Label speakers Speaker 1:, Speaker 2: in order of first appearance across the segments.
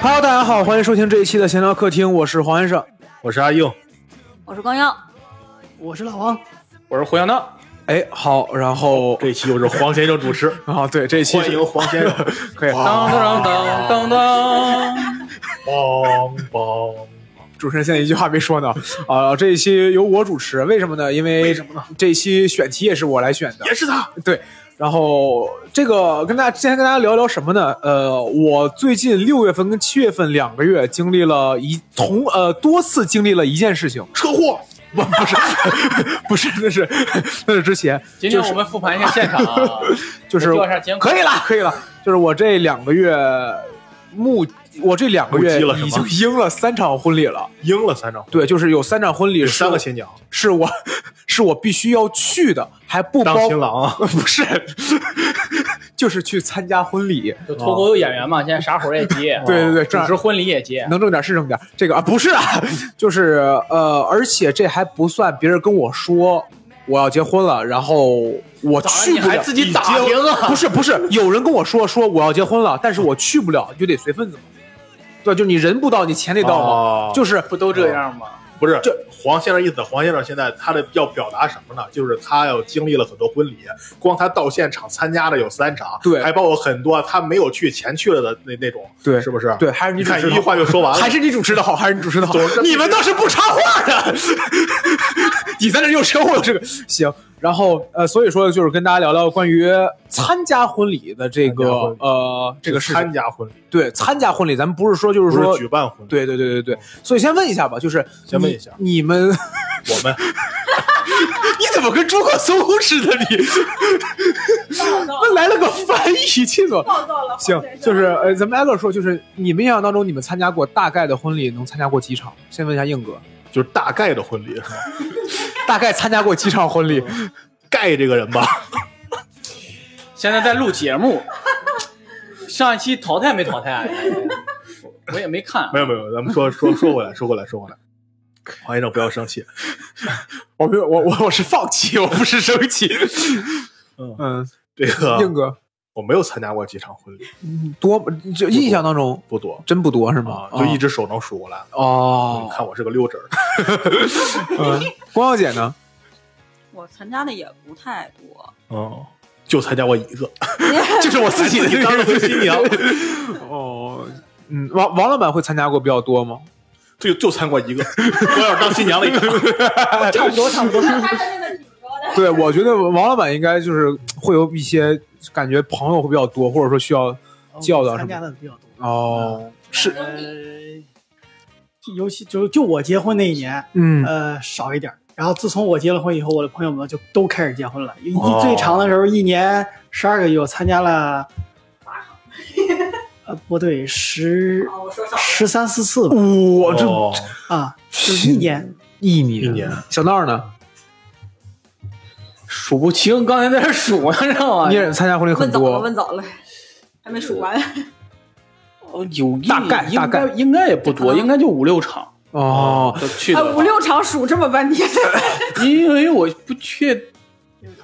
Speaker 1: Hello，大家好，欢迎收听这一期的闲聊客厅，我是黄先生。
Speaker 2: 我是阿硬，
Speaker 3: 我是光耀，
Speaker 4: 我是老王，
Speaker 2: 我是胡杨闹。
Speaker 1: 哎，好，然后
Speaker 2: 这一期又是黄先生主持，
Speaker 1: 啊，对，这一期
Speaker 2: 欢迎黄先生。
Speaker 1: 可以，
Speaker 2: 当当当当当，梆梆，
Speaker 1: 主持人现在一句话没说呢。啊、这一期由我主持，为什么呢？因为为什么呢？这一期选题也是我来选的，
Speaker 2: 也是他。
Speaker 1: 对，然后这个跟大家今天跟大家聊聊什么呢？呃，我最近六月份跟七月份两个月经历了一同呃多次经历了一件事情，
Speaker 2: 车祸，
Speaker 1: 不不是 不是那是 那是之前，
Speaker 5: 今天我们复盘一下现 场啊，
Speaker 1: 就是
Speaker 5: 调查监控
Speaker 1: 可以了 可以了，就是我这两个月目我这两个
Speaker 2: 目
Speaker 1: 月
Speaker 2: 击了什么
Speaker 1: 已经赢了三场婚礼了，
Speaker 2: 赢了三场，
Speaker 1: 对，就是有三场婚礼
Speaker 2: 有
Speaker 1: 是
Speaker 2: 三个新娘，
Speaker 1: 是我是我必须要去的，还不
Speaker 2: 当
Speaker 1: 包，
Speaker 2: 新郎啊
Speaker 1: 不是，就是去参加婚礼，
Speaker 5: 就脱口秀演员嘛，现在啥活儿也接
Speaker 1: ，
Speaker 5: 哦
Speaker 1: 对对对这
Speaker 5: 主
Speaker 1: 样
Speaker 5: 持婚礼也接，
Speaker 1: 能挣点是挣点。这个啊，不是啊，就是呃，而且这还不算别人跟我说我要结婚了，然后我去
Speaker 5: 你
Speaker 1: 不
Speaker 5: 还
Speaker 1: 了。
Speaker 5: 自己打听 啊？
Speaker 1: 不是不是，有人跟我说说我要结婚了，但是我去不了，就得随份子嘛。对，就你人不到，你钱得到嘛。
Speaker 2: 哦
Speaker 1: 就是
Speaker 5: 不都这样吗？
Speaker 2: 不是
Speaker 1: 这
Speaker 2: 黄先生意思，黄先生现在他的要表达什么呢？就是他要经历了很多婚礼，光他到现场参加的有三场，
Speaker 1: 对
Speaker 2: 还包括很多他没有去钱去了的那那种，
Speaker 1: 对
Speaker 2: 是不是？
Speaker 1: 对，，还是你
Speaker 2: 你
Speaker 1: 主
Speaker 2: 看
Speaker 1: 持
Speaker 2: 一
Speaker 1: 的
Speaker 2: 句
Speaker 1: 好，
Speaker 2: 话就说完了，
Speaker 1: 还是你主持的好，还是你主持的好
Speaker 2: 总 之。
Speaker 1: 你们倒是不插话的， 你在这又扯我这 个行。然后呃，所以说就是跟大家聊聊关于参加婚礼的这
Speaker 2: 参加婚
Speaker 1: 个
Speaker 2: 礼
Speaker 1: 呃这个事情
Speaker 2: 参。加婚礼，
Speaker 1: 对，参加婚礼，咱们不是说就是
Speaker 2: 不
Speaker 1: 说
Speaker 2: 是举办婚礼，
Speaker 1: 对对对对对，所以先问一下吧，就是
Speaker 2: 先问
Speaker 1: 你
Speaker 2: 一下
Speaker 1: 你们，你
Speaker 2: 我们
Speaker 1: 怎么跟诸葛搜似的？你来了个翻译，气死我！
Speaker 3: 报道了
Speaker 1: 行，就是呃，咱们挨个说，就是你们印象当中，你们参加过大概的婚礼能参加过几场？先问一下硬哥，
Speaker 2: 就是大概的婚礼，
Speaker 1: 大概参加过几场婚礼？
Speaker 2: 盖这个人吧，
Speaker 5: 现在在录 节目，上一期淘汰没淘汰？啊我也没看啊
Speaker 2: 没，有 没有，咱们说说说回来，说回来，说回来。黄先生不要生气，
Speaker 1: 我没有，我我我是放弃，我不是生气。
Speaker 2: 嗯
Speaker 1: 嗯，
Speaker 2: 这
Speaker 1: 硬
Speaker 2: 个
Speaker 1: 哥
Speaker 2: 我没有参加过几场婚礼，
Speaker 1: 多，就印象当中
Speaker 2: 不多
Speaker 1: 真不多是
Speaker 2: 啊
Speaker 1: 吗，？
Speaker 2: 就一只手能数过来。
Speaker 1: 哦
Speaker 2: 你，看我是个溜指儿，
Speaker 1: 嗯，光耀姐呢？
Speaker 3: 我参加的也不太多，
Speaker 2: 嗯，就参加过一个，
Speaker 1: 哦就是我自己 的
Speaker 2: 当了回新娘，
Speaker 1: 哦，嗯，王王老板会参加过比较多吗？
Speaker 2: 就就参加过 一个，我要是当新娘那个，
Speaker 1: 差不多，差不多。
Speaker 3: 他真的挺多的。
Speaker 1: 对，我觉得王老板应该就是会有一些感觉朋友会比较多，或者说需要教导
Speaker 4: 我
Speaker 1: 什么
Speaker 4: 参加的比较多。
Speaker 1: 哦，是，
Speaker 4: 呃，尤其就就我结婚那一年，
Speaker 1: 嗯
Speaker 4: 呃，少一点儿。然后自从我结了婚以后，我的朋友们就都开始结婚了。一
Speaker 2: 哦
Speaker 4: 最长的时候，一年十二个月，我参加了，呃，不对，十
Speaker 3: 啊，我说少了。
Speaker 4: 十三四次吧。
Speaker 1: 我
Speaker 2: 这
Speaker 4: 啊，呃就是一年。
Speaker 1: 一年
Speaker 2: 一年，
Speaker 1: 小闹呢？
Speaker 5: 数不清，刚才在这数呢，知道吗？
Speaker 1: 你也参加婚礼很
Speaker 3: 啊问早了，
Speaker 1: 多，
Speaker 3: 问早了，还没数完。
Speaker 5: 哦有一
Speaker 1: 大概
Speaker 5: 应
Speaker 1: 大概啊
Speaker 5: 应该也不多，应该就五六场
Speaker 1: 哦，
Speaker 5: 就去
Speaker 3: 哎，
Speaker 5: 的
Speaker 3: 五六场数这么半 天，
Speaker 5: 因为我不确，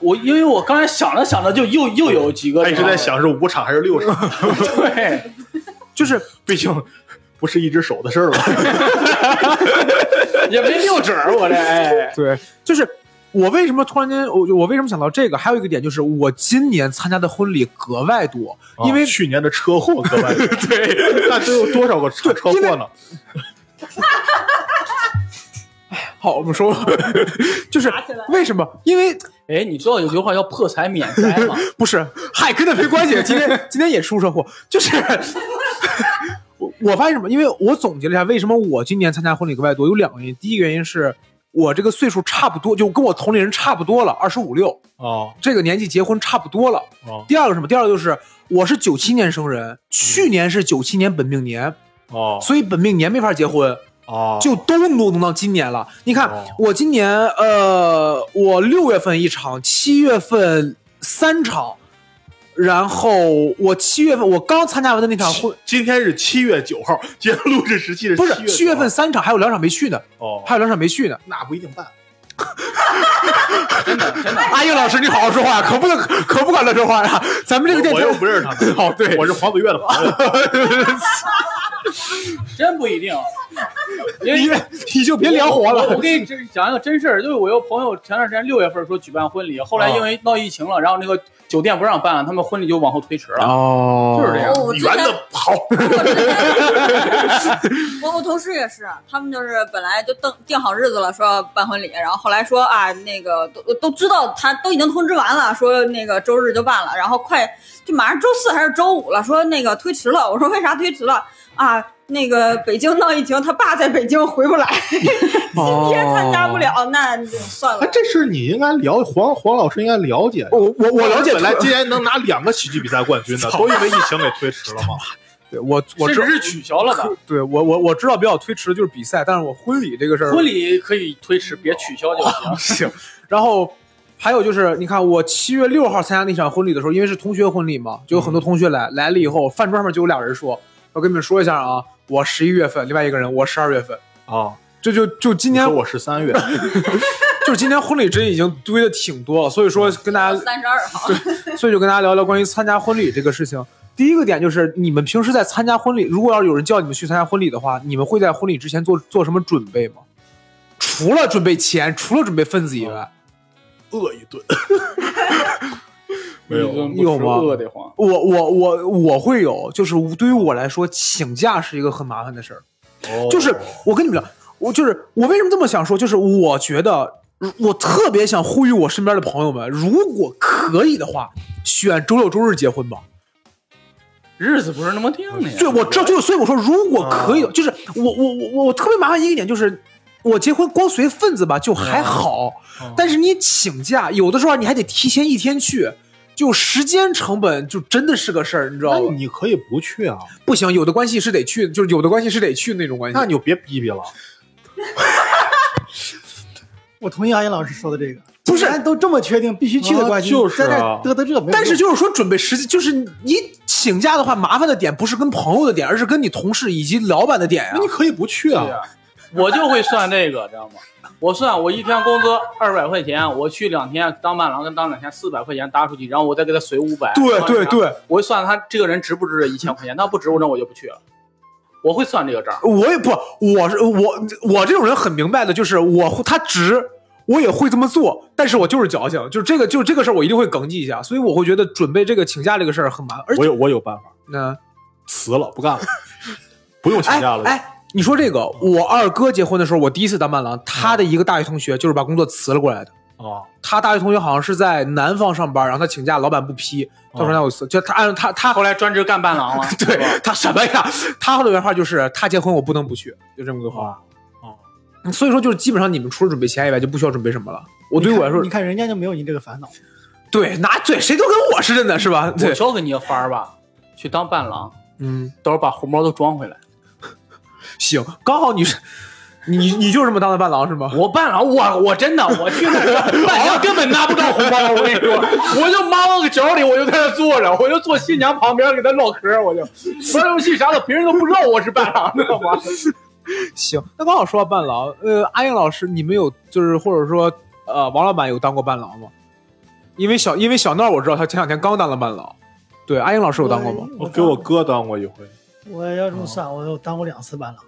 Speaker 5: 我因为我刚才想着想着就又又有几个，
Speaker 2: 他一直在，想是五场还是六
Speaker 1: 哦
Speaker 2: 场，
Speaker 5: 对，
Speaker 1: 就是
Speaker 2: 毕竟不是一只手的事儿了。
Speaker 5: 也没六指儿，我这哎，
Speaker 1: 对，就是我为什么突然间，我我为什么想到这个？还有一个点就是，我今年参加的婚礼格外多，
Speaker 3: 哦
Speaker 1: 因为
Speaker 2: 啊去年的车 祸格外多，对，那都有多少个 车车
Speaker 1: 因为
Speaker 2: 祸呢？
Speaker 1: 好，我们说， 就是
Speaker 3: 打起来
Speaker 1: 为什么？因为
Speaker 5: 哎，你知道有句话叫破财免灾 吗？
Speaker 1: 不是，嗨，跟那没关系。今天今天也出车祸，就是我我发现什么？因为我总结了一下，为什么我今年参加婚礼格外多，有两个原因。第一个原因是我这个岁数差不多，就跟我同龄人差不多了，二十五六
Speaker 2: 哦
Speaker 1: 这个年纪结婚差不多了。
Speaker 2: 哦
Speaker 1: 第二个是什么？第二个就是我是九七年生人，去年是九七年本命年，
Speaker 2: 哦
Speaker 1: 所以本命年没法结婚。
Speaker 2: 哦，
Speaker 1: 就都挪挪到今年了。你看，
Speaker 2: 哦
Speaker 1: 我今年呃，我六月份一场，七月份三场，然后我七月份我刚参加完的那场婚，
Speaker 2: 今天是七月九号， 今天录制时期是
Speaker 1: 不是七
Speaker 2: 七
Speaker 1: 月份
Speaker 2: 九
Speaker 1: 三场，还有两场没去呢，
Speaker 2: 号哦，
Speaker 1: 还有两场没去呢。
Speaker 2: 那不一定办。
Speaker 5: 真的真的，
Speaker 1: 阿英老师，你好好说话，可不能 可不敢乱说话呀、咱们这个电
Speaker 2: 我又
Speaker 1: 台
Speaker 2: 不认识他们。
Speaker 1: 哦对
Speaker 2: 我是黄子月的朋友。
Speaker 5: 真不 一定，因
Speaker 1: 你
Speaker 5: 为
Speaker 1: 你就别聊活
Speaker 5: 我我
Speaker 1: 了。
Speaker 5: 给你这讲一个真事儿，就是我有朋友前段时间六月份说举办婚礼，后来
Speaker 1: 啊
Speaker 5: 因为闹疫情了，然后那个酒店不让办了，他们婚礼就往后推迟了。
Speaker 1: 哦
Speaker 5: 就是这样
Speaker 3: 我之
Speaker 2: 圆
Speaker 3: 前
Speaker 2: 的好，
Speaker 3: 我我同事也是，他们就是本来就定定好日子了，说要办婚礼，然后后来说啊，那个都都知道他都已经通知完了，说那个周日就办了，然后快就马上周四还是周五了，说那个推迟了。我说为啥推迟了啊？那个北京闹疫情，他爸在北京回不来，今天参加不
Speaker 1: 哦
Speaker 3: 了，那就算了
Speaker 2: 哎，。这事儿你应该了，黄黄老师应该了解。
Speaker 1: 我我我了解
Speaker 2: 本来今年能拿两个喜剧比赛冠军的，都因为疫情给推迟了 嘛。
Speaker 1: 对我我
Speaker 5: 甚
Speaker 1: 知
Speaker 5: 至是取消了的，
Speaker 1: 对我我我知道比较推迟的就是比赛，但是我婚礼这个事儿
Speaker 5: 婚礼可以推迟，别取消就行。
Speaker 1: 行。然后还有就是，你看我七月六号参加那场婚礼的时候，因为是同学婚礼
Speaker 2: 嗯
Speaker 1: 嘛，就有很多同学来。来了以后，饭桌上面就有俩人说：“我跟你们说一下啊，我十一月份，另外一个人我十二月份。
Speaker 2: 啊，”
Speaker 1: 这就就今
Speaker 2: 你
Speaker 1: 年
Speaker 2: 说我十三月，
Speaker 1: 就是今年婚礼真已经堆的挺多了，所以说
Speaker 2: 嗯
Speaker 1: 跟大家，
Speaker 3: 三十二号，
Speaker 1: 所以就跟大家聊聊关于参加婚礼这个事情。第一个点就是，你们平时在参加婚礼，如果要是有人叫你们去参加婚礼的话，你们会在婚礼之前做做什么准备吗？除了准备钱，除了准备份子以外，
Speaker 2: 饿一 顿。没
Speaker 5: 一
Speaker 2: 有，
Speaker 5: 顿不吃
Speaker 1: 有吗
Speaker 5: 饿得慌。
Speaker 1: 我我我我会有，就是对于我来说，请假是一个很麻烦的事儿。就是
Speaker 2: 哦
Speaker 1: 我跟你们讲，我就是我为什么这么想说，就是我觉得如我特别想呼吁我身边的朋友们，如果可以的话，选周六周日结婚吧。
Speaker 5: 日子不是那么定的呀。
Speaker 1: 对，我知道，就是所以我说，如果可以，就是我我我我我特别麻烦一个点就是。我结婚光随份子吧，就还好，但是你请假，有的时候你还得提前一天去，就时间成本就真的是个事儿，你知道
Speaker 2: 那
Speaker 1: 吗？
Speaker 2: 你可以不去啊，
Speaker 1: 不行，有的关系是得去，就是有的关系是得去那种关系。
Speaker 2: 那你就别逼逼了。
Speaker 4: 我同意阿燕老师说的这个，
Speaker 1: 不是
Speaker 4: 既然都这么确定必须去的
Speaker 2: 啊
Speaker 4: 关系，
Speaker 2: 就是啊
Speaker 4: 在这儿嘚嘚这没有用
Speaker 1: 但是就是说，准备时间，就是你请假的话，麻烦的点不是跟朋友的点，而是跟你同事以及老板的点啊呀、
Speaker 2: 那你可以不去
Speaker 5: 对
Speaker 2: 啊
Speaker 5: 啊，我就会算这个，知道吗？我算我一天工资二百块钱，我去两天当伴郎跟当两天四百块钱搭出去，然后我再给他随五百。
Speaker 2: 啊
Speaker 1: 对对对，
Speaker 5: 我会算他这个人值不值这一千块钱，那不值我那我就不去了。我会算这个账，
Speaker 1: 我也不，我是我我这种人很明白的，就是我会他直，我也会这么做，但是我就是矫情，就这个就这个事儿我一定会哽记一下，所以我会觉得准备这个请假这个事儿很麻烦，而且
Speaker 2: 我有我有办法，
Speaker 1: 呢，
Speaker 2: 辞了，不干 了，不用请
Speaker 1: 哎
Speaker 2: 假了。
Speaker 1: 哎。你说这个，我二哥结婚的时候，我第一次当伴郎，他的一个大学同学就是把工作辞了过来的。
Speaker 2: 啊，
Speaker 1: 他大学同学好像是在南方上班，然后他请假，老板不批，他说
Speaker 2: 哦
Speaker 1: 那我辞就他按他他
Speaker 5: 后来专职干伴 郎了。
Speaker 1: 对他什么呀？ 他后的原话就是他结婚我不能不去，就这么个话。
Speaker 2: 哦
Speaker 1: 所以说就是基本上你们除了准备钱以外就不需要准备什么了。我对于我来说
Speaker 4: 你，看人家就没有你这个烦恼。
Speaker 1: 对拿对谁都跟我似的呢，是吧？
Speaker 5: 我
Speaker 1: 对，
Speaker 5: 教给你个法儿吧，去当伴郎，
Speaker 1: 嗯，
Speaker 5: 到时候把红包都装回来。
Speaker 1: 行，刚好你是你你就这么当的伴郎是吗？
Speaker 5: 我伴郎，我我真的，我去那儿伴娘根本拿不到红包，我跟你说，我就妈往个角里，我就在那坐着，我就坐新娘旁边给她唠嗑，我就玩游戏啥的，别人都不知道我是伴郎，知道吗？
Speaker 1: 行，那刚好说到伴郎，呃，阿英老师，你们有就是或者说呃王老板有当过伴郎吗？因为小因为小闹我知道他前两天刚当了伴郎，对，阿英老师有当过吗？
Speaker 2: 我给我，哥当过一回，
Speaker 4: 我要这么算，我当过两次伴郎，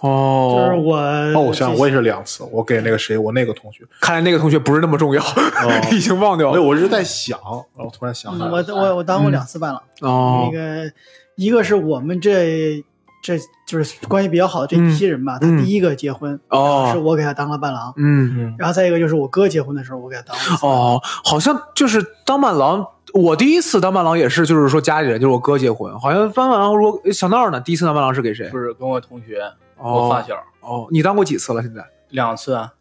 Speaker 1: 哦
Speaker 4: 就是我
Speaker 2: 哦，我想我也是两次，我给那个谁，我那个同学，
Speaker 1: 看来那个同学不是那么重要，
Speaker 4: 哦
Speaker 1: 已经忘掉
Speaker 2: 没
Speaker 1: 了
Speaker 2: 有，。我是在想，然后突然想
Speaker 4: 嗯
Speaker 2: 起来了，
Speaker 4: 我我我当过两次伴郎，
Speaker 1: 哦
Speaker 4: 那个一个是我们这这就是关系比较好的这批人吧，
Speaker 1: 嗯
Speaker 4: 他第一个结婚是
Speaker 1: 哦，
Speaker 4: 我给他当了伴郎，
Speaker 1: 嗯
Speaker 2: 嗯，
Speaker 4: 然后再一个就是我哥结婚的时候我给他当了一次，
Speaker 1: 哦，好像就是当伴郎，我第一次当伴郎也是，就是说家里人，就是我哥结婚，好像当伴郎如果小闹呢，第一次当伴郎是给谁？
Speaker 5: 不是跟我同学，我发
Speaker 1: 哦
Speaker 5: 小
Speaker 1: 哦，你当过几次了？现在？
Speaker 5: 两次啊，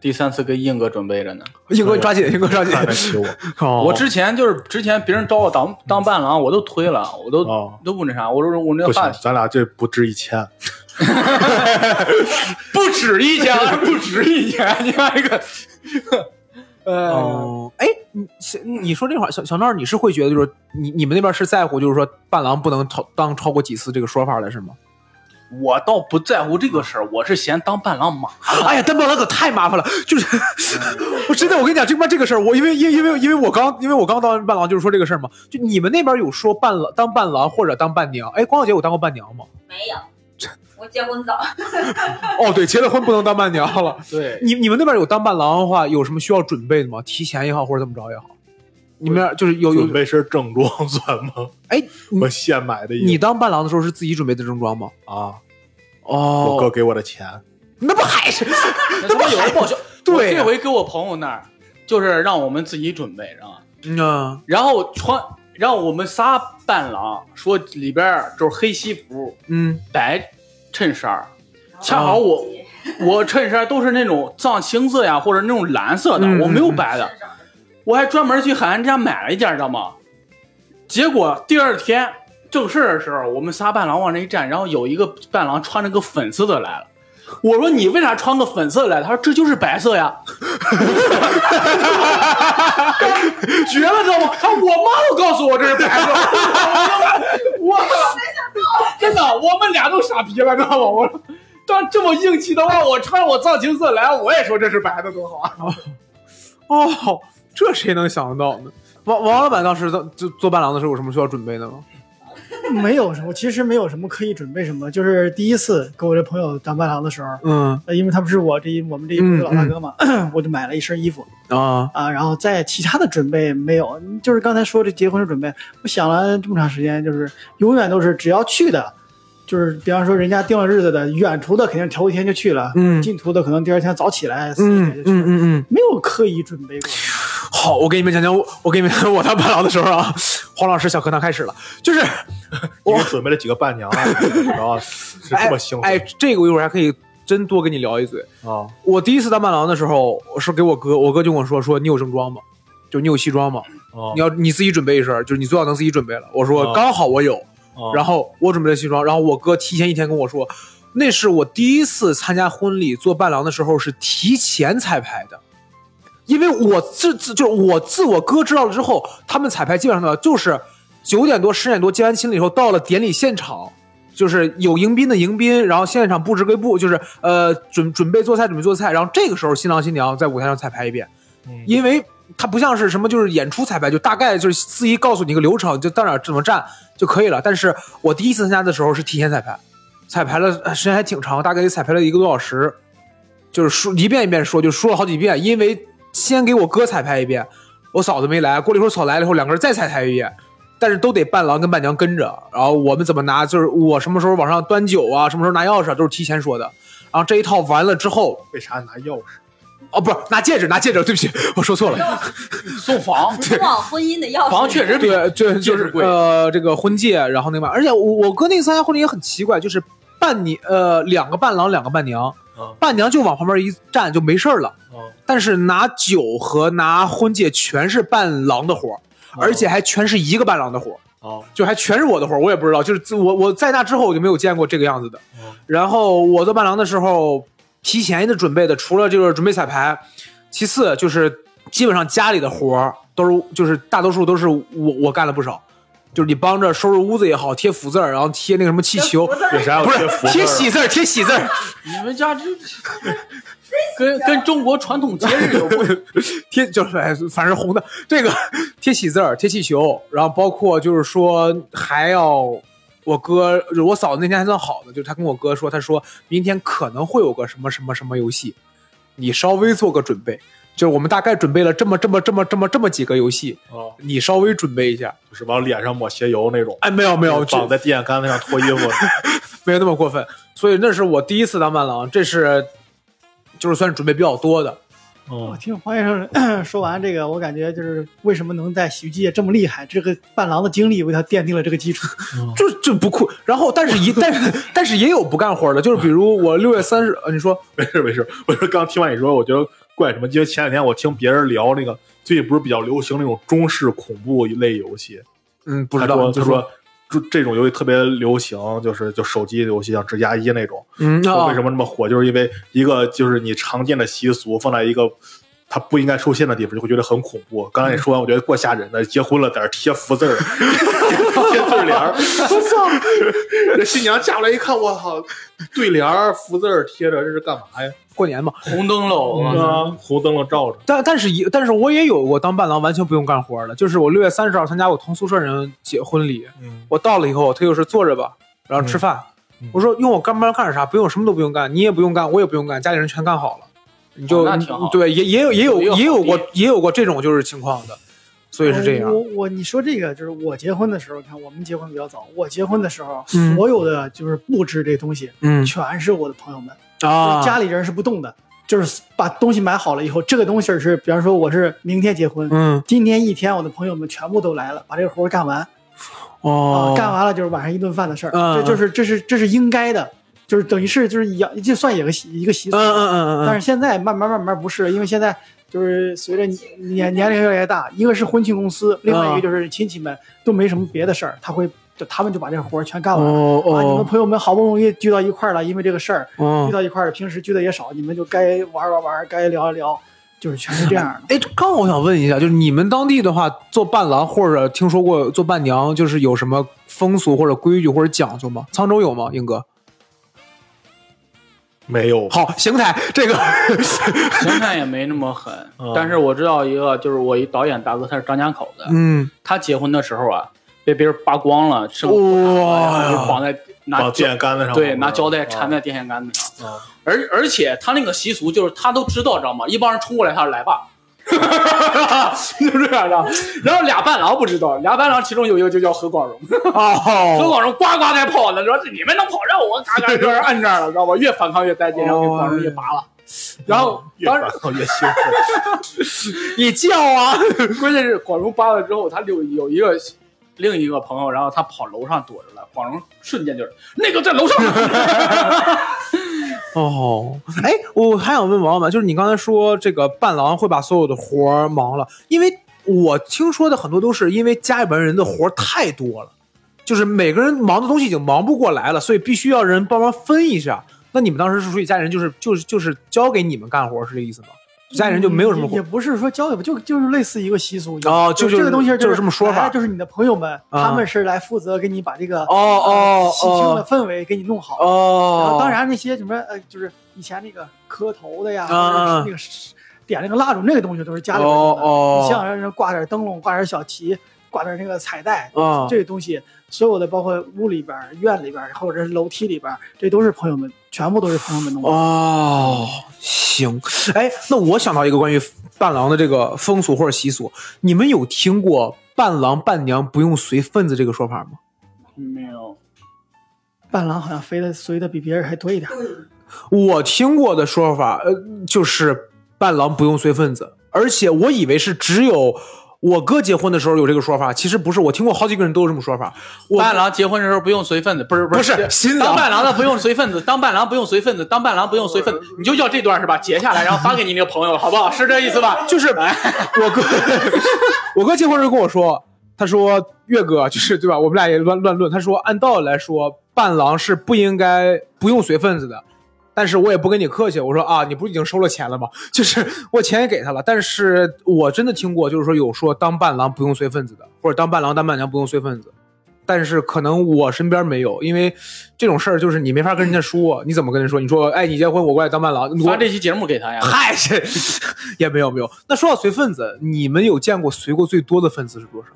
Speaker 5: 第三次给硬哥准备着呢。
Speaker 1: 英哥抓紧，英哥抓 紧
Speaker 2: 看得！起我，
Speaker 1: 哦
Speaker 5: 我之前就是之前别人找我当当伴郎，我都推了，我都、
Speaker 2: 哦
Speaker 5: 都不那啥，我说我那
Speaker 2: 不行
Speaker 5: 饭，
Speaker 2: 咱俩这不值一千，
Speaker 5: 不止一千， 不止一千，你看这个，呃。
Speaker 1: 哦，哎，你小你说这话，小小闹，你是会觉得就是你你们那边是在乎，就是说伴郎不能超当超过几次这个说法了，是吗？
Speaker 5: 我倒不在乎这个事儿，我是嫌当伴郎麻 烦。
Speaker 1: 哎呀，当伴郎可太麻烦了，就是，我真的，我跟你讲，这边这个事儿，我因为因为因为因为我刚因为我刚当完伴郎，就是说这个事儿嘛，就你们那边有说伴郎当伴郎或者当伴娘，哎，光小姐有当过伴娘吗？
Speaker 3: 没有，我结婚早，
Speaker 1: 哦，对，结了婚不能当伴娘了。
Speaker 5: 对，
Speaker 1: 你你们那边有当伴郎的话，有什么需要准备的吗？提前也好，或者怎么着也好，你们那儿就是有有
Speaker 2: 准备身正装算吗？
Speaker 1: 哎，你
Speaker 2: 我现买的衣服，
Speaker 1: 你当伴郎的时候是自己准备的正装吗？
Speaker 2: 啊，我哥
Speaker 1: 哦，
Speaker 2: 给我的钱，
Speaker 1: 那不还是
Speaker 5: 那他妈有人报销。
Speaker 1: 对
Speaker 2: 啊
Speaker 5: 我这回给我朋友那儿，就是让我们自己准备，知道吗？
Speaker 1: 嗯啊
Speaker 5: 然后穿，让我们仨伴郎说里边儿就是黑西服、
Speaker 1: 嗯
Speaker 5: 白衬衫儿，恰
Speaker 2: 哦
Speaker 5: 好我、 我衬衫都是那种藏青色呀，或者那种蓝色的，
Speaker 1: 嗯
Speaker 5: 我没有
Speaker 1: 嗯
Speaker 5: 白的，
Speaker 3: 是这样
Speaker 5: 我还专门去海澜家买了一件，知道吗？结果第二天正事的时候，我们仨伴郎往那一站，然后有一个伴郎穿着个粉色的来了。我说你为啥穿个粉色来？他说这就是白色呀， 绝了知道吗？他说我妈都告诉我这是白色， 我真的我们俩都傻逼了，知道吗？我说但这么硬气的话，我穿我藏青色来，我也说这是白的多好啊！
Speaker 1: 哦，这谁能想得到呢？王王老板当时当就做伴郎的时候有什么需要准备的吗？
Speaker 4: 没有什么，其实没有什么刻意准备什么，就是第一次给我这朋友当伴郎的时候，
Speaker 1: 嗯
Speaker 4: 呃，因为他不是我这一我们这一
Speaker 1: 嗯
Speaker 4: 波老大哥嘛， 我就买了一身衣服
Speaker 1: 啊，
Speaker 4: 啊，然后在其他的准备没有，就是刚才说的结婚的准备，我想了这么长时间，就是永远都是只要去的，就是比方说人家定了日子的，远途的肯定头一天就去了，
Speaker 1: 嗯
Speaker 4: 近途的可能第二天早起来四
Speaker 1: 嗯
Speaker 4: 点就
Speaker 1: 嗯
Speaker 4: 去了，
Speaker 1: 嗯嗯，
Speaker 4: 没有刻意准备过。
Speaker 1: 好，我给你们讲讲我我给你们讲我当伴郎的时候啊，黄老师小课堂开始了，就是
Speaker 2: 你
Speaker 1: 我
Speaker 2: 给准备了几个伴 娘啊？然后是这么兴奋
Speaker 1: 哎，这个我一会儿还可以真多跟你聊一嘴。
Speaker 2: 啊？
Speaker 1: 我第一次当伴郎的时候，我是给我哥，我哥就跟我说说你有正装吗？就你有西装吗？
Speaker 2: 啊
Speaker 1: 你要你自己准备一身，就是你最好能自己准备了。我说
Speaker 2: 啊
Speaker 1: 刚好我有，
Speaker 2: 啊
Speaker 1: 然后我准备了西装，然后我哥提前一天跟我说，那是我第一次参加婚礼做伴郎的时候是提前彩排的，因为我自自就是我自我哥知道了之后，他们彩排基本上呢就是九点多十点多接完亲了以后，到了典礼现场。就是有迎宾的迎宾，然后现场布置归布，就是呃准准备做菜准备做菜，然后这个时候新郎新娘在舞台上彩排一遍，
Speaker 2: 嗯
Speaker 1: 因为它不像是什么就是演出彩排，就大概就是司仪告诉你一个流程，就到哪儿怎么站就可以了。但是我第一次参加的时候是提前彩排，彩排了呃时间还挺长，大概也彩排了一个多小时，就是说一遍一遍说，就说了好几遍。因为先给我哥彩排一遍，我嫂子没来，过了一会儿嫂来了以后，两个人再彩排一遍。但是都得伴郎跟伴娘跟着，然后我们怎么拿，就是我什么时候往上端酒啊，什么时候拿钥匙啊，都是提前说的。然后这一套完了之后，
Speaker 2: 为啥拿钥匙？
Speaker 1: 哦，不是拿戒指，拿戒指，对不起，我说错了。
Speaker 5: 送房，
Speaker 3: 通往婚姻的钥匙。
Speaker 5: 房确实比
Speaker 1: 对，就
Speaker 5: 戒
Speaker 1: 就
Speaker 5: 指
Speaker 1: 是
Speaker 5: 贵
Speaker 1: 呃，这个婚戒，然后那个嘛，而且我我哥那次参加婚礼也很奇怪，就是伴你呃两个伴郎两个伴娘
Speaker 2: 嗯，
Speaker 1: 伴娘就往旁边一站就没事儿了，
Speaker 5: 嗯
Speaker 2: 啊
Speaker 1: 但是拿酒和拿婚戒全是伴郎的活儿，
Speaker 5: 嗯
Speaker 1: 而且还全是一个伴郎的活儿。
Speaker 2: 啊
Speaker 1: 就还全是我的活儿，我也不知道。就是自我我在那之后我就没有见过这个样子的
Speaker 5: 嗯
Speaker 2: 哦。
Speaker 1: 然后我做伴郎的时候，提前的准备的，除了就是准备彩排，其次就是基本上家里的活儿都是就是大多数都是我我干了不少，就是你帮着收拾屋子也好，贴福字儿，然后贴那个什么气球，
Speaker 2: 为啥要
Speaker 1: 不是
Speaker 2: 贴福字
Speaker 1: 贴
Speaker 2: 儿啊
Speaker 1: 喜字儿，贴喜字儿，
Speaker 5: 你们家这 跟跟中国传统节日有关，
Speaker 1: 贴就是哎反正红的这个贴喜字儿、贴气球，然后包括就是说还要我哥，就是我嫂子那天还算好的，就是她跟我哥说，她说明天可能会有个什么什么什么游戏，你稍微做个准备。就是我们大概准备了这么这么这么这么这么几个游戏，
Speaker 2: 啊！
Speaker 1: 你稍微准备一下。
Speaker 2: 就是往脸上抹鞋油那种，
Speaker 1: 哎，没有没有，这
Speaker 2: 绑在电线杆子上脱衣服。
Speaker 1: 没有那么过分。所以那是我第一次当伴郎，这是就是算是准备比较多的。
Speaker 4: 我
Speaker 2: 嗯，
Speaker 4: 听黄先生 说完这个，我感觉就是为什么能在喜剧界这么厉害，这个伴郎的经历为他奠定了这个基础。
Speaker 1: 就就不酷。然后，但是一但 是但是也有不干活的，就是比如我六月三十，呃你说
Speaker 2: 没 事没事，我说刚听完你说，我觉得怪什么？因为前两天我听别人聊那个，最近不是比较流行那种中式恐怖一类游戏，
Speaker 1: 嗯不
Speaker 2: 他
Speaker 1: 知道，
Speaker 2: 说
Speaker 1: 就
Speaker 2: 他说这这种游戏特别流行，就是就手机游戏像指甲一那种，
Speaker 1: 嗯
Speaker 2: 说为什
Speaker 1: 么
Speaker 2: 么那么火？就是因为一个就是你常见的习俗放在一个它不应该出现的地方，就会觉得很恐怖。刚才你说完，我觉得怪吓人的，结婚了在这儿贴福字儿，贴对联儿，我 操！这新娘嫁过来一看，我操，对联儿、福字儿贴着，这是干嘛呀？
Speaker 1: 过年嘛？
Speaker 5: 红灯笼啊，
Speaker 2: 啊，红灯笼照着，
Speaker 1: 但但是也但是我也有过当伴郎完全不用干活的，就是我六月三十号参加我同宿舍人结婚礼，
Speaker 2: 嗯
Speaker 4: 嗯
Speaker 1: 我到了以后，他就是坐着吧，然后吃饭，我说用我干班干啥？不用，什么都不用干，你也不用干，我也不用干，家里人全干好了，你就、
Speaker 5: 哦那挺好
Speaker 1: 对，也也有也有
Speaker 5: 有一个
Speaker 1: 也有过
Speaker 5: 好
Speaker 1: 也有过这种就是情况的，所以是这样
Speaker 4: 我。我你说这个就是我结婚的时候，你看我们结婚比较早，我结婚的时候，
Speaker 1: 嗯
Speaker 4: 所有的就是布置这东西，
Speaker 1: 嗯
Speaker 4: 全是我的朋友们，
Speaker 1: 啊，
Speaker 4: 就是家里人是不动的，就是把东西买好了以后，这个东西是，比方说我是明天结婚，
Speaker 1: 嗯
Speaker 4: 今天一天我的朋友们全部都来了，把这个活儿干完，
Speaker 1: 哦
Speaker 4: 啊，干完了就是晚上一顿饭的事儿，
Speaker 1: 嗯
Speaker 4: 这就是这是这是应该的，就是等于是就是养，这算也个习一个习
Speaker 1: 嗯
Speaker 4: 俗。
Speaker 1: 嗯嗯嗯
Speaker 4: 但
Speaker 1: 嗯
Speaker 4: 是现在慢慢慢慢不是，因为现在就是随着年年龄越来越大，一个是婚庆公司，另
Speaker 1: 嗯
Speaker 4: 外一个就是亲戚们都没什么别的事儿，他会就他们就把这个活儿全干完了。
Speaker 1: 哦
Speaker 4: 啊，你们
Speaker 1: 哦
Speaker 4: 朋友们好不容易聚到一块儿了，因为这个事儿聚
Speaker 1: 哦，
Speaker 4: 到一块儿，平时聚的也少，你们就该玩玩玩，该聊一聊，就是全是这样的。
Speaker 1: 哎，这刚好我想问一下，就是你们当地的话，做伴郎或者听说过做伴娘，就是有什么风俗或者规矩或者讲究吗？沧州有吗，英哥？
Speaker 2: 没有，
Speaker 1: 好，邢台这个，
Speaker 5: 邢台嗯也没那么狠
Speaker 2: 嗯，
Speaker 5: 但是我知道一个，就是我一导演大哥，他是张家口的，
Speaker 1: 嗯，
Speaker 5: 他结婚的时候啊，被别人扒光了，剩个
Speaker 1: 哇
Speaker 5: 就哦绑在拿
Speaker 2: 绑
Speaker 5: 胶
Speaker 2: 电线杆子上，
Speaker 5: 对拿胶带缠
Speaker 2: 在，
Speaker 5: 在电线杆子上，
Speaker 2: 啊
Speaker 5: 而而且他那个习俗就是他都知道，知道吗？一帮人冲过来，他说来吧。 就是这样的，然后俩伴郎不知道，俩伴郎其中有一个就叫何广荣，何
Speaker 1: 哦，
Speaker 5: 广荣呱呱在跑呢，说你们能跑让我嘎 嘎就是按这儿了，知道吧？越反抗越带劲，然后给广荣一拔了，然后
Speaker 2: 哦嗯越
Speaker 5: 当时
Speaker 2: 烦躁越兴奋。
Speaker 1: 你叫啊，
Speaker 5: 关键是广荣扒了之后，他有有一个另一个朋友，然后他跑楼上躲着了，广荣瞬间就是那个在楼上呢，
Speaker 1: 哦，哎，我还想问王老板，就是你刚才说这个伴郎会把所有的活儿忙了，因为我听说的很多都是因为家里边人的活儿太多了，就是每个人忙的东西已经忙不过来了，所以必须要人帮忙分一下。那你们当时是属于家里人就是就是就是交给你们干活，是这意思吗？家里人就没有什么
Speaker 4: 嗯也也
Speaker 1: 活，
Speaker 4: 不是说交流，就就是类似一个习俗一样。
Speaker 1: 哦就
Speaker 4: 这
Speaker 1: 就
Speaker 4: 个东西
Speaker 1: 就是是这么说法
Speaker 4: 哎就是你的朋友们，
Speaker 1: 啊
Speaker 4: 他们是来负责给你把这个呃
Speaker 1: 哦哦
Speaker 4: 喜庆的氛围给你弄好。然
Speaker 1: 哦
Speaker 4: 后，当然那些什么呃，就是以前那个磕头的呀，
Speaker 1: 啊
Speaker 4: 或者
Speaker 1: 啊
Speaker 4: 是那个是点那个蜡烛那个东西都是家里边弄
Speaker 1: 哦
Speaker 4: 的。你
Speaker 1: 哦
Speaker 4: 像让人挂点灯笼，挂点小旗，挂点那个彩带，
Speaker 1: 啊，
Speaker 4: 这个东西所有的包括屋里边、院里边，或者是楼梯里边，这都是朋友们，全部都是朋友们弄的。
Speaker 1: 哦，行，哎，那我想到一个关于伴郎的这个风俗或者习俗，你们有听过伴郎伴娘不用随份子这个说法吗？
Speaker 5: 没有，
Speaker 4: 伴郎好像飞的随的比别人还多一点儿。
Speaker 1: 我听过的说法，呃，就是伴郎不用随份子，而且我以为是只有。我哥结婚的时候有这个说法，其实不是，我听过好几个人都有这么说法。我
Speaker 5: 伴郎结婚的时候不用随份子，不是
Speaker 1: 不
Speaker 5: 是
Speaker 1: 是新郎
Speaker 5: 当伴郎的不用随份子，当伴郎不用随份子，当伴郎不用随份子，你就要这段是吧？截下来，然后发给你那个朋友，好不好？是这意思吧？
Speaker 1: 就是我哥，我哥结婚时候跟我说，他说岳哥就是对吧？我们俩也乱乱论，他说按道理来说，伴郎是不应该不用随份子的。但是我也不跟你客气，我说啊，你不是已经收了钱了吗？ 就是我钱也给他了，但是我真的听过，就是说有说当伴郎不用随份子的，或者当伴郎当伴娘不用随份子，但是可能我身边没有，因为这种事儿就是你没法跟人家说，你怎么跟人说？你说哎，你结婚我过来当伴郎， 我
Speaker 5: 发这期节目给他呀。
Speaker 1: 嗨，这 也没有没有。那说到随份子，你们有见过随过最多的份子是多少？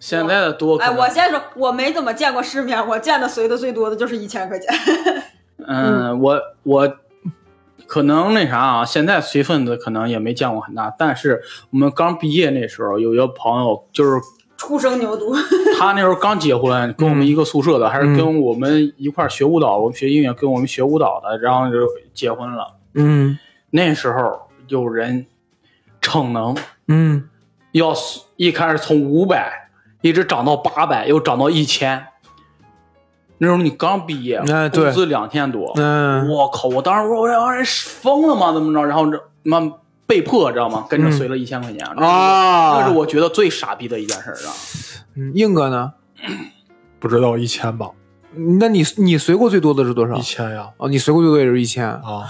Speaker 5: 现在的多可
Speaker 3: 哎，
Speaker 5: 能，
Speaker 3: 我先说，我没怎么见过世面，我见的随的最多的就是一千块钱。
Speaker 5: 嗯，我我可能那啥啊，现在随份子可能也没见过很大，但是我们刚毕业那时候，有一个朋友就是
Speaker 3: 初生牛犊，
Speaker 5: 他那时候刚结婚，跟我们一个宿舍的，还是
Speaker 1: 嗯
Speaker 5: 跟我们一块儿学舞蹈，我们学音乐，跟我们学舞蹈的，然后就结婚了。
Speaker 1: 嗯
Speaker 5: 那时候有人逞能，
Speaker 1: 嗯，
Speaker 5: 要一开始从五百一直涨到八百，又涨到一千。那时候你刚毕业，
Speaker 1: 哎对
Speaker 5: 工资两千多，
Speaker 1: 嗯
Speaker 5: 我靠！我当时我让人疯了吗？怎么着？然后这妈被迫知道吗？跟着随了一千块钱，
Speaker 1: 嗯啊，
Speaker 5: 那是我觉得最傻逼的一件事儿啊！
Speaker 1: 嗯硬哥呢？
Speaker 2: 不知道一千吧，
Speaker 1: 那你你随过最多的是多少
Speaker 2: 一？千呀
Speaker 1: 哦，你随过最多也就是一千。
Speaker 2: 啊！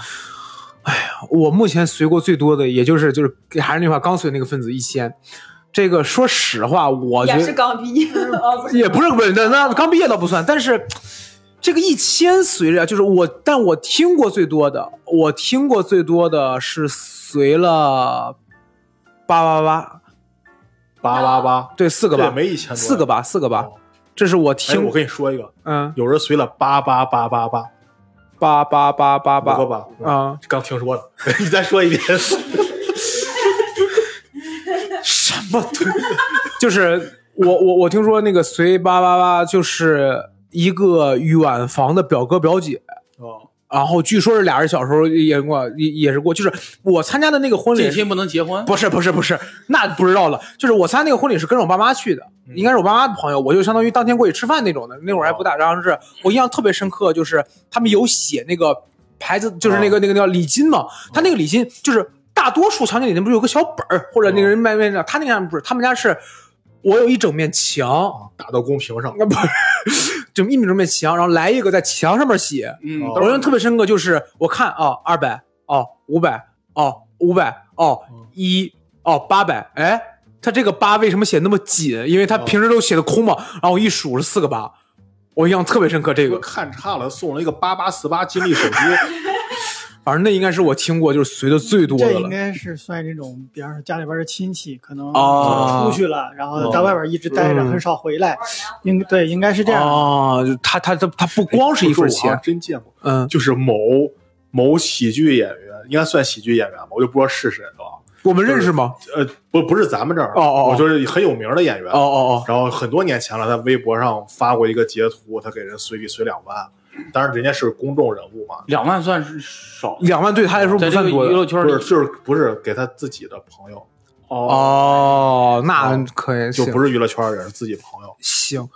Speaker 1: 我目前随过最多的，也就是就是还是那句话，刚随那个份子一千。这个说实话，
Speaker 5: 哦
Speaker 1: 我觉
Speaker 3: 也
Speaker 1: 得
Speaker 3: 是刚 毕业，哦，不是，
Speaker 1: 也不是不是，那那刚毕业倒不算，但是这个一千随着就是我，但我听过最多的，我听过最多的是随了八八八，
Speaker 2: 八八八，
Speaker 1: 对，四个
Speaker 2: 这也
Speaker 1: 八，
Speaker 2: 没一千多呀，
Speaker 1: 四个八，四个八
Speaker 2: 哦，
Speaker 1: 这是我
Speaker 2: 哎，
Speaker 1: 听，
Speaker 2: 我跟你说一个，
Speaker 1: 嗯，
Speaker 2: 有人随了八八八八八
Speaker 1: 八八八八
Speaker 2: 五个
Speaker 1: 八
Speaker 2: 八，
Speaker 1: 啊，
Speaker 2: 刚听说的， 你再说一遍。啊
Speaker 1: 什么东西？就是我我我听说那个随八八八就是一个远房的表哥表姐。
Speaker 2: 哦，
Speaker 1: 然后据说是俩人小时候也过也也是过，就是我参加的那个婚礼
Speaker 5: 近亲不能结婚，
Speaker 1: 不是不是不是，那不知道了。就是我参加那个婚礼是跟着我爸妈去的，
Speaker 2: 嗯
Speaker 1: 应该是我爸妈的朋友，我就相当于当天过去吃饭那种的。那会儿还不大，然后是我印象特别深刻，就是他们有写那个牌子，就是那个、那个叫礼金嘛，他那个礼金就是大多数场景里面不是有个小本儿，或者那个人卖面的，他那个上面不是，他们家是我有一整面墙，
Speaker 2: 打到公屏上，
Speaker 1: 那 不是整一米整面墙，然后来一个在墙上面写，
Speaker 5: 嗯，
Speaker 2: 哦
Speaker 1: 我印象特别深刻，就是我看啊，二百哦，五百哦，五百哦，
Speaker 4: 嗯
Speaker 1: 一哦，八百，哎，他这个八为什么写那么紧？因为
Speaker 4: 嗯
Speaker 1: 他平时都写的空嘛。然后我一数是四个八，我印象特别深刻。这
Speaker 2: 这个
Speaker 4: 嗯
Speaker 1: 个，
Speaker 2: 看差了，送了一个八八四八金立 手机，
Speaker 1: 反正那应该是我听过就是随的最多
Speaker 4: 这
Speaker 1: 的
Speaker 4: 应
Speaker 1: 了。
Speaker 4: 该是算那种，比方说家里边的亲戚，可能
Speaker 1: 哦
Speaker 4: 出去了，然后在外边一直待着，
Speaker 1: 嗯
Speaker 4: 很少回来。应对应该是这样哎的。
Speaker 1: 哦，就他他他他不光是一份
Speaker 2: 我好
Speaker 4: 啊
Speaker 1: 钱
Speaker 2: 像，真见过，
Speaker 1: 嗯，
Speaker 2: 就是某某喜剧演员，应该算喜剧演员吧，我就不知道是谁了。
Speaker 1: 我们认识吗？
Speaker 2: 呃，不，不是咱们这儿，
Speaker 1: 哦哦哦
Speaker 2: 我就是很有名的演员。
Speaker 1: 哦哦
Speaker 2: 然后很多年前了，他微博上发过一个截图，他给人随礼随两万，当然人家是公众人物嘛，
Speaker 5: 两万算是少
Speaker 1: 哦，，两万对他来说
Speaker 5: 在
Speaker 1: 不
Speaker 5: 这
Speaker 1: 算
Speaker 5: 个娱
Speaker 1: 多的。
Speaker 5: 乐圈
Speaker 2: 不
Speaker 5: 里
Speaker 2: 是，就是不是给他自己的朋友，
Speaker 1: 哦，
Speaker 4: 嗯
Speaker 1: 那可以，
Speaker 2: 就
Speaker 1: 行
Speaker 2: 不是娱乐圈的人，是自己朋友。
Speaker 1: 行，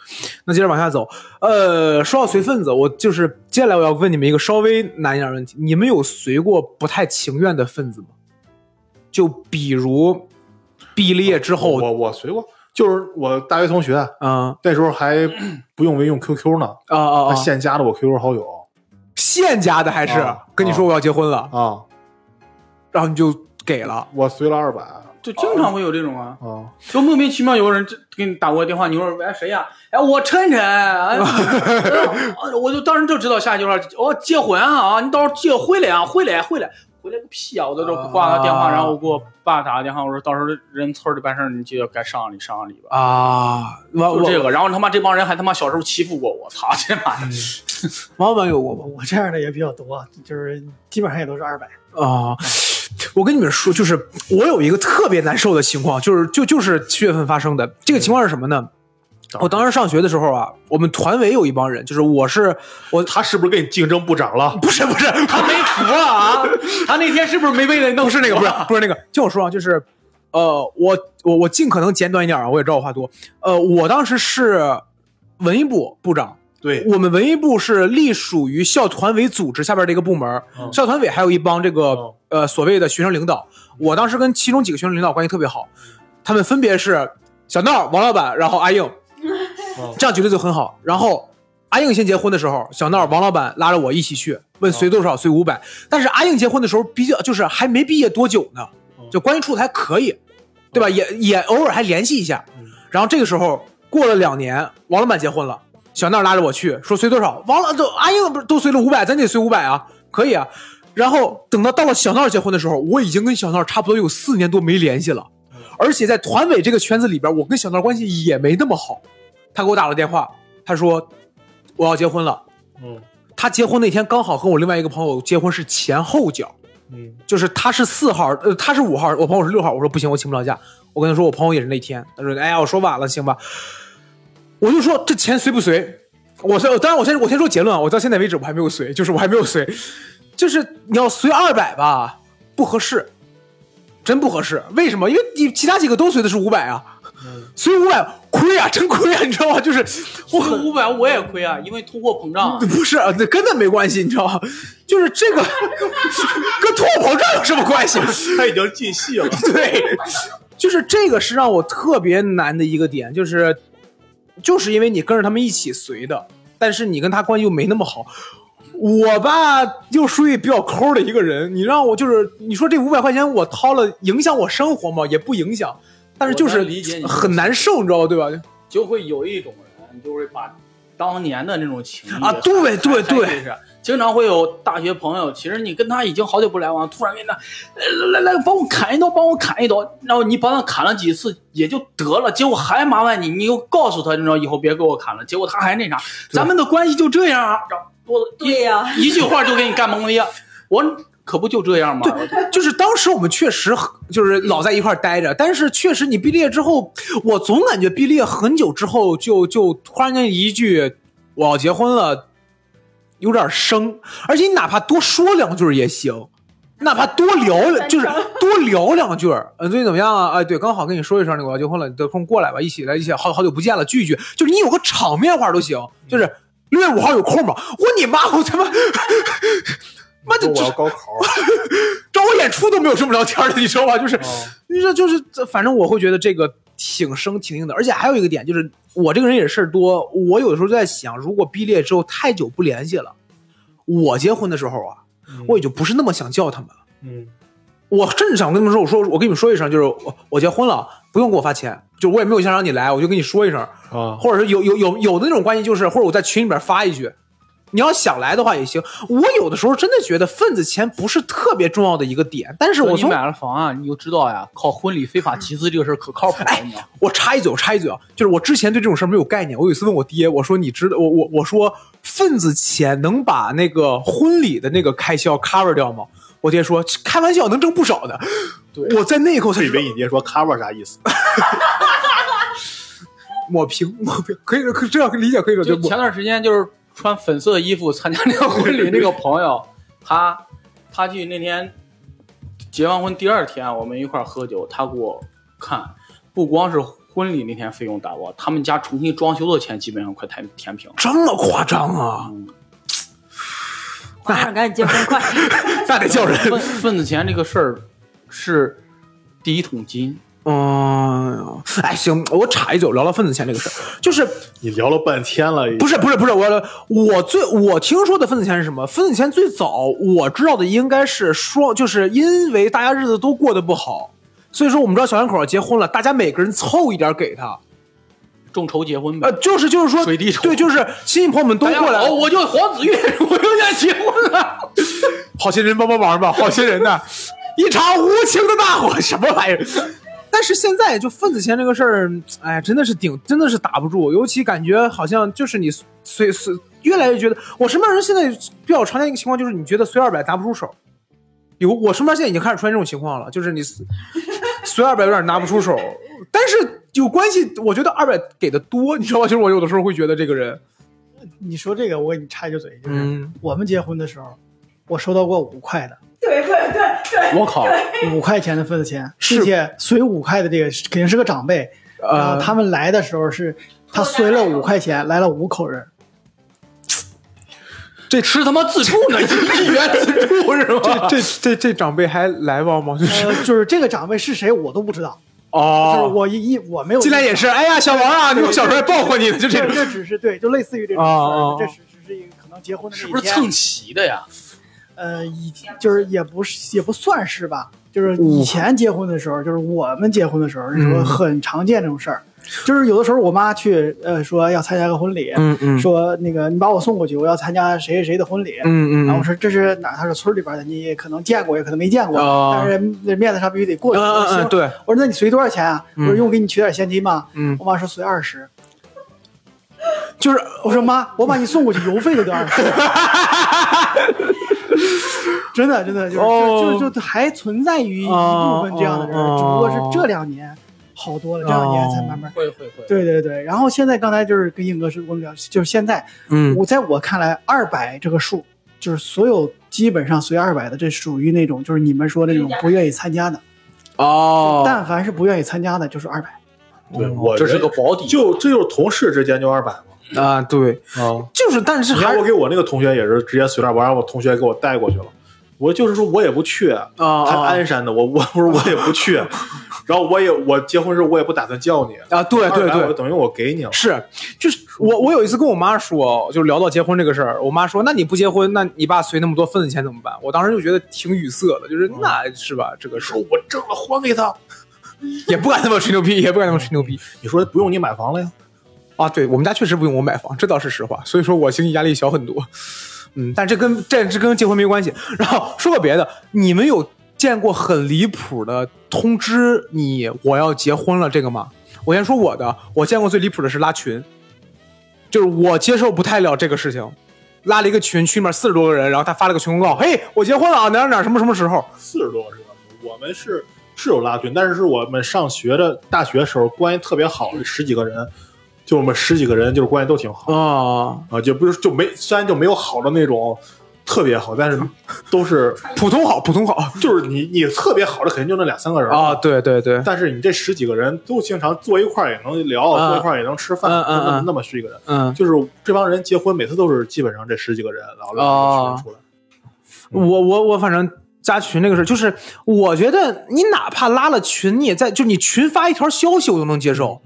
Speaker 1: 那接着往下走。呃，说到随份子，我就是接下来我要问你们一个稍微难一点的问题：你们有随过不太情愿的份子吗？就比如毕了业之后，
Speaker 2: 我我随过，就是我大学同学
Speaker 1: 嗯
Speaker 2: 那时候还不用微用 QQ 呢，
Speaker 1: 啊啊
Speaker 2: 他
Speaker 1: 啊，
Speaker 2: 现加了我 QQ 好友
Speaker 1: 现加的还是、
Speaker 2: 啊
Speaker 1: 跟你说我要结婚了，
Speaker 2: 啊，
Speaker 1: 然后你就给了。
Speaker 2: 我随了二百
Speaker 5: 就经常会有这种啊，
Speaker 2: 啊，
Speaker 5: 就莫名其妙有人就给你打过电话，你说哎谁呀？哎我晨晨，哎哎我就 当时就知道下一句话哦结婚啊，你到时候结婚了啊，回来回来回来个屁啊！我都这挂了电话，
Speaker 1: 啊
Speaker 5: 然后我给我爸打个电话，我说到时候人村里办事儿你就要该上礼上礼吧。
Speaker 1: 啊，王
Speaker 5: 就这
Speaker 1: 王
Speaker 5: 个，然后他妈这帮人还他妈小时候欺负过我，操 这妈
Speaker 2: 嗯
Speaker 5: 的！
Speaker 1: 王满有过吗？
Speaker 4: 我这样的也比较多，就是基本上也都是二百。
Speaker 1: 啊、我跟你们说，就是我有一个特别难受的情况，就是就就是七月份发生的。这个情况是什么呢？我当时上学的时候啊，我们团委有一帮人，就是我是我
Speaker 2: 他是不是跟你竞争部长 了？
Speaker 1: 不是不是
Speaker 5: 他没服了啊！他那天是不是没被人弄？
Speaker 1: 不是那个不是不是那个，听我说啊，就是呃，我我我尽可能简短一点啊，我也知道我话多。呃，我当时是文艺部部长，
Speaker 2: 对，
Speaker 1: 我们文艺部是隶属于校团委组织下边的一个部门儿，
Speaker 2: 嗯
Speaker 1: 校团委还有一帮这个、
Speaker 2: 嗯
Speaker 1: 呃所谓的学生领导。我当时跟其中几个学生领导关系特别好，他们分别是小闹、王老板，然后阿应，
Speaker 5: 嗯
Speaker 1: 这样绝对就很好。然后阿应先结婚的时候，小闹、王老板拉着我一起去，问随多少，随五百。但是阿应结婚的时候比较就是还没毕业多久呢，就关系处的还可以，对吧？也也偶尔还联系一下。然后这个时候过了两年，王老板结婚了，小闹拉着我去，说随多少，王老都阿英不是都随了五百，咱得随五百啊，可以啊。然后等到到了小闹结婚的时候，我已经跟小闹差不多有四年多没联系了，而且在团委这个圈子里边，我跟小闹关系也没那么好。他给我打了电话，他说我要结婚了。
Speaker 2: 嗯
Speaker 1: 他结婚那天刚好和我另外一个朋友结婚是前后脚，
Speaker 2: 嗯，
Speaker 1: 就是他是四号，呃，他是五号，我朋友是六号。我说不行，我请不了假。我跟他说我朋友也是那天，他说哎呀，我说晚了，行吧。我就说这钱随不随？我说，当然我先我先说结论啊，我到现在为止我还没有随，就是我还没有随，就是你要随二百吧，不合适，真不合适。为什么？因为你其他几个都随的是五百啊，
Speaker 2: 嗯
Speaker 1: 随五百亏啊，真亏啊，你知道吗？就是我很
Speaker 5: 五百我也亏啊，因为通货膨胀啊。
Speaker 1: 不是，那跟那没关系，你知道吗？就是这个 跟通货膨胀有什么关系？
Speaker 2: 他已经进戏 了。
Speaker 1: 对，就是这个是让我特别难的一个点，就是就是因为你跟着他们一起随的，但是你跟他关系又没那么好。我吧又属于比较抠的一个人，你让我就是你说这五百块钱我掏了，影响我生活吗？也不影响，但是就
Speaker 5: 我
Speaker 1: 是
Speaker 5: 能理解你
Speaker 1: 很难受，你知道吧？对吧？
Speaker 5: 就会有一种人，就会把当年的那种情谊
Speaker 1: 啊对对对，
Speaker 5: 才是经常会有大学朋友，其实你跟他已经好久不来往了，突然跟他呃来来来，帮我砍一刀，帮我砍一刀，然后你帮他砍了几次也就得了，结果还麻烦你，你又告诉他，你知道以后别给我砍了，结果他还那啥，咱们的关系就这样啊，然后多
Speaker 3: 对呀
Speaker 5: 一句话就给你干懵 逼，我可不就这样吗？
Speaker 1: 就是当时我们确实很就是老在一块儿待着，但是确实你毕业之后，我总感觉毕业很久之后就就突然间一句我要结婚了，有点生，而且你哪怕多说两句也行。哪怕多聊，就是多聊两句儿，嗯，最近怎么样啊？哎，对，刚好跟你说一声，那个我要结婚了，你得空过来吧，一起来，一起好好久不见了，聚一聚，就是你有个场面话都行，
Speaker 2: 嗯
Speaker 1: 就是六月五号有空吗？我你妈，我他妈，妈的，就
Speaker 2: 说我
Speaker 1: 是
Speaker 2: 要高考，
Speaker 1: 找我演出都没有这么聊天的，你知道吧？就是，你说就是，反正我会觉得这个挺生挺硬的，而且还有一个点就是，我这个人也事儿多，我有的时候在想，如果毕业之后太久不联系了，我结婚的时候啊，我也就不是那么想叫他们了。
Speaker 2: 嗯，
Speaker 1: 我甚至想跟他们说，我说我跟你们说一声，就是我我结婚了，不用给我发钱，就我也没有想让你来，我就跟你说一声，
Speaker 2: 啊，
Speaker 1: 或者是有有有有的那种关系，就是或者我在群里边发一句，你要想来的话也行。我有的时候真的觉得份子钱不是特别重要的一个点，但是
Speaker 5: 我
Speaker 1: 我
Speaker 5: 你
Speaker 1: 从
Speaker 5: 买了房啊，你就知道呀，靠婚礼非法集资这个事儿可靠谱了，你知道吗？
Speaker 1: 我插一嘴，我插一嘴啊，就是我之前对这种事儿没有概念。我有一次问我爹，我说你知道我我我说份子钱能把那个婚礼的那个开销 cover 掉吗？我爹说开玩笑，能挣不少的。我在那一刻我才
Speaker 2: 我以
Speaker 1: 知道
Speaker 2: 为你爹说 cover 啥意思？
Speaker 1: 抹平抹平，可以可以这样理解可以了，
Speaker 5: 就
Speaker 1: 对不
Speaker 5: 前？段时间就是穿粉色衣服参加那个婚礼那个朋友，他他去那天结完婚第二天，我们一块儿喝酒，他给我看，不光是婚礼那天费用打包，他们家重新装修的钱基本上快填填平了。
Speaker 1: 这么夸张啊？
Speaker 3: 快点赶紧结婚， 快！
Speaker 1: 那得叫人。
Speaker 5: 份份子钱这个事儿是第一桶金，
Speaker 1: 嗯，哎，行，我插一嘴，聊聊份子钱这个事儿，就是
Speaker 2: 你聊了半天了，
Speaker 1: 不
Speaker 2: 是
Speaker 1: 是不是不是我我最我听说的份子钱是什么？份子钱最早我知道的应该是说，就是因为大家日子都过得不好，所以说我们知道小两口结婚了，大家每个人凑一点给他，
Speaker 5: 众筹结婚呗
Speaker 1: 呃，。就是就是说
Speaker 5: 水滴筹
Speaker 1: 对，就是亲戚朋友们都
Speaker 5: 大家
Speaker 1: 过来
Speaker 5: 好，，我就黄子玉，我又想结婚了。
Speaker 1: 好心人帮帮忙吧，好心人呐！ 一场无情的大火，什么玩意儿？但是现在就份子钱这个事儿，哎，真的是顶，真的是打不住。尤其感觉好像就是你随随越来越觉得，我身边人现在比较常见一个情况就是，你觉得随二百拿不出手。有我身边现在已经开始出现这种情况了，就是你随随二百有点拿不出手，但是有关系，我觉得二百给的多，你知道吧？就是我有的时候会觉得这个人，
Speaker 4: 你说这个，我给你插一句嘴，就是、
Speaker 1: 嗯
Speaker 4: 我们结婚的时候，我收到过五块的，
Speaker 5: 我靠，
Speaker 4: 五块钱的份子钱，
Speaker 1: 是
Speaker 4: 并且随五块的这个肯定是个长辈，然后
Speaker 1: 呃，
Speaker 4: 他们来的时候是他随了五块钱，来了五口人，
Speaker 5: 这吃他妈自助呢，一元自助是吧？
Speaker 1: 这这这长辈还来往吗？就是
Speaker 4: 呃，就是这个长辈是谁我都不知道，就是
Speaker 1: 哦，
Speaker 4: 我一一我没有
Speaker 1: 进来也是，哎呀，小王啊，你我小时候还抱过你呢，就这
Speaker 4: 这
Speaker 1: 种。
Speaker 4: 这只是对，就类似于这种事
Speaker 1: 哦哦哦
Speaker 4: 儿，这只只是一个可能结婚的 那
Speaker 5: 是
Speaker 4: 一
Speaker 5: 不是
Speaker 4: 天
Speaker 5: 蹭齐的呀？
Speaker 4: 呃，以就是也不是也不算是吧，就是
Speaker 1: 嗯
Speaker 4: 以前结婚的时候，就是我们结婚的时候，那时候很常见这种事儿，就是有的时候我妈去呃说要参加个婚礼，
Speaker 1: 嗯嗯
Speaker 4: 说那个你把我送过去，我要参加谁谁谁的婚礼，
Speaker 1: 嗯
Speaker 4: 然后我说这是哪儿？他说村里边的，你可能见过，也可能没见过，
Speaker 1: 哦
Speaker 4: 但是面子上必须得过去。
Speaker 1: 嗯嗯
Speaker 4: 我说
Speaker 1: 嗯，对，
Speaker 4: 我说那你随多少钱啊？
Speaker 1: 嗯
Speaker 4: 我说用给你取点现金吗？
Speaker 1: 嗯
Speaker 4: 我妈说随二十。
Speaker 1: 就是
Speaker 4: 我说妈，我把你送过去，邮费都得二十。 真的，真的就是、
Speaker 1: 哦
Speaker 4: 就就就还存在于一部分这样的人，
Speaker 1: 哦哦哦哦
Speaker 4: 只不过是这两年好多了，这两年才慢慢。
Speaker 5: 会会会，
Speaker 4: 对对对，然后现在刚才就是跟硬哥是我们聊，就是现在
Speaker 1: 嗯
Speaker 4: 我在我看来，二百这个数就是所有基本上随二百的，这属于那种就是你们说那种不愿意参加的，
Speaker 1: 哦，
Speaker 4: 但凡是不愿意参加的，就是二百。
Speaker 2: 对我
Speaker 5: 这是个保底。
Speaker 2: 就这就是同事之间就二百嘛。
Speaker 1: 啊对，
Speaker 2: 啊，
Speaker 1: 就是但是
Speaker 2: 你
Speaker 1: 还
Speaker 2: 看我
Speaker 1: 是
Speaker 2: 给我那个同学也是直接随便玩，让我同学给我带过去了。我就是说我也不去，
Speaker 1: 啊
Speaker 2: 他
Speaker 1: 啊
Speaker 2: 鞍山的，我我我说我也 不去，然后我也我结婚时候我也不打算叫你，
Speaker 1: 啊，对对
Speaker 2: 200我
Speaker 1: 对。
Speaker 2: 等于我给你了，
Speaker 1: 是，就是我，我有一次跟我妈说，就聊到结婚这个事儿，我妈说，那你不结婚，那你爸随那么多份子钱怎么办？我当时就觉得挺语塞的，就是那是吧，这个事
Speaker 2: 说我挣了还给他，
Speaker 1: 也不敢那么吹牛逼，也不敢那么吹牛逼。
Speaker 2: 你说不用你买房了呀，
Speaker 1: 啊，对我们家确实不用我买房，这倒是实话。所以说我经济压力小很多。嗯，但这跟这这跟结婚没关系。然后说个别的，你们有见过很离谱的通知你我要结婚了这个吗？我先说我的，我见过最离谱的是拉群，就是我接受不太了这个事情。拉了一个群，群里面四十多个人，然后他发了个群公告：“嘿，我结婚了啊，哪儿哪儿什么什么时候
Speaker 2: 四十多是吧？我们是是有拉群，但是是我们上学的大学时候关系特别好的十几个人，就我们十几个人就是关系都挺好
Speaker 1: 啊？
Speaker 2: 啊，就不是就没虽然就没有好的那种特别好，但是都是
Speaker 1: 普通好，普通好
Speaker 2: 就是你你特别好的肯定就那两三个人
Speaker 1: 啊！，对对对，
Speaker 2: 但是你这十几个人都经常坐一块儿也能聊，
Speaker 1: 啊
Speaker 2: 坐一块儿也能吃饭，
Speaker 1: 嗯嗯
Speaker 2: 就那么
Speaker 1: 嗯
Speaker 2: 那么十几个人。
Speaker 1: 嗯，
Speaker 2: 就是这帮人结婚，每次都是基本上这十几个人，然后拉
Speaker 1: 哦
Speaker 2: 个群出来。
Speaker 1: 我我我反正加群那个事儿，就是我觉得你哪怕拉了群，你也在就你群发一条消息，我都能接受。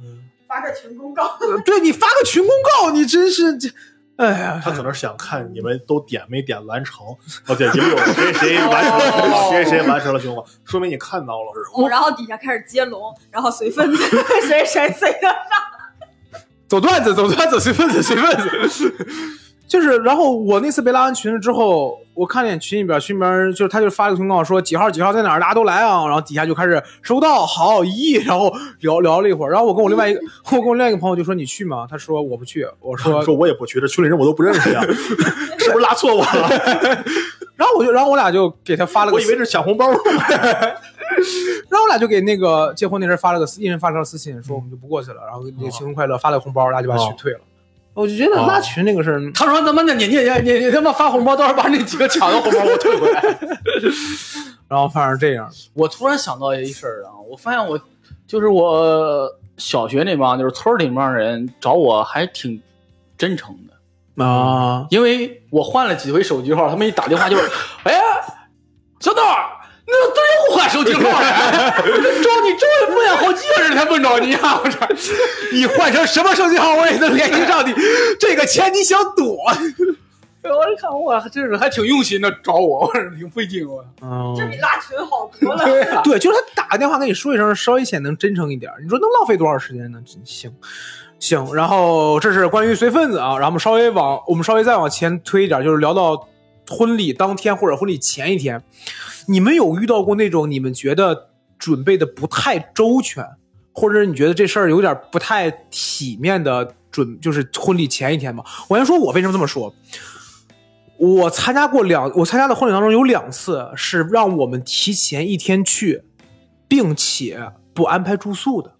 Speaker 3: 发个群公告，
Speaker 1: 呃对你发个群公告，你真是这，哎呀，
Speaker 2: 他可能是想看你们都点没点完成，哦对，也有谁谁完成
Speaker 1: 哦
Speaker 2: 了，谁谁完成了循环，说明你看到了是吧？
Speaker 3: 哦然后底下开始接龙，然后随份子， 谁谁谁的
Speaker 5: 哦
Speaker 1: 走段子，走段子，随份子，随份子。就是，然后我那次被拉完群了之后，我看见群里边，群里边就是他就发了个通告说几号几号在哪儿，大家都来啊。然后底下就开始收到，好一亿，然后聊聊了一会儿。然后我跟我另外一个，我跟我另外一个朋友就说你去吗？他说我不去。我啊说
Speaker 2: 说说我也不去，这群里人我都不认 识呀，啊是不是拉错我了？
Speaker 1: 然后我就，然后我俩就给他发了个
Speaker 2: 我
Speaker 1: 私，
Speaker 2: 以为是抢红包呢。
Speaker 1: 然后我俩就给那个结婚那人发了个私，一人发了条私信，说我们就不过去了，然后那个新婚快乐，发了个红包，然后就把
Speaker 2: 哦
Speaker 1: 群退了。我就觉得
Speaker 2: 哦
Speaker 1: 拉群那个事儿，
Speaker 5: 他说：“他妈的，你你你你他妈发红包，到时候把那几个抢的红包给我退回来。
Speaker 1: 然后反正这样，”
Speaker 5: 我突然想到一事儿啊，我发现我就是我小学那帮就是村儿里那帮人找我还挺真诚的，
Speaker 1: 啊，
Speaker 5: 因为我换了几回手机号，他们一打电话就是，哎，小豆儿。那真又换手机号了，找 你终于问好几个人才问着你啊！我这
Speaker 1: 你换成什么手机号我也能联系上你，这个钱你想躲？
Speaker 5: 哎我一看，我真是还挺用心的找我，我是挺费劲我。
Speaker 3: 比拉群好多了。
Speaker 5: 对啊，
Speaker 1: 对，就是他打个电话跟你说一声，稍微显得真诚一点儿。你说能浪费多少时间呢？真行，行。然后这是关于随份子啊，然后我们稍微往我们稍微再往前推一点儿，就是聊到婚礼当天或者婚礼前一天，你们有遇到过那种你们觉得准备的不太周全，或者你觉得这事儿有点不太体面的准，就是婚礼前一天吗？我先说我为什么这么说。我参加过两，我参加的婚礼当中有两次是让我们提前一天去，并且不安排住宿的。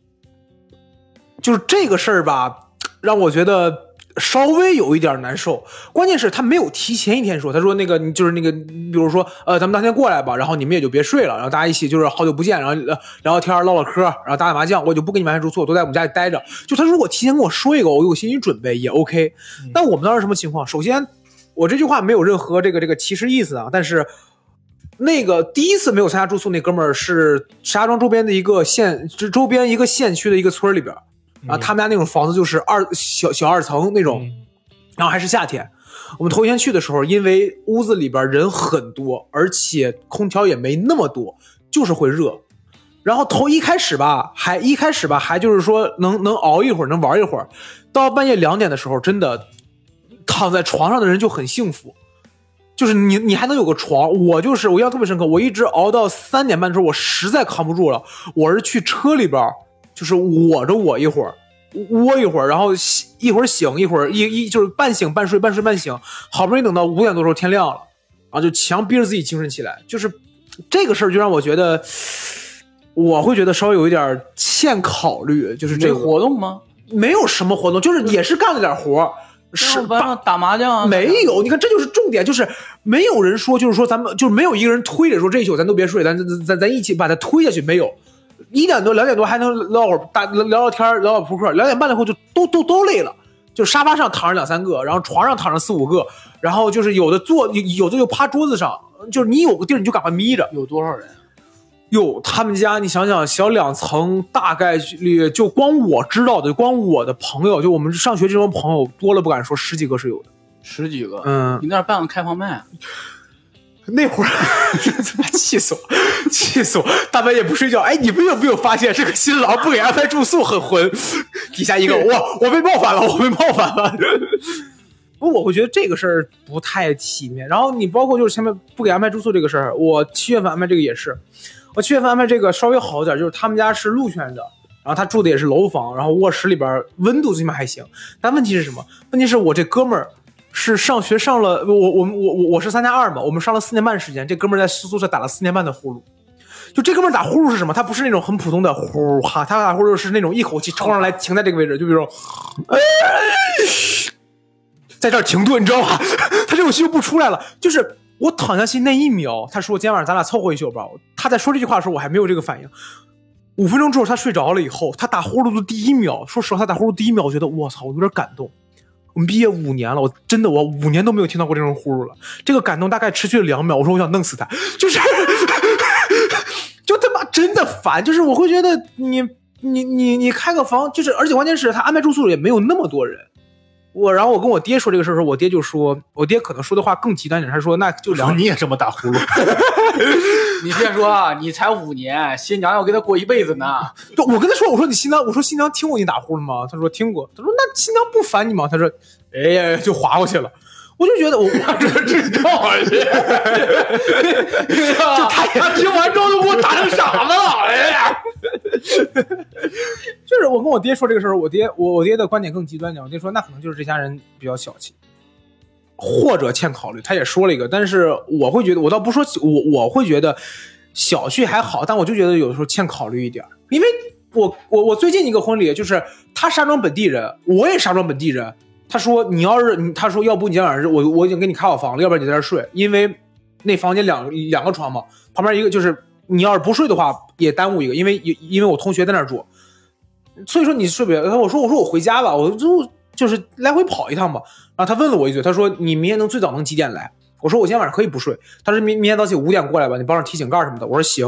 Speaker 1: 就是这个事儿吧，让我觉得稍微有一点难受。关键是他没有提前一天说，他说那个你就是那个，比如说呃，咱们当天过来吧，然后你们也就别睡了，然后大家一起就是好久不见，然后呃聊聊天儿唠唠嗑儿，然后打打麻将，我就不给你们安排住宿，都在我们家里待着。就他如果提前跟我说一个，我有心理准备也 OK。但我们当时什么情况？首先，我这句话没有任何这个这个歧视意思啊，但是那个第一次没有参加住宿那哥们儿是石家庄周边的一个县，就周边一个县区的一个村儿里边儿，啊，他们家那种房子就是二小小二层那种，然后还是夏天。我们头一天去的时候，因为屋子里边人很多，而且空调也没那么多，就是会热。然后头一开始吧，还一开始吧，还就是说能能熬一会儿，能玩一会儿，到半夜两点的时候，真的躺在床上的人就很幸福，就是你你还能有个床。我就是我印象特别深刻，我一直熬到三点半的时候，我实在扛不住了，我是去车里边儿，就是窝着我一会儿。窝一会儿，然后醒一会儿醒，一会儿一一就是半醒半睡，半睡半醒，好不容易等到五点多的时候天亮了，然后就强逼着自己精神起来，就是这个事儿就让我觉得，我会觉得稍微有一点儿欠考虑，就是这
Speaker 5: 这
Speaker 1: 个
Speaker 5: 活动吗？
Speaker 1: 没有什么活动，就是也是干了点活儿，是
Speaker 5: 晚上打麻将啊？
Speaker 1: 没有。你看，这就是重点，就是没有人说，就是说咱们就是没有一个人推着说这一宿咱都别睡，咱咱咱咱一起把它推下去，没有。一点多、两点多还能唠会儿大聊聊天儿、聊聊扑克，两点半了以后就都都都累了，就沙发上躺着两三个，然后床上躺着四五个，然后就是有的坐，有有的就趴桌子上，就是你有个地儿你就赶快眯着。
Speaker 5: 有多少人？
Speaker 1: 哟，他们家你想想，小两层，大概率就光我知道的，光我的朋友，就我们上学这帮朋友多了，不敢说十几个是有的。
Speaker 5: 十几个。
Speaker 1: 嗯，
Speaker 5: 啊你那儿办个开放麦，
Speaker 1: 那会儿他妈气死我！气死我！大半夜不睡觉，哎，你们有没有发现这个新郎不给安排住宿很混？底下一个我我被冒犯了，我被冒犯了。不，我会觉得这个事儿不太体面。然后你包括就是前面不给安排住宿这个事儿，我七月份安排这个也是，我七月份安排这个稍微好一点，就是他们家是陆圈的，然后他住的也是楼房，然后卧室里边儿温度最起码还行。但问题是什么？问题是我这哥们儿是上学上了我我我我我是三加二嘛，我们上了四年半时间，这哥们儿在宿舍打了四年半的呼噜。就这哥们儿打呼噜是什么？他不是那种很普通的呼哈，他打呼噜是那种一口气冲上来停在这个位置，就比如说，哎在这儿停顿，你知道吗？ 他这种气就不出来了。就是我躺下去那一秒，他说今天晚上咱俩凑合一宿吧。他在说这句话的时候，我还没有这个反应。五分钟之后，他睡着了以后，他打呼噜的第一秒，说实话，他打呼噜第一秒，我觉得我操，我有点感动。我们毕业五年了，我真的我五年都没有听到过这种呼噜了。这个感动大概持续了两秒，我说我想弄死他，就是 就他妈真的烦，就是我会觉得你你你你开个房，就是而且关键是他安排住宿也没有那么多人。我然后我跟我爹说这个事儿的时候，我爹就说，我爹可能说的话更极端一点，他说那就 两
Speaker 2: 你也这么打呼噜，
Speaker 5: 你别说啊，你才五年，新娘要跟他过一辈子呢。
Speaker 1: 对，我跟他说，我说你新娘，我说新娘听过你打呼噜吗？他说听过。他说那新娘不烦你吗？他说，哎呀，就划过去了。我就觉得我我
Speaker 5: 这这跳 下去，就
Speaker 1: 他也
Speaker 5: 他听完之后就给我打成傻子了。哎呀，
Speaker 1: 就是我跟我爹说这个事儿，我爹我我爹的观点更极端一点，我爹说那可能就是这家人比较小气，或者欠考虑。他也说了一个，但是我会觉得，我倒不说，我我会觉得小气还好，但我就觉得有的时候欠考虑一点儿，因为我我我最近一个婚礼就是他沙庄本地人，我也沙庄本地人。他说你要是你他说要不你今晚上我我已经给你开好房了，要不然你在这儿睡，因为那房间两两个床嘛，旁边一个就是你要是不睡的话也耽误一个，因为因为我同学在那儿住，所以说你睡不了。然后我说我说我回家吧，我就就是来回跑一趟吧。然后他问了我一句，他说你明天能最早能几点来？我说我今天晚上可以不睡。他说明明天早起五点过来吧，你帮上提醒盖儿什么的。我说行。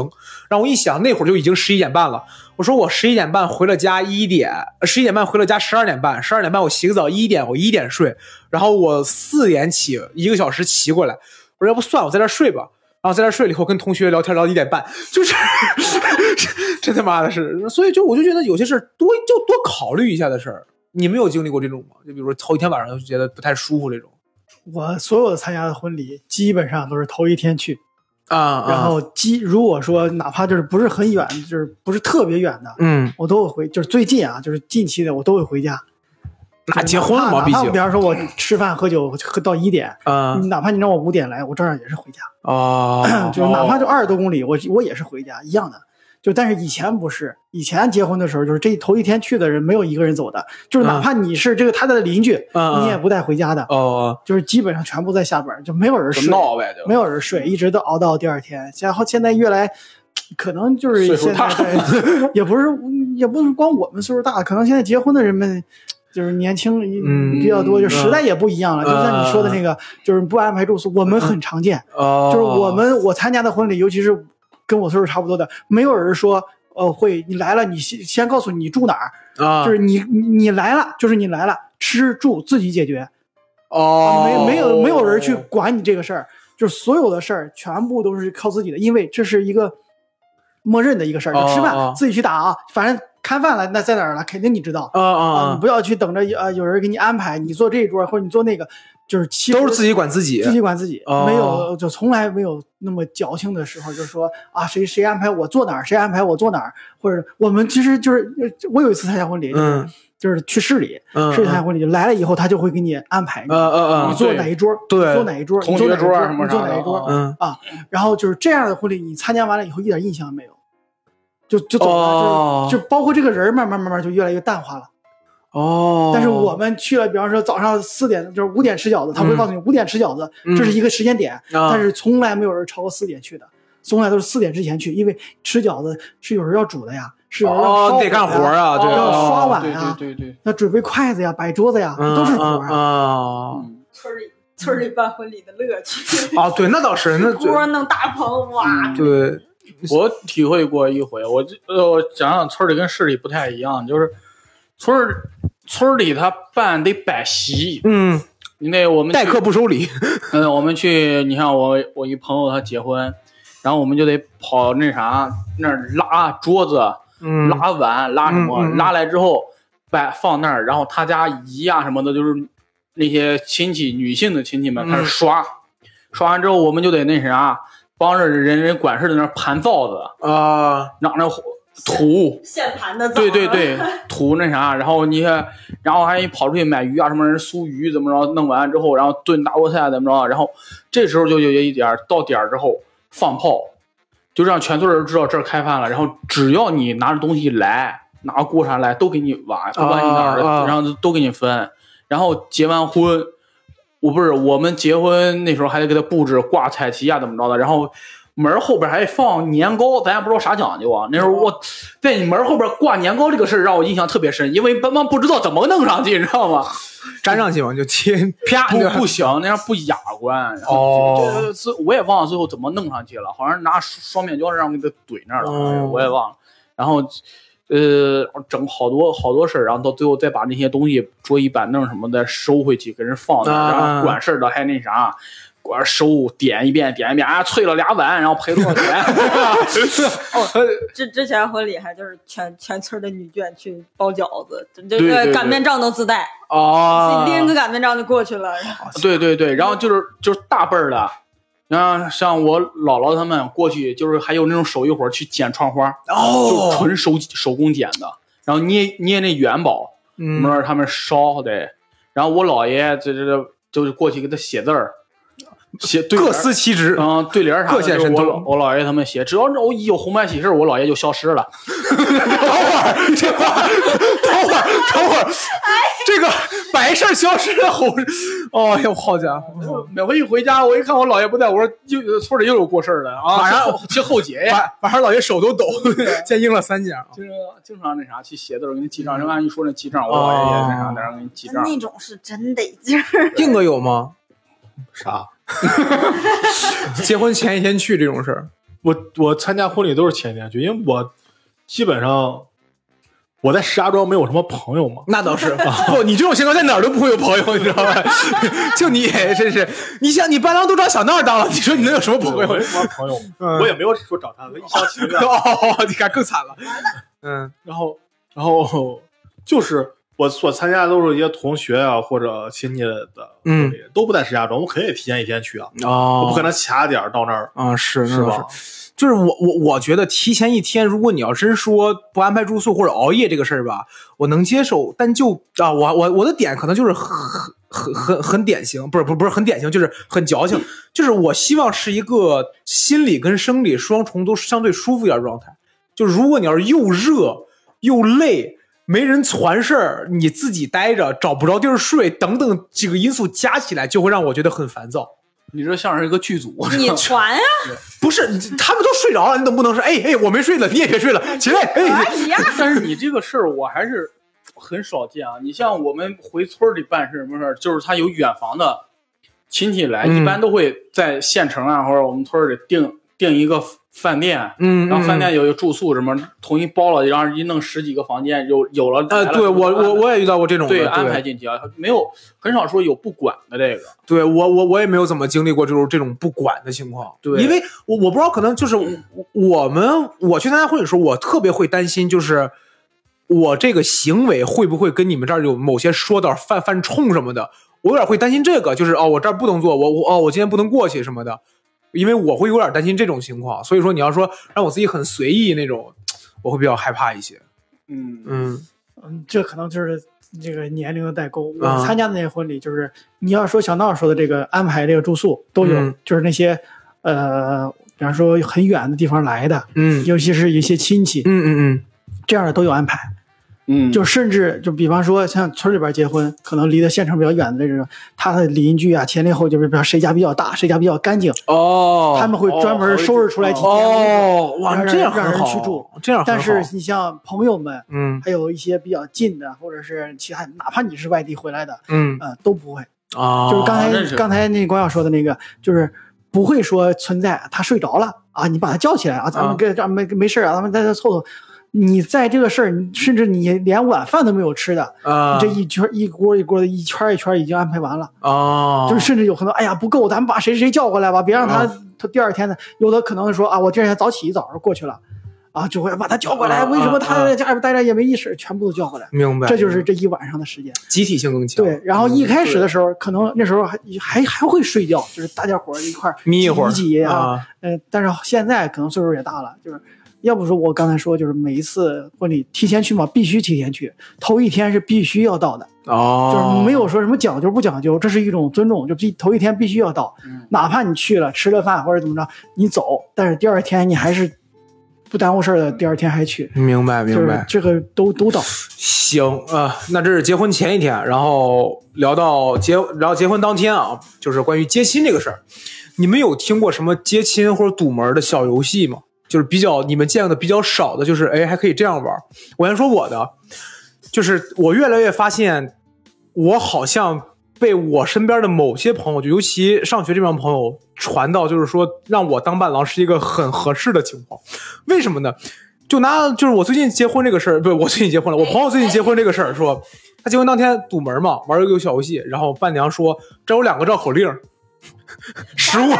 Speaker 1: 然后我一想那会儿就已经十一点半了，我说我十一点半回了家一点，十一点半回了家十二点半，十二点半我洗个澡一点我一点睡，然后我四点起一个小时骑过来。我说要不算我在这儿睡吧。然后在这儿睡了以后，跟同学聊天聊到一点半，就是 这他妈的是，所以就我就觉得有些事儿多就多考虑一下的事儿。你们有经历过这种吗？就比如说头一天晚上就觉得不太舒服这种
Speaker 4: 我所有参加的婚礼基本上都是头一天去，
Speaker 1: 啊
Speaker 4: 然后基如果说哪怕就是不是很远，就是不是特别远的，
Speaker 1: 嗯，
Speaker 4: 我都会回，就是最近啊，就是近期的我都会回家。
Speaker 1: 那结婚了
Speaker 4: 哪
Speaker 1: 嘛，
Speaker 4: 怕
Speaker 1: 毕
Speaker 4: 哪怕
Speaker 1: 竟
Speaker 4: 比方说我吃饭喝酒喝到一点，
Speaker 1: 啊
Speaker 4: 你哪怕你让我五点来，我照样也是回家，
Speaker 1: 啊
Speaker 4: 就是哪怕就二十多公里，我我也是回家一样的。就但是以前不是，以前结婚的时候就是这头一天去的人没有一个人走的，就是哪怕你是这个他的邻居，
Speaker 1: 啊嗯嗯
Speaker 4: 你也不带回家的，
Speaker 1: 哦
Speaker 4: 就是基本上全部在下边儿，就没有人
Speaker 5: 就
Speaker 4: 睡，
Speaker 5: 闹呗，就
Speaker 4: 没有人
Speaker 1: 嗯
Speaker 4: 睡，一直都熬到第二天。然后现在越来，可能就是
Speaker 5: 岁数
Speaker 4: 现在
Speaker 5: 大
Speaker 4: 对也不是也不是光我们岁数大，可能现在结婚的人们。就是年轻
Speaker 1: 嗯
Speaker 4: 比较多，就
Speaker 1: 嗯
Speaker 4: 时代也不一样了。就像你说的那个，就是不安排住宿，我们很常见。
Speaker 1: 哦，
Speaker 4: 就是我们我参加的婚礼，尤其是跟我岁数差不多的，没有人说呃会你来了，你先先告诉你住哪儿，
Speaker 1: 啊，
Speaker 4: 就是你你你来了，就是你来了，吃住自己解决，
Speaker 1: 哦，
Speaker 4: 没没有没有人去管你这个事儿，就是所有的事儿全部都是靠自己的，因为这是一个默认的一个事儿，就吃
Speaker 1: 哦哦
Speaker 4: 饭自己去打啊，反正看饭了那在哪儿了，肯定你知道
Speaker 1: 啊
Speaker 4: 啊，
Speaker 1: 啊
Speaker 4: 你，不要去等着呃有人给你安排，你坐这一桌或者你坐那个，就是其实
Speaker 1: 都是自己管自己
Speaker 4: 自己管自己，
Speaker 1: 哦
Speaker 4: 没有就从来没有那么矫情的时候，就是说啊，谁谁安排我坐哪儿，谁安排我坐哪儿，或者我们其实就是呃我有一次参加婚礼，就是
Speaker 1: 嗯
Speaker 4: 就是去市里，
Speaker 1: 嗯
Speaker 4: 市里参加婚礼来了以后，他就会给你安排
Speaker 1: 呃，呃
Speaker 4: 你
Speaker 1: 呃
Speaker 4: 坐
Speaker 5: 对
Speaker 4: 哪一桌，
Speaker 1: 对
Speaker 4: 你坐哪一桌，
Speaker 5: 同
Speaker 4: 你坐哪
Speaker 5: 学
Speaker 4: 一
Speaker 5: 桌啊什
Speaker 4: 桌，
Speaker 5: 么
Speaker 4: 你
Speaker 5: 啥
Speaker 4: 坐哪
Speaker 5: 的
Speaker 4: 一桌
Speaker 1: 嗯
Speaker 4: 啊？然后就是这样的婚礼，你参加完了以后一点印象没有，就就走
Speaker 1: 哦
Speaker 4: 了，就就包括这个人儿慢慢慢慢就越来越淡化了。
Speaker 1: 哦，
Speaker 4: 但是我们去了，比方说早上四点就是五点吃饺子，他会告诉你五点吃饺子，
Speaker 1: 嗯
Speaker 4: 这是一个时间点，但是从来没有人超过四点去的，从来都是四点之前去，因为吃饺子是有人要煮的呀，是有人要
Speaker 1: 哦
Speaker 4: 烧
Speaker 1: 得干活
Speaker 4: 火的呀
Speaker 1: 啊，对
Speaker 4: 要刷碗
Speaker 5: 对
Speaker 4: 啊
Speaker 5: 对对对，
Speaker 4: 要准备筷子呀、摆桌子呀，
Speaker 1: 嗯
Speaker 4: 都是活儿啊。
Speaker 1: 啊
Speaker 5: 嗯
Speaker 3: 村里村里办婚礼的乐趣，
Speaker 1: 啊，对，那倒是那
Speaker 3: 锅弄大棚，
Speaker 5: 嗯
Speaker 3: 哇，
Speaker 1: 对
Speaker 5: 我体会过一回，我这呃，我讲讲村里跟市里不太一样，就是村儿村里他办得摆席，
Speaker 1: 嗯，
Speaker 5: 那我们去
Speaker 1: 待客不收礼。
Speaker 5: 嗯，我们去，你看我我一朋友他结婚，然后我们就得跑那啥那儿拉桌子、
Speaker 1: 嗯
Speaker 5: 拉碗、拉什么，
Speaker 1: 嗯嗯嗯
Speaker 5: 拉来之后摆放那儿，然后他家姨啊什么的，就是那些亲戚女性的亲戚们开
Speaker 1: 嗯
Speaker 5: 始刷，刷完之后我们就得那啥，帮着人人管事的那儿盘灶子，
Speaker 1: 啊，
Speaker 5: 让那火土
Speaker 3: 现盘的
Speaker 5: 对对对，图那啥，然后你看，然后还跑出去买鱼啊，什么人酥鱼怎么着，弄完之后，然后炖大锅菜怎么着，然后这时候就有一点儿到点儿之后放炮，就让全村人知道这儿开饭了，然后只要你拿着东西来，拿锅啥来都给你碗，不管你哪儿的，
Speaker 1: 啊
Speaker 5: 然后都给你分，然后结完婚。我不是，我们结婚那时候还得给他布置挂彩旗啊，怎么着的，然后门后边还放年糕，咱也不知道啥讲究啊。那时候
Speaker 1: 哦
Speaker 5: 我在你门后边挂年糕这个事儿让我印象特别深，因为班班不知道怎么弄上去，你知道吗？
Speaker 1: 粘上去嘛就亲，
Speaker 5: 啪不
Speaker 1: 对
Speaker 5: 不行，那样不雅观。然后
Speaker 1: 哦，
Speaker 5: 这是我也忘了最后怎么弄上去了，好像拿双面胶让给它怼那儿了，哎
Speaker 1: 哦
Speaker 5: 我也忘了。然后，呃，整好多好多事儿，然后到最后再把那些东西桌椅板凳什么的收回去，给人放那儿，
Speaker 1: 啊
Speaker 5: 然后管事儿的还那啥。管收点一遍，点一遍啊，碎了俩碗，然后赔多少钱？
Speaker 3: 之之前婚礼还就是全全村的女眷去包饺子，这这
Speaker 5: 对对
Speaker 3: 个
Speaker 5: 对
Speaker 3: 擀面杖都自带，
Speaker 1: 哦，
Speaker 3: 拎个擀面杖就过去了。然后
Speaker 5: 对对对，然后就是就是大辈儿的，然后像我姥姥他们过去，就是还有那种手艺活儿去剪窗花，就
Speaker 1: 哦，
Speaker 5: 纯手手工剪的，然后捏捏那元宝，我
Speaker 1: 嗯
Speaker 5: 们让他们烧对，然后我姥爷这这这就是过去给他写字儿，写对
Speaker 1: 各
Speaker 5: 联儿
Speaker 1: 司其 职，
Speaker 5: 嗯，对联儿啥的，
Speaker 1: 各显神
Speaker 5: 就是我
Speaker 1: 通
Speaker 5: 姥我姥爷他们写，只要那我一有红白喜事儿，我姥爷就消失了。
Speaker 1: 等会儿，等会儿， 这个白事儿消失了，红事，哦呦，好家伙，
Speaker 5: 每回一回家，我一看我姥爷不在，我说又村里又有过事儿了啊，
Speaker 1: 晚上
Speaker 5: 去后去后节 呀。
Speaker 1: 晚晚上老爷手都抖， 先应了三家啊，
Speaker 5: 就是经常那啥去写字儿，给你记账。人按一说那记账，我姥爷也那啥，在那儿给你记账。
Speaker 3: 那种是真得 劲儿，
Speaker 1: 硬哥有吗？
Speaker 2: 啥？
Speaker 1: 结婚前一天去这种事儿，
Speaker 2: 我我参加婚礼都是前天去，因为我基本上我在石家庄没有什么朋友嘛。
Speaker 1: 那倒是 不，你这种情况在哪儿都不会有朋友，你知道吧？ 就你也真是，你想你伴郎都找小闹当了，你说你能有什么朋
Speaker 2: 我
Speaker 1: 友
Speaker 2: 没？什么朋友 嗯嘛，
Speaker 1: 我
Speaker 2: 我也没有说找他，一厢情 愿。
Speaker 1: 哦，你看更惨了，嗯
Speaker 2: 然后，然后就是我所参加的都是一些同学啊或者亲戚的婚
Speaker 1: 嗯
Speaker 2: 礼，都不在石家庄，我肯定得提前一天去啊，
Speaker 1: 哦
Speaker 2: 我不可能卡点儿到那儿，
Speaker 1: 啊，是
Speaker 2: 是？吧？
Speaker 1: 就是我我我觉得提前一天，如果你要真说不安排住宿或者熬夜这个事儿吧，我能接受，但就啊，我我我的点可能就是很很很很典型，不是不是不是很典型，就是很矫情，就是我希望是一个心理跟生理双重都相对舒服一点的状态。就如果你要是又热又累。没人传事儿，你自己待着，找不着地儿睡，等等几个因素加起来，就会让我觉得很烦躁。
Speaker 5: 你这像是一个剧组，
Speaker 3: 你传啊呀、
Speaker 1: 不是，你他们都睡着了，你总不能说，哎哎，我没睡了，你也别睡了，起来，哎，
Speaker 3: 可以 呀、
Speaker 5: 但是你这个事儿我还是很少见啊。你像我们回村里办事什么事儿，就是他有远房的亲戚来，
Speaker 1: 嗯
Speaker 5: 一般都会在县城啊或者我们村儿里订订一个饭店。
Speaker 1: 嗯
Speaker 5: 然后饭店有一个住宿什么，统一包了，然后一弄十几个房间，有有了
Speaker 1: 呃，
Speaker 5: 来了
Speaker 1: 对
Speaker 5: 就
Speaker 1: 我
Speaker 5: 安排
Speaker 1: 我我也遇到过这种的，
Speaker 5: 对
Speaker 1: 对
Speaker 5: 安排，进去啊，没有很少说有不管的这个。
Speaker 1: 对我我我也没有怎么经历过这种这种不管的情况，
Speaker 5: 对
Speaker 1: 因为我我不知道，可能就是我我们我去参加婚礼的时候，我特别会担心，就是我这个行为会不会跟你们这儿有某些说道犯犯冲什么的，我有点会担心这个，就是哦，我这儿不能做，我我哦，我今天不能过去什么的，因为我会有点担心这种情况，所以说你要说让我自己很随意那种，我会比较害怕一些，
Speaker 5: 嗯
Speaker 1: 嗯
Speaker 4: 嗯，这可能就是这个年龄的代沟。
Speaker 1: 啊
Speaker 4: 我参加的那些婚礼，就是你要说小闹说的这个安排这个住宿都有，
Speaker 1: 嗯
Speaker 4: 就是那些呃，比方说很远的地方来的，
Speaker 1: 嗯
Speaker 4: 尤其是一些亲戚、
Speaker 1: 嗯嗯嗯。
Speaker 4: 这样的都有安排。
Speaker 5: 嗯，
Speaker 4: 就甚至就比方说像村里边结婚，可能离得县城比较远的这种，他的邻居啊，前邻后就是比方谁家比较大，谁家比较干净，
Speaker 1: 哦，
Speaker 4: 他们会专门收拾出来几间屋子。
Speaker 1: 哦，哇，
Speaker 4: 让
Speaker 1: 这样
Speaker 4: 让
Speaker 1: 很
Speaker 4: 人
Speaker 1: 好，
Speaker 4: 去住，
Speaker 1: 这哦样很
Speaker 4: 但
Speaker 1: 好
Speaker 4: 是你像朋友们，
Speaker 1: 嗯
Speaker 4: 还有一些比较近的，或者是其他，哪怕你是外地回来的，
Speaker 1: 嗯
Speaker 4: 呃，都不会。
Speaker 1: 啊，
Speaker 4: 就是刚才、
Speaker 5: 认识
Speaker 4: 刚才那光耀说的那个，就是不会说存在他睡着了啊，你把他叫起来啊，咱
Speaker 1: 啊
Speaker 4: 们跟咱们没没事儿啊，咱们在这凑凑。你在这个事儿，你甚至你连晚饭都没有吃的，
Speaker 1: 啊，
Speaker 4: 你这一圈一锅一锅的，一圈一圈已经安排完了。
Speaker 1: 啊，
Speaker 4: 就是甚至有很多，哎呀不够，咱们把谁谁叫过来吧，别让他
Speaker 1: 嗯
Speaker 4: 他第二天的，有的可能说啊，我第二天早起一早上过去了，啊就会把他叫过来，
Speaker 1: 啊
Speaker 4: 为什么他
Speaker 1: 啊
Speaker 4: 在家里边待着也没意识，全部都叫过来，
Speaker 1: 明白，
Speaker 4: 这就是这一晚上的时间。
Speaker 1: 集体性更强。
Speaker 4: 嗯对，然后一开始的时候，可能那时候还还还会睡觉，就是大家伙儿一块儿
Speaker 1: 眯一会儿
Speaker 4: 挤挤啊，
Speaker 1: 啊，
Speaker 4: 嗯、但是现在可能岁数也大了，就是。要不说我刚才说，就是每一次婚礼提前去嘛，必须提前去，头一天是必须要到的，就
Speaker 1: 哦，
Speaker 4: 是没有说什么讲究不讲究，这是一种尊重，就必头一天必须要到，哪怕你去了吃了饭或者怎么着，你走，但是第二天你还是不耽误事儿的，第二天还去，
Speaker 1: 明白
Speaker 4: 就
Speaker 1: 明
Speaker 4: 是
Speaker 1: 白。
Speaker 4: 这个都都到。
Speaker 1: 行啊、那这是结婚前一天，然后聊到结聊到结婚当天啊，就是关于接亲这个事儿，你们有听过什么接亲或者堵门的小游戏吗？就是比较你们见的比较少的，就是哎还可以这样玩儿。我先说我的，就是我越来越发现，我好像被我身边的某些朋友，就尤其上学这帮朋友传到，就是说让我当伴郎是一个很合适的情况。为什么呢？就拿就是我最近结婚这个事儿，不是我最近结婚了，我朋友最近结婚这个事儿说，他结婚当天堵门嘛，玩一个小游戏，然后伴娘说这有两个绕口令儿，十五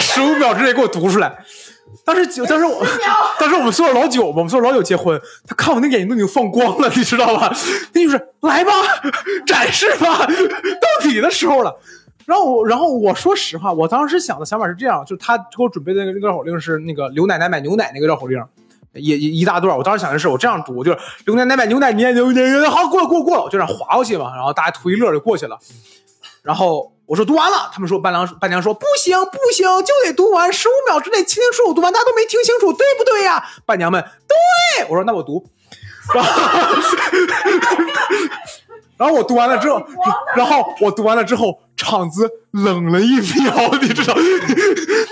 Speaker 1: 十五秒之内给我读出来。当时就当时我 当时我们宿舍老九嘛，我们宿舍老九结婚，他看我那个眼睛都已经放光了，你知道吧？ 那就是来吧， 展示吧， 到你的时候了。然后我，然后我说实话，我当时想的想法是这样，就是他给我准备的那个那个绕口令是那个刘奶奶买牛奶那个绕口令，也也一大段。我当时想的是，我这样读，就是刘奶奶买牛奶，你也牛奶，好过了过了过了，我就这样划过去嘛。然后大家图一乐就过去了。然后我说读完了，他们说伴郎伴娘说不行不行，就得读完，十五秒之内清清楚楚读完，大家都没听清楚，对不对呀、伴娘们对，我说那我读，然后然后我读完了之后，然后我读完了之后，场子冷了一秒，你知道，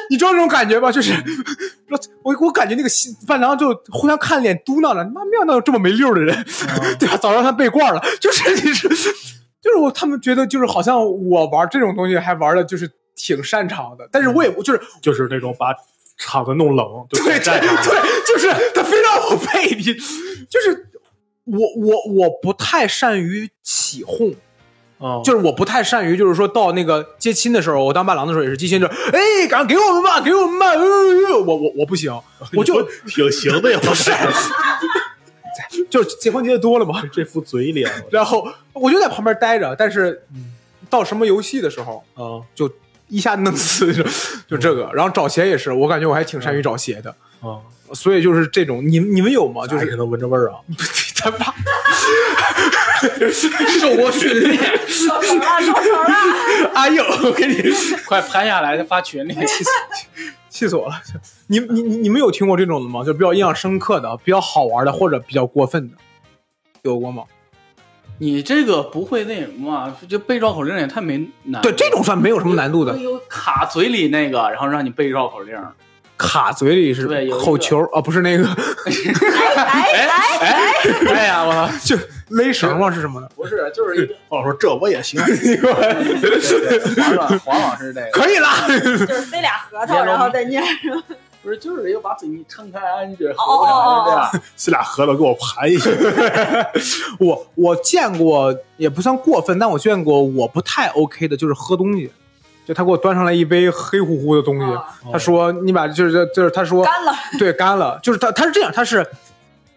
Speaker 1: 你知道这种感觉吧？就是我我感觉那个新伴郎就互相看脸嘟囔着，妈没想到有这么没溜儿的人，对吧？早让他背罐了，就是你是。就是我他们觉得就是好像我玩这种东西还玩的就是挺擅长的，但是我也不就是
Speaker 2: 嗯就是那种把场子弄冷，就
Speaker 1: 对对
Speaker 2: 站上了。
Speaker 1: 对，就是他非让我配你，就是我我我不太善于起哄，
Speaker 2: 嗯，
Speaker 1: 就是我不太善于，就是说到那个接亲的时候，我当伴郎的时候也是接亲，就是哎，赶快给我们吧，给我们吧，呃呃我我我不 行，我就
Speaker 2: 挺行的呀，不 是
Speaker 1: 就是结婚结的多了嘛，
Speaker 2: 这副嘴脸
Speaker 1: 然后我就在旁边待着，但是
Speaker 2: 嗯
Speaker 1: 到什么游戏的时候，
Speaker 2: 啊
Speaker 1: 就一下弄死，就 就这
Speaker 5: 嗯
Speaker 1: 个，然后找鞋也是，我感觉我还挺善于找鞋的，
Speaker 2: 啊！
Speaker 1: 所以就是这种，你你们有吗？就
Speaker 2: 就是
Speaker 1: 是
Speaker 2: 可能闻着 味儿啊，
Speaker 1: 咱爸
Speaker 5: 受过训练，
Speaker 3: 收手了，收手了。
Speaker 1: 哎呦，我给你
Speaker 5: 快拍下来，发群里。气死
Speaker 1: 气死我了！你你你你们有听过这种的吗？就比较印象深刻的、比较好玩的或者比较过分的，有过吗？
Speaker 5: 你这个不会那什么啊？就背绕口令也太没难了。
Speaker 1: 对，这种算没有什么难度的。
Speaker 5: 啊有卡嘴里那个，然后让你背绕口令。
Speaker 1: 卡嘴里是
Speaker 5: 对有一个
Speaker 1: 口球啊，不是那个，
Speaker 3: 哎哎，
Speaker 5: 哎，哎呀，我操！
Speaker 1: 就勒绳吗？是什么的？
Speaker 5: 不是，就是一个
Speaker 2: 哦我说这我也 行，啊
Speaker 5: 黄老黄老师这个，
Speaker 1: 可以啦，
Speaker 3: 就是塞俩核桃，然后再捏。
Speaker 1: 嗯
Speaker 5: 不是，就是一个把嘴一撑开，安着，
Speaker 3: 哦哦哦
Speaker 5: 这样。
Speaker 2: 这俩核桃给我盘一下，
Speaker 1: 我我见过，也不算过分，但我见过我不太 OK 的，就是喝东西，就他给我端上来一杯黑乎乎的东西，
Speaker 3: 哦
Speaker 1: 他说你把就是就是他说
Speaker 3: 干了，
Speaker 1: 对，干了，就是他他是这样，他是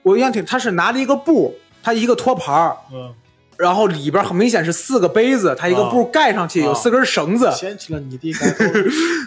Speaker 1: 我印象挺，他是拿了一个布，他一个托盘儿，
Speaker 2: 嗯，
Speaker 1: 然后里边很明显是四个杯子，他一个
Speaker 2: 啊
Speaker 1: 布盖上去，有
Speaker 2: 啊
Speaker 1: 四根绳子，
Speaker 2: 掀起了你的盖 头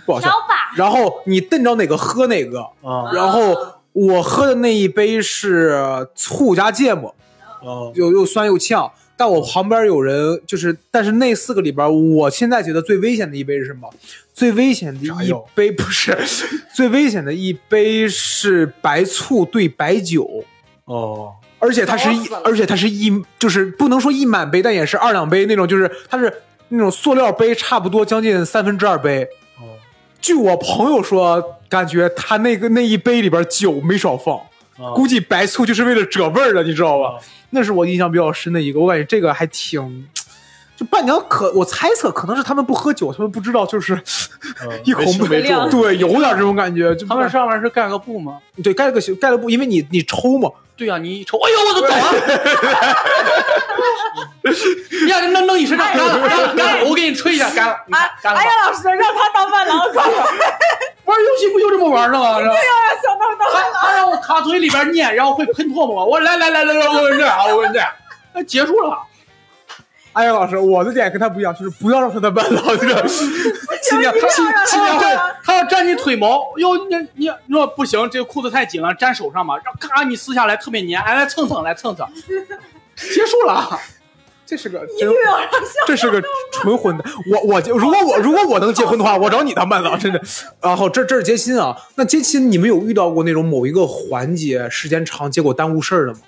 Speaker 1: 不好笑。
Speaker 3: 吧。
Speaker 1: 然后你瞪着哪个喝哪个，
Speaker 2: 啊
Speaker 1: 然后我喝的那一杯是醋加芥末，
Speaker 2: 啊！
Speaker 1: 又又酸又呛。但我旁边有人，就是，但是那四个里边，我现在觉得最危险的一杯是什么？最危险的
Speaker 2: 炸
Speaker 1: 一
Speaker 2: 药
Speaker 1: 杯不是， 最危险的一杯是白醋兑白酒，
Speaker 2: 哦，
Speaker 1: 而且它是
Speaker 3: 搞
Speaker 1: 一
Speaker 3: 死了，
Speaker 1: 而且它是一，就是不能说一满杯，但也是二两杯那种，就是它是那种塑料杯，差不多将近三分之二杯。
Speaker 2: 哦
Speaker 1: 据我朋友说，感觉他那个那一杯里边酒没少放，
Speaker 2: 啊
Speaker 1: 估计白醋就是为了遮味儿的，你知道吧
Speaker 2: 啊？
Speaker 1: 那是我印象比较深的一个，我感觉这个还挺就伴娘可我猜测可能是他们不喝酒，他们不知道就是
Speaker 2: 嗯
Speaker 1: 一口
Speaker 2: 没
Speaker 1: 闷
Speaker 2: 没中，
Speaker 1: 对，有点这种感觉，就
Speaker 5: 他们上面是盖个布吗？
Speaker 1: 对盖了个盖了布，因为你你抽嘛，
Speaker 5: 对呀、你一瞅，哎呦，我的狗啊！呀，弄弄你身上干了，干了，干了！我给你吹一下，干了，
Speaker 1: 嗯
Speaker 5: 你看干了吧。
Speaker 3: 哎呀，老师让他当伴郎，快点
Speaker 5: 玩游戏不就这么玩的吗？是吧？
Speaker 3: 想当
Speaker 1: 嗯
Speaker 3: 当
Speaker 5: 他他让我卡嘴里边念，然后会喷唾沫。我来来来来来，我问这啊，我问这，那结束了。
Speaker 1: 哎呀，老师，我的点跟他不一样，就是不要让他当伴郎，这个 尽量尽尽量会
Speaker 5: 他他要粘你腿毛，哟，你你你说不行，这个裤子太紧了，粘手上嘛，然后咔你撕下来特别粘，哎，来蹭蹭，来蹭蹭，结束了。
Speaker 1: 这是个
Speaker 3: 一
Speaker 1: 真
Speaker 3: 定要让笑。
Speaker 1: 这是个纯混蛋。我我如果我如果我能结婚的话，我找你当伴郎，真的。然后这这是接亲啊，那接亲你们有遇到过那种某一个环节时间长，结果耽误事儿的吗？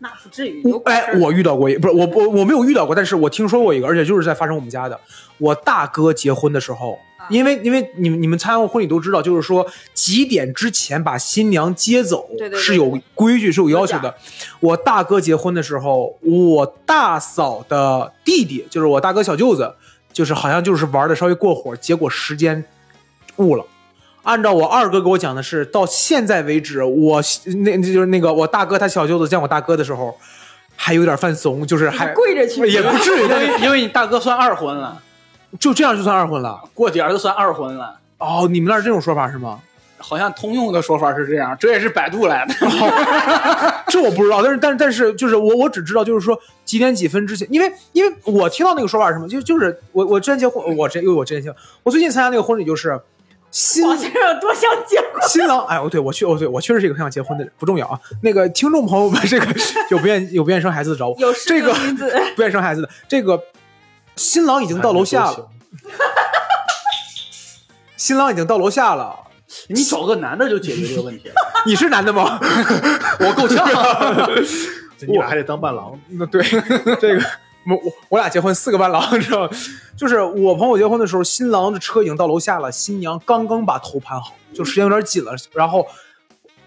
Speaker 3: 那不至于，有
Speaker 1: 我
Speaker 3: 管事
Speaker 1: 哎
Speaker 3: 儿，
Speaker 1: 我遇到过一，不是我我我没有遇到过，但是我听说过一个，而且就是在发生我们家的。我大哥结婚的时候
Speaker 3: 啊，
Speaker 1: 因为因为你们你们参加过婚礼都知道，就是说几点之前把新娘接走
Speaker 3: 对对对
Speaker 1: 是有规矩是有要求的。我大哥结婚的时候，我大嫂的弟弟就是我大哥小舅子，就是好像就是玩的稍微过火，结果时间误了。按照我二哥给我讲的是，到现在为止，我那那就是那个我大哥他小舅子见我大哥的时候，还有点犯怂，就是还
Speaker 3: 跪着去，
Speaker 1: 也不至于，
Speaker 5: 因
Speaker 1: 但是
Speaker 5: 为因为你大哥算二婚了，
Speaker 1: 就这样就算二婚了。
Speaker 5: 过节儿就算二婚了。
Speaker 1: 哦，你们那儿这种说法是吗？
Speaker 5: 好像通用的说法是这样，这也是百度来的。
Speaker 1: 这我不知道，但是但是但是就是我我只知道就是说几点几分之前，因为因为我听到那个说法是什么，就就是我我之前结婚，我之因为我之前结婚，我最近参加那个婚礼就是新
Speaker 3: 我先生多想结婚。
Speaker 1: 新郎，哎，我对我确我对我确实是一个很想结婚的人，不重要啊。那个听众朋友们，这个 有不愿有不愿意生孩子的找我，
Speaker 3: 有事
Speaker 1: 这个
Speaker 3: 生女子，
Speaker 1: 不愿意生孩子的这个新郎已经到楼下了，新郎已经到楼下了。
Speaker 5: 你找个男的就解决这个问题了，
Speaker 1: 你是男的吗？
Speaker 5: 我 够呛。
Speaker 2: 你俩还得当伴郎，
Speaker 1: 那对 这个，我我我俩结婚四个伴郎， 你知道吗？就是我朋友结婚的时候，新郎的车已经到楼下了，新娘刚刚把头盘好，就时间有点紧了。然后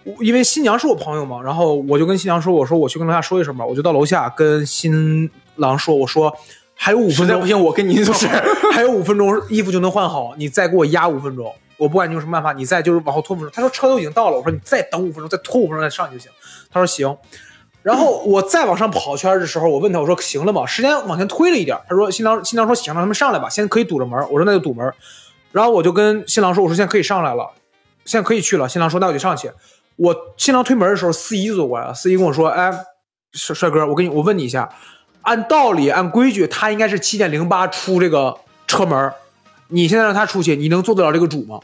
Speaker 1: 我因为新娘是我朋友嘛，然后我就跟新娘说，我说我去跟楼下说一声吧，我就到楼下跟新郎说，我说还有五分钟，
Speaker 5: 行，我跟您
Speaker 1: 是 还有五分钟衣服就能换好，你再给我压五分钟，我不管你用什么办法，你再就是往后拖五分钟。他说车都已经到了，我说你再等五分钟，再拖五分钟再上去就行。他说行。然后我再往上跑圈儿的时候，我问他，我说行了吗？时间往前推了一点儿。他说新郎新郎说行了，他们上来吧，现在可以堵着门儿。我说那就堵门儿。然后我就跟新郎说，我说现在可以上来了，现在可以去了。新郎说那我就上去。我新郎推门的时候，司仪就走过来了，司仪跟我说，哎，帅帅哥，我跟你我问你一下，按道理按规矩，他应该是七点零八出这个车门儿，你现在让他出去，你能做得了这个主吗？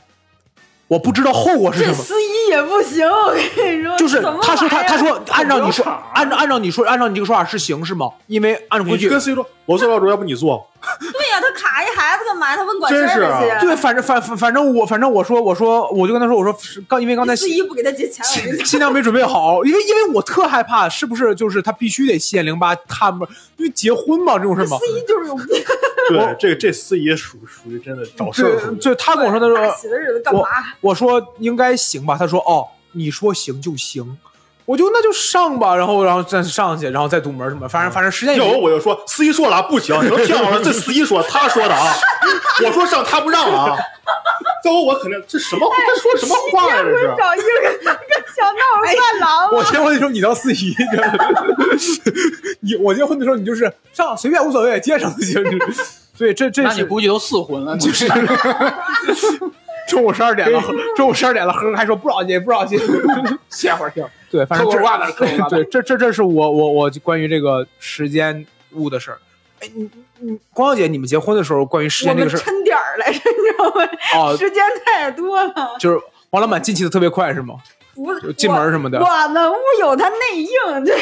Speaker 1: 我不知道后果是什
Speaker 3: 这
Speaker 1: 么。
Speaker 3: 司仪也不行，我跟 你说，
Speaker 1: 就是
Speaker 3: 怎么
Speaker 1: 他说他
Speaker 3: 来呀
Speaker 1: 他说按照你说
Speaker 5: 不要
Speaker 3: 啊
Speaker 5: 吵
Speaker 1: 按照按照你说按照你这个说法是行是吗？因为按照规
Speaker 2: 你
Speaker 1: 矩
Speaker 2: 跟谁说？我做不主，要不你做？
Speaker 3: 对呀，他卡一孩子干嘛？他问管事
Speaker 2: 真是
Speaker 3: 儿
Speaker 2: 啊
Speaker 3: 那些，
Speaker 1: 对，反正反反反正我反正我说我说我就跟他说我说是刚因为刚才
Speaker 3: 司仪不给他结钱，我跟你
Speaker 1: 新
Speaker 3: 说，
Speaker 1: 新娘没准备好，因为因为我特害怕是不是就是他必须得七点零八他们因为结婚嘛这种事嘛。
Speaker 3: 司仪就是有病，
Speaker 2: 对，这个这司仪属属于真的找事儿属
Speaker 1: 对，
Speaker 2: 于，
Speaker 1: 就他跟我说他说
Speaker 3: 大喜的日子干嘛？
Speaker 1: 我说应该行吧，他说哦，你说行就行，我就那就上吧，然后然后再上去，然后再堵门什么，反正反正时间也
Speaker 2: 有
Speaker 1: 没
Speaker 2: 我就说司仪说了啊不行，你能听好了，这司仪说他说的啊，我说上他不让啊，最后我肯定这什么这说什么话呀、这是
Speaker 3: 会。哎找一个一个小闹儿啊伴郎
Speaker 1: 哎 我
Speaker 3: 吗？
Speaker 1: 结婚的时候你当司仪，你我结婚的时候你就是上随便无所谓，接上就行。所以这这
Speaker 5: 那你
Speaker 1: 是
Speaker 5: 估计都四婚了，就是
Speaker 1: 中午十二点了，中午十二点了，呵还说不让接，不让接，歇会儿歇会儿。对，反
Speaker 5: 嗑
Speaker 1: 正这
Speaker 5: 瓜瓜的嗑瓜
Speaker 1: 对
Speaker 5: 的。
Speaker 1: 这这这是我我我关于这个时间误的事儿。哎，你你光耀姐，你们结婚的时候关于时
Speaker 3: 我
Speaker 1: 间这
Speaker 3: 们
Speaker 1: 个事儿
Speaker 3: 抻点儿来着，你知道吗？
Speaker 1: 哦，
Speaker 3: 时间太多了，
Speaker 1: 就是王老板进去的特别快是吗？
Speaker 3: 不
Speaker 1: 就是进门什么的
Speaker 3: 我，我们屋有他内应，这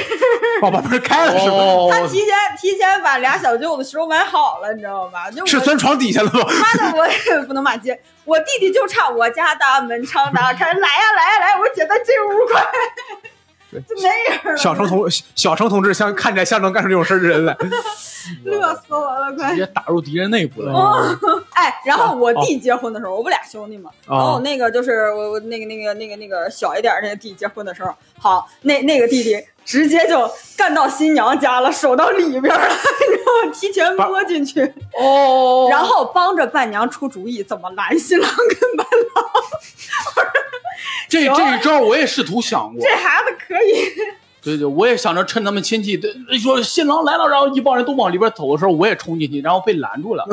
Speaker 1: 哦，把门开了是吗？
Speaker 5: 哦，
Speaker 3: 他提前提前把俩小舅子收买好了，你知道吧？就我
Speaker 1: 是钻床底下了吗？
Speaker 3: 妈的，我也不能骂街。我弟弟就差我家大门常打开，来呀、来呀、来！我姐在这屋快，就没人 了，
Speaker 1: 小程同小程同志像看起来像能干出这种事儿的人来，
Speaker 3: 乐死我了，快
Speaker 5: 直！接打入敌人内部了。
Speaker 3: 哦，哎，然后我弟结婚的时候，我不俩兄弟嘛，
Speaker 1: 哦
Speaker 3: 然后我那个就是我我那个那个那个那个小一点儿那个弟结婚的时候，好，那那个弟弟直接就干到新娘家了，守到里边儿了， 你知道吗？提前摸进去，
Speaker 5: 哦
Speaker 3: 然后帮着伴娘出主意，怎么拦新郎 跟伴郎，
Speaker 5: 这这一招我也试图想过
Speaker 3: 这，孩子可以，
Speaker 5: 对对，我也想着趁他们亲戚对说新郎来了，然后一帮人都往里边走的时候，我也冲进去，然后被拦住了。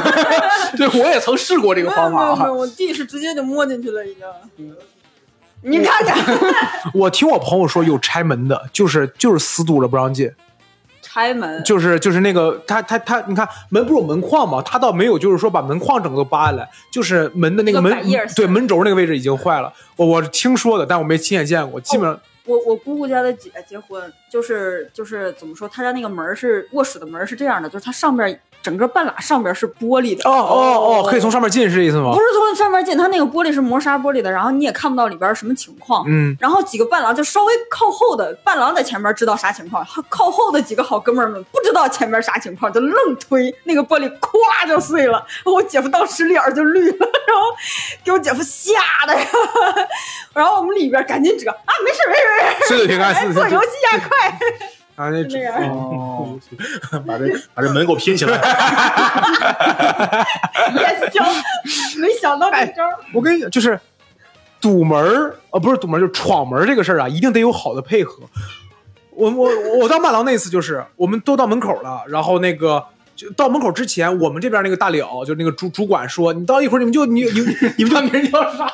Speaker 5: 对，我也曾试过这个
Speaker 3: 没有
Speaker 5: 方
Speaker 3: 没有没
Speaker 5: 法
Speaker 3: 有，
Speaker 5: 啊。
Speaker 3: 我弟是直接就摸进去了，已经。你看看，
Speaker 1: 我听我朋友说有拆门的，就是就是死堵着不让进，
Speaker 3: 拆门，
Speaker 1: 就是就是那个他他他，你看门不是有门框吗？他倒没有，就是说把门框整个都扒下来，就是门的那个
Speaker 3: 一个
Speaker 1: 门
Speaker 3: 百叶儿
Speaker 1: 对门轴那个位置已经坏了。我我听说的，但我没亲眼见过，基本上
Speaker 3: 我我姑姑家的姐结婚，就是就是怎么说，她家那个门儿是卧室的门儿是这样的，就是它上面整个半拉上边是玻璃的，
Speaker 1: 哦哦哦，可以从上面进是这意思吗
Speaker 3: 不？是从上面进，它那个玻璃是磨砂玻璃的，然后你也看不到里边儿什么情况。
Speaker 1: 嗯，
Speaker 3: 然后几个伴郎就稍微靠后的伴郎在前面知道啥情况，靠后的几个好哥们儿们不知道前面啥情况，就愣推那个玻璃，咵就碎了。我姐夫当时脸儿就绿了，然后给我姐夫吓的呀。然后我们里边赶紧指啊，没事儿没事儿没事儿，
Speaker 1: 岁岁平安，
Speaker 3: 来
Speaker 1: 岁
Speaker 3: 做
Speaker 1: 岁
Speaker 3: 游戏呀，快！
Speaker 1: 啊，那
Speaker 3: 那样
Speaker 1: 哦，
Speaker 2: 把这把这门给我拼起来。
Speaker 3: 也行，没想到
Speaker 2: 哎
Speaker 3: 这招儿。
Speaker 1: 我跟你讲，就是堵门儿，呃，不是堵门儿，就是闯门儿这个事儿啊，一定得有好的配合。我我我当伴郎那次就是，我们都到门口了，然后那个就到门口之前，我们这边那个大了，就那个主主管说，你到一会儿你们就你你你们
Speaker 5: 他名叫啥？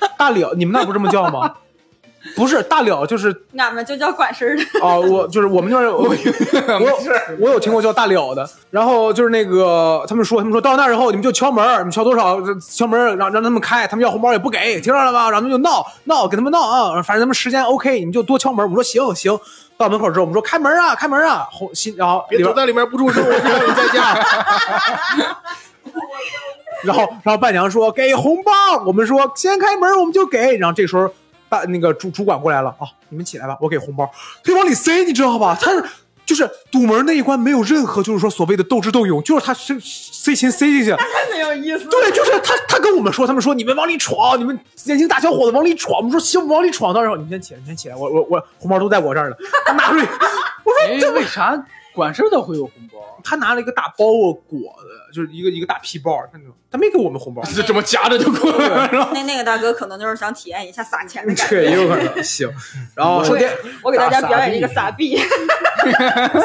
Speaker 1: 就大了，你们那不这么叫吗？不是大了，就是
Speaker 3: 俺们就叫管事儿的，
Speaker 1: 啊、我就是我们那边 有我有我有听过叫大了的，然后就是那个他们说他们说到那儿以后你们就敲门儿，你们敲多少敲门儿，让让他们开，他们要红包也不给，听到了吗？然后他们就闹闹，给他们闹啊，反正他们时间 OK，你们就多敲门。我们说行行，到门口之后我们说开门啊开门啊，红新然后里
Speaker 2: 别
Speaker 1: 边
Speaker 2: 躲在里面不住声，我 知道你在家。
Speaker 1: 然后然后伴娘说给红包，我们说先开门我们就给，然后这时候伴那个主主管过来了啊，你们起来吧，我给红包，他就往里塞，你知道吧？他是就是堵门那一关没有任何就是说所谓的斗智斗勇，就是他塞塞钱塞进去。
Speaker 3: 太没有意思了。
Speaker 1: 对，就是他，他跟我们说，他们说你们往里闯，你们年轻大小伙子往里闯。我们说行，往里闯。到时候你先起来，你先起来，我我我红包都在我这儿呢。他拿出来，
Speaker 5: 哎，为啥管事的会有红包？
Speaker 1: 他拿了一个大包啊裹的，就是一个一个大皮包，看见吗？他没给我们红 包，
Speaker 5: 这么夹着就过来了。
Speaker 3: 那那个大哥可能就是想体验一下撒钱的感觉。
Speaker 1: 对，也有可能行。 然后说
Speaker 3: 我
Speaker 1: 第
Speaker 3: 给我给大家表演一个撒币，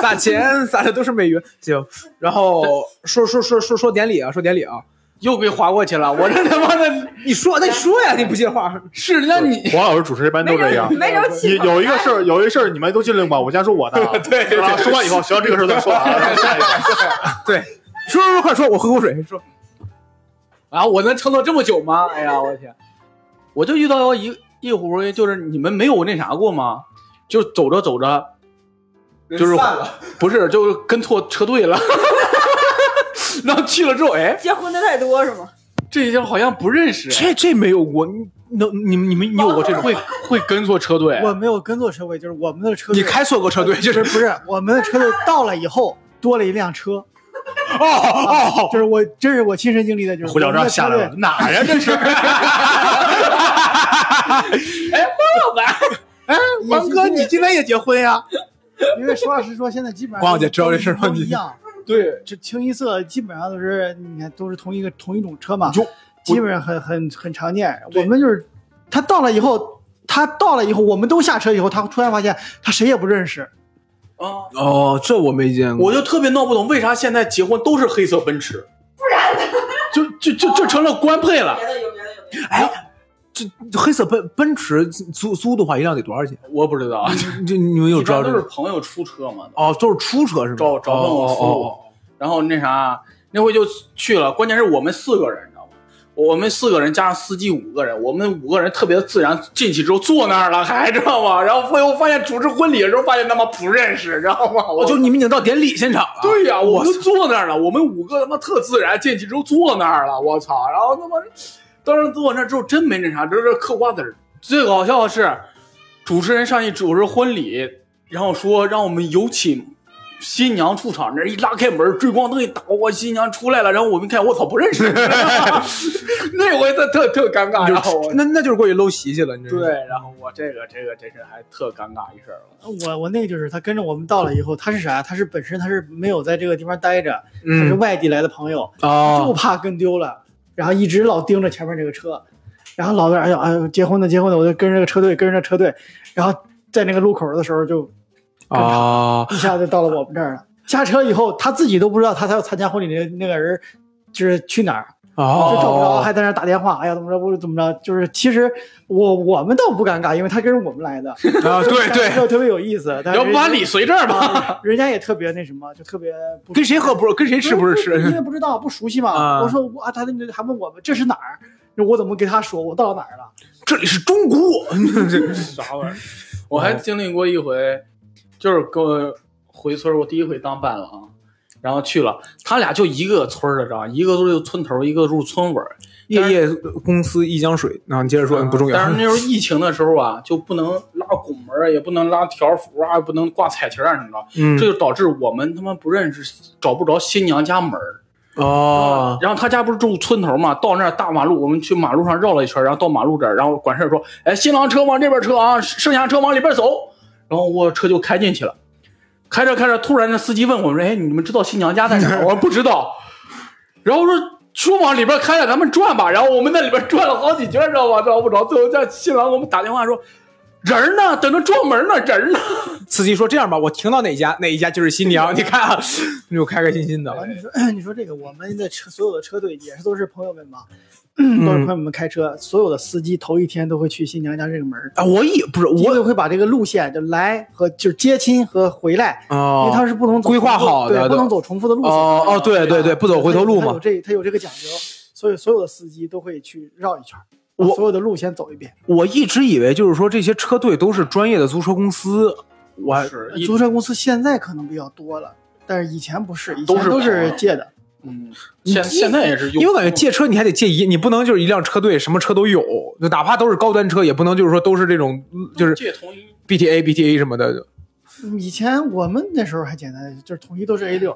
Speaker 1: 撒钱撒的都是美元，行。然后说说说说说典礼啊，说典礼啊，
Speaker 5: 又给划过去了，我这他妈的
Speaker 1: 你说，那你说呀，你不接话，
Speaker 5: 是那你
Speaker 2: 黄老师主持一般都
Speaker 3: 没
Speaker 2: 这样
Speaker 3: 人。没人
Speaker 2: 你
Speaker 3: 起头。
Speaker 2: 有一个事儿，有一事儿你们都尽量管，我先说我的啊。 对对对，说完以后，行，这个事儿咱 说完了，然后下一个。
Speaker 1: 对，说说说快说，我喝口水，说
Speaker 5: 啊，我能撑到这么久吗？哎呀，我天！我就遇到一一伙儿，就是你们没有那啥过吗？就走着走着，就是
Speaker 1: 散了，
Speaker 5: 不是，就是跟错车队了， 然后去了之后，哎，
Speaker 3: 结婚的太多是吗？
Speaker 5: 这些好像不认识，
Speaker 1: 这
Speaker 5: 哎
Speaker 1: 这没有过，你能你你们你有过这种？
Speaker 5: 会会跟错车队。
Speaker 4: 我没有跟错车位，就是我们的车
Speaker 1: 你
Speaker 4: 队，
Speaker 1: 开错过车队，就
Speaker 4: 不
Speaker 1: 是
Speaker 4: 是不是我们的车队到了以后多了一辆车，啊
Speaker 1: 哦哦，
Speaker 4: 就是我这是我亲身经历的，就是
Speaker 2: 胡
Speaker 4: 我
Speaker 2: 小
Speaker 4: 们
Speaker 2: 张
Speaker 4: 的车
Speaker 2: 下来
Speaker 4: 队
Speaker 2: 了，哪呀这是？
Speaker 5: 哎，孟老板，
Speaker 2: 王哥，你今天也结婚呀？
Speaker 4: 因为实话实说，现在基本上
Speaker 1: 王小姐知道这事儿吗
Speaker 4: 都一样，
Speaker 5: 对，
Speaker 4: 这清一色基本上都是你看都是同一个同一种车嘛
Speaker 1: 就，
Speaker 4: 基本上很很很常见。我们就是他到了以后，他到了以后，我们都下车以后，他突然发现他谁也不认识，
Speaker 5: 啊，
Speaker 1: 哦，这我没见
Speaker 5: 我就特别闹不懂，为啥现在结婚都是黑色奔驰？不然呢？就就就就成了官配了。
Speaker 3: 的有，别的有，别的。
Speaker 1: 哎，这这黑色奔奔驰租租的话，一辆得多少钱？
Speaker 5: 我不知道，
Speaker 1: 你这你们有
Speaker 5: 一
Speaker 1: 知道
Speaker 5: 般
Speaker 1: 这
Speaker 5: 都是
Speaker 1: 个？
Speaker 5: 朋友出车嘛，
Speaker 1: 哦，都是出车是吗？
Speaker 5: 找找问我
Speaker 1: 哦
Speaker 5: 出，
Speaker 1: 哦
Speaker 5: 然后那啥，那回就去了。关键是我们四个人，你知道吗？我们四个人加上司机五个人，我们五个人特别自然进去之后坐那儿了，还知道吗？然后最后发现主持婚礼的时候，发现他妈不认识，知道吗？
Speaker 1: 哦，
Speaker 5: 我
Speaker 1: 哦就你们已经到典礼现场了。
Speaker 5: 对呀、
Speaker 1: 啊
Speaker 5: 我
Speaker 1: 我
Speaker 5: 们就坐那儿了，我们五个他妈特自然进去之后坐那儿了，我操！然后他妈当时坐那儿之后真没那啥，这这嗑瓜子儿。最搞笑的是，主持人上去主持婚礼，然后说让我们有请新娘出场，那一拉开门，追光灯一打，我新娘出来了，然后我们看，我操，不认识， 那回特特特尴
Speaker 1: 啊
Speaker 5: 尬，然后我
Speaker 1: 那那就是过去搂席去了，你知道吗？
Speaker 5: 对，然后我这个这个这是还特尴尬一事儿了，
Speaker 4: 我我那个就是他跟着我们到了以后，他是啥？他是本身他是没有在这个地方待着，他是
Speaker 1: 嗯
Speaker 4: 外地来的朋友，就
Speaker 1: 哦，
Speaker 4: 怕跟丢了，然后一直老盯着前面这个车，然后老在哎呦哎呦结婚的结婚的，我就跟着这个车队跟着这个车队，然后在那个路口的时候就
Speaker 1: 啊，
Speaker 4: 一下就到了我们 这儿了。下车以后，他自己都不知道他才要参加婚礼那那个人就是去哪儿，
Speaker 1: 哦，
Speaker 4: 就找不着，还在那儿打电话，哎呀怎么着，我怎么着，就是其实我我们倒不尴尬，因为他跟着我们来的，
Speaker 1: 啊， 对对，
Speaker 4: 特别有意思。但
Speaker 5: 要
Speaker 4: 是
Speaker 5: 不把礼随这儿吧，
Speaker 4: 啊人家也特别那什么，就特别不
Speaker 1: 跟谁喝不是跟谁吃 不是
Speaker 4: 因
Speaker 1: 吃，
Speaker 4: 为不知道不熟悉嘛。
Speaker 1: 啊
Speaker 4: 我说我啊，他那还问我们这是哪儿，我怎么跟他说我到了哪儿了？
Speaker 1: 这里是中国，
Speaker 5: 啥玩意儿？ 我还经历过一回，就是跟我回村儿，我第一回当伴郎，然后去了，他俩就一个村儿的，知道吧？一个住村头，一个住村尾儿。
Speaker 1: 夜夜公司一江水。啊，你接着说，不重要。
Speaker 5: 但是那时候疫情的时候啊，就不能拉拱门儿，啊也不能拉条幅啊，也不能挂彩旗儿啊什么的，
Speaker 1: 嗯
Speaker 5: 这就导致我们他妈不认识，找不着新娘家门儿。
Speaker 1: 哦，
Speaker 5: 然后他家不是住村头嘛，到那儿大马路，我们去马路上绕了一圈，然后到马路这儿，然后管事儿说：“哎，新郎车往这边车啊，剩下车往里边走。”然后我车就开进去了，开着开着，突然那司机问我们：“哎，你们知道新娘家 在哪儿？”我说：“不知道。”然后说。说往里边开了，咱们转吧。然后我们在里边转了好几圈，知道吧？找不着，最后叫新郎给我们打电话说：“人儿呢？等着撞门呢，人儿呢
Speaker 1: 司机说这样吧，我停到哪家，哪一家就是新娘。你看啊， 就开开心心的。
Speaker 4: 你说 你说这个我们的车所有的车队也是都是朋友们嘛，嗯都
Speaker 1: 嗯
Speaker 4: 是朋友们开车，所有的司机头一天都会去新娘家这个门儿。
Speaker 1: 啊，我也不是
Speaker 4: 我
Speaker 1: 我
Speaker 4: 也会把这个路线就来和就是接亲和回来，因为
Speaker 1: 哦
Speaker 4: 他是不能走
Speaker 1: 规划
Speaker 4: 重复
Speaker 1: 好的
Speaker 4: 对，不
Speaker 1: 都
Speaker 4: 能走重复的路线。
Speaker 1: 哦哦，对对对，不走回头路
Speaker 4: 他有
Speaker 1: 嘛。
Speaker 4: 这他有这个讲究，所以所有的司机都会去绕一圈儿，把
Speaker 1: 我
Speaker 4: 所有的路先走一遍。
Speaker 1: 我一直以为就是说这些车队都是专业的租车公司，我还
Speaker 5: 是
Speaker 4: 租车公司现在可能比较多了，但是以前不是，以
Speaker 5: 都
Speaker 4: 前
Speaker 5: 是
Speaker 4: 都是借的。
Speaker 5: 嗯，现现在也是用，
Speaker 1: 因为我感觉借车你还得借一，你不能就是一辆车队什么车都有，就哪怕都是高端车，也不能就是说都是这种嗯就是
Speaker 5: 借同一
Speaker 1: BTA BTA 什么的
Speaker 4: 嗯以前我们那时候还简单，就是统一都是 A 六、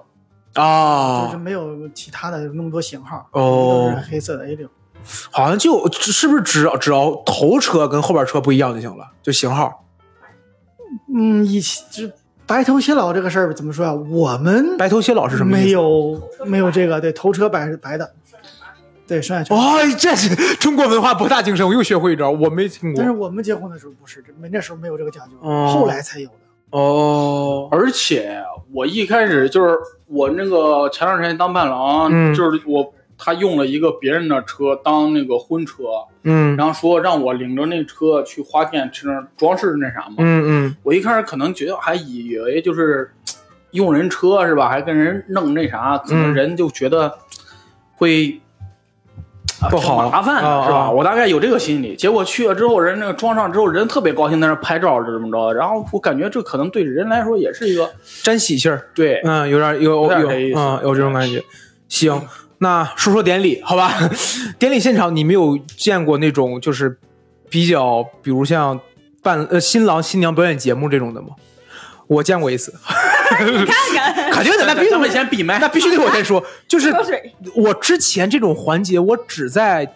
Speaker 4: 就是
Speaker 1: 啊。
Speaker 4: 没有其他的那么多型号，
Speaker 1: 哦
Speaker 4: 都是黑色的 A 六。
Speaker 1: 好像就是不是只要只要头车跟后边车不一样就行了，就型号。
Speaker 4: 嗯，以前就白头偕老这个事儿怎么说啊？我们
Speaker 1: 白头偕老是什么意思？
Speaker 4: 没有没有这个，对，头车白白的，对，生下去。
Speaker 1: 哦，这是中国文化博大精深，我又学会一招，我没听过
Speaker 4: 但是。我们结婚的时候不是，这没那时候没有这个讲究，
Speaker 1: 哦
Speaker 4: 后来才有的。
Speaker 1: 哦，
Speaker 5: 而且我一开始就是我那个前段时间当伴郎，
Speaker 1: 嗯
Speaker 5: 就是我他用了一个别人的车当那个婚车，
Speaker 1: 嗯
Speaker 5: 然后说让我领着那车去花店去那儿装饰那啥嘛。
Speaker 1: 嗯
Speaker 5: 我一开始可能觉得还以为就是嘖用人车是吧，还跟人弄那啥，可能
Speaker 1: 嗯
Speaker 5: 人就觉得会。啊
Speaker 1: 不好
Speaker 5: 挺麻烦的
Speaker 1: 啊
Speaker 5: 是吧？
Speaker 1: 啊
Speaker 5: 我大概有这个心理，结果去了之后，人那个装上之后，人特别高兴，在那儿拍照，是怎么着？然后我感觉这可能对人来说也是一个
Speaker 1: 沾喜气儿，
Speaker 5: 对，
Speaker 1: 嗯，有点有
Speaker 5: 有点
Speaker 1: 有
Speaker 5: 这意思
Speaker 1: 嗯有这种感觉。行，那说说典礼好吧？ 典礼现场你没有见过那种就是比较，比如像伴呃新郎新娘表演节目这种的吗？我见过一次，
Speaker 3: 看 看
Speaker 1: 肯定的，那必须
Speaker 5: 咱们
Speaker 1: 得
Speaker 5: 先闭麦。
Speaker 1: 那必须得我先 说，就是
Speaker 3: 喝水，
Speaker 1: 我之前这种环节，我只在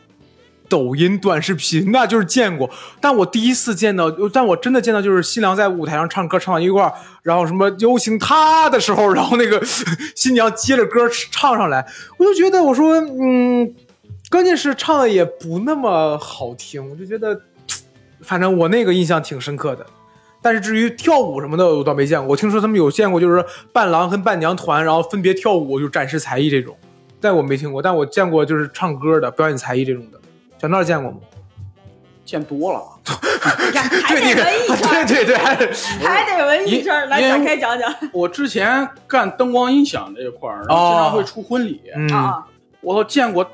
Speaker 1: 抖音短视频那就是见过，但我第一次见到，但我真的见到就是新娘在舞台上唱歌，唱到一块儿，然后什么有请她的时候，然后那个 新娘接着歌唱上来，我就觉得我说嗯，关键是唱的也不那么好听，我就觉得，反正我那个印象挺深刻的。但是至于跳舞什么的，我倒没见过。我听说他们有见过，就是伴郎跟伴娘团，然后分别跳舞，就展示才艺这种。但我没听过，但我见过就是唱歌的、表演才艺这种的。小闹见过 吗？
Speaker 5: 见多了，
Speaker 3: 你看还
Speaker 1: 对，那
Speaker 3: 得
Speaker 1: 个，对
Speaker 5: 啊
Speaker 3: 文艺圈儿，
Speaker 1: 对对，还是
Speaker 3: 还得文艺圈儿，来
Speaker 5: 因为
Speaker 3: 展开讲讲
Speaker 5: 我之前干灯光音响这一块儿，然后经常会出婚礼，
Speaker 1: 嗯
Speaker 3: 啊！
Speaker 5: 我见过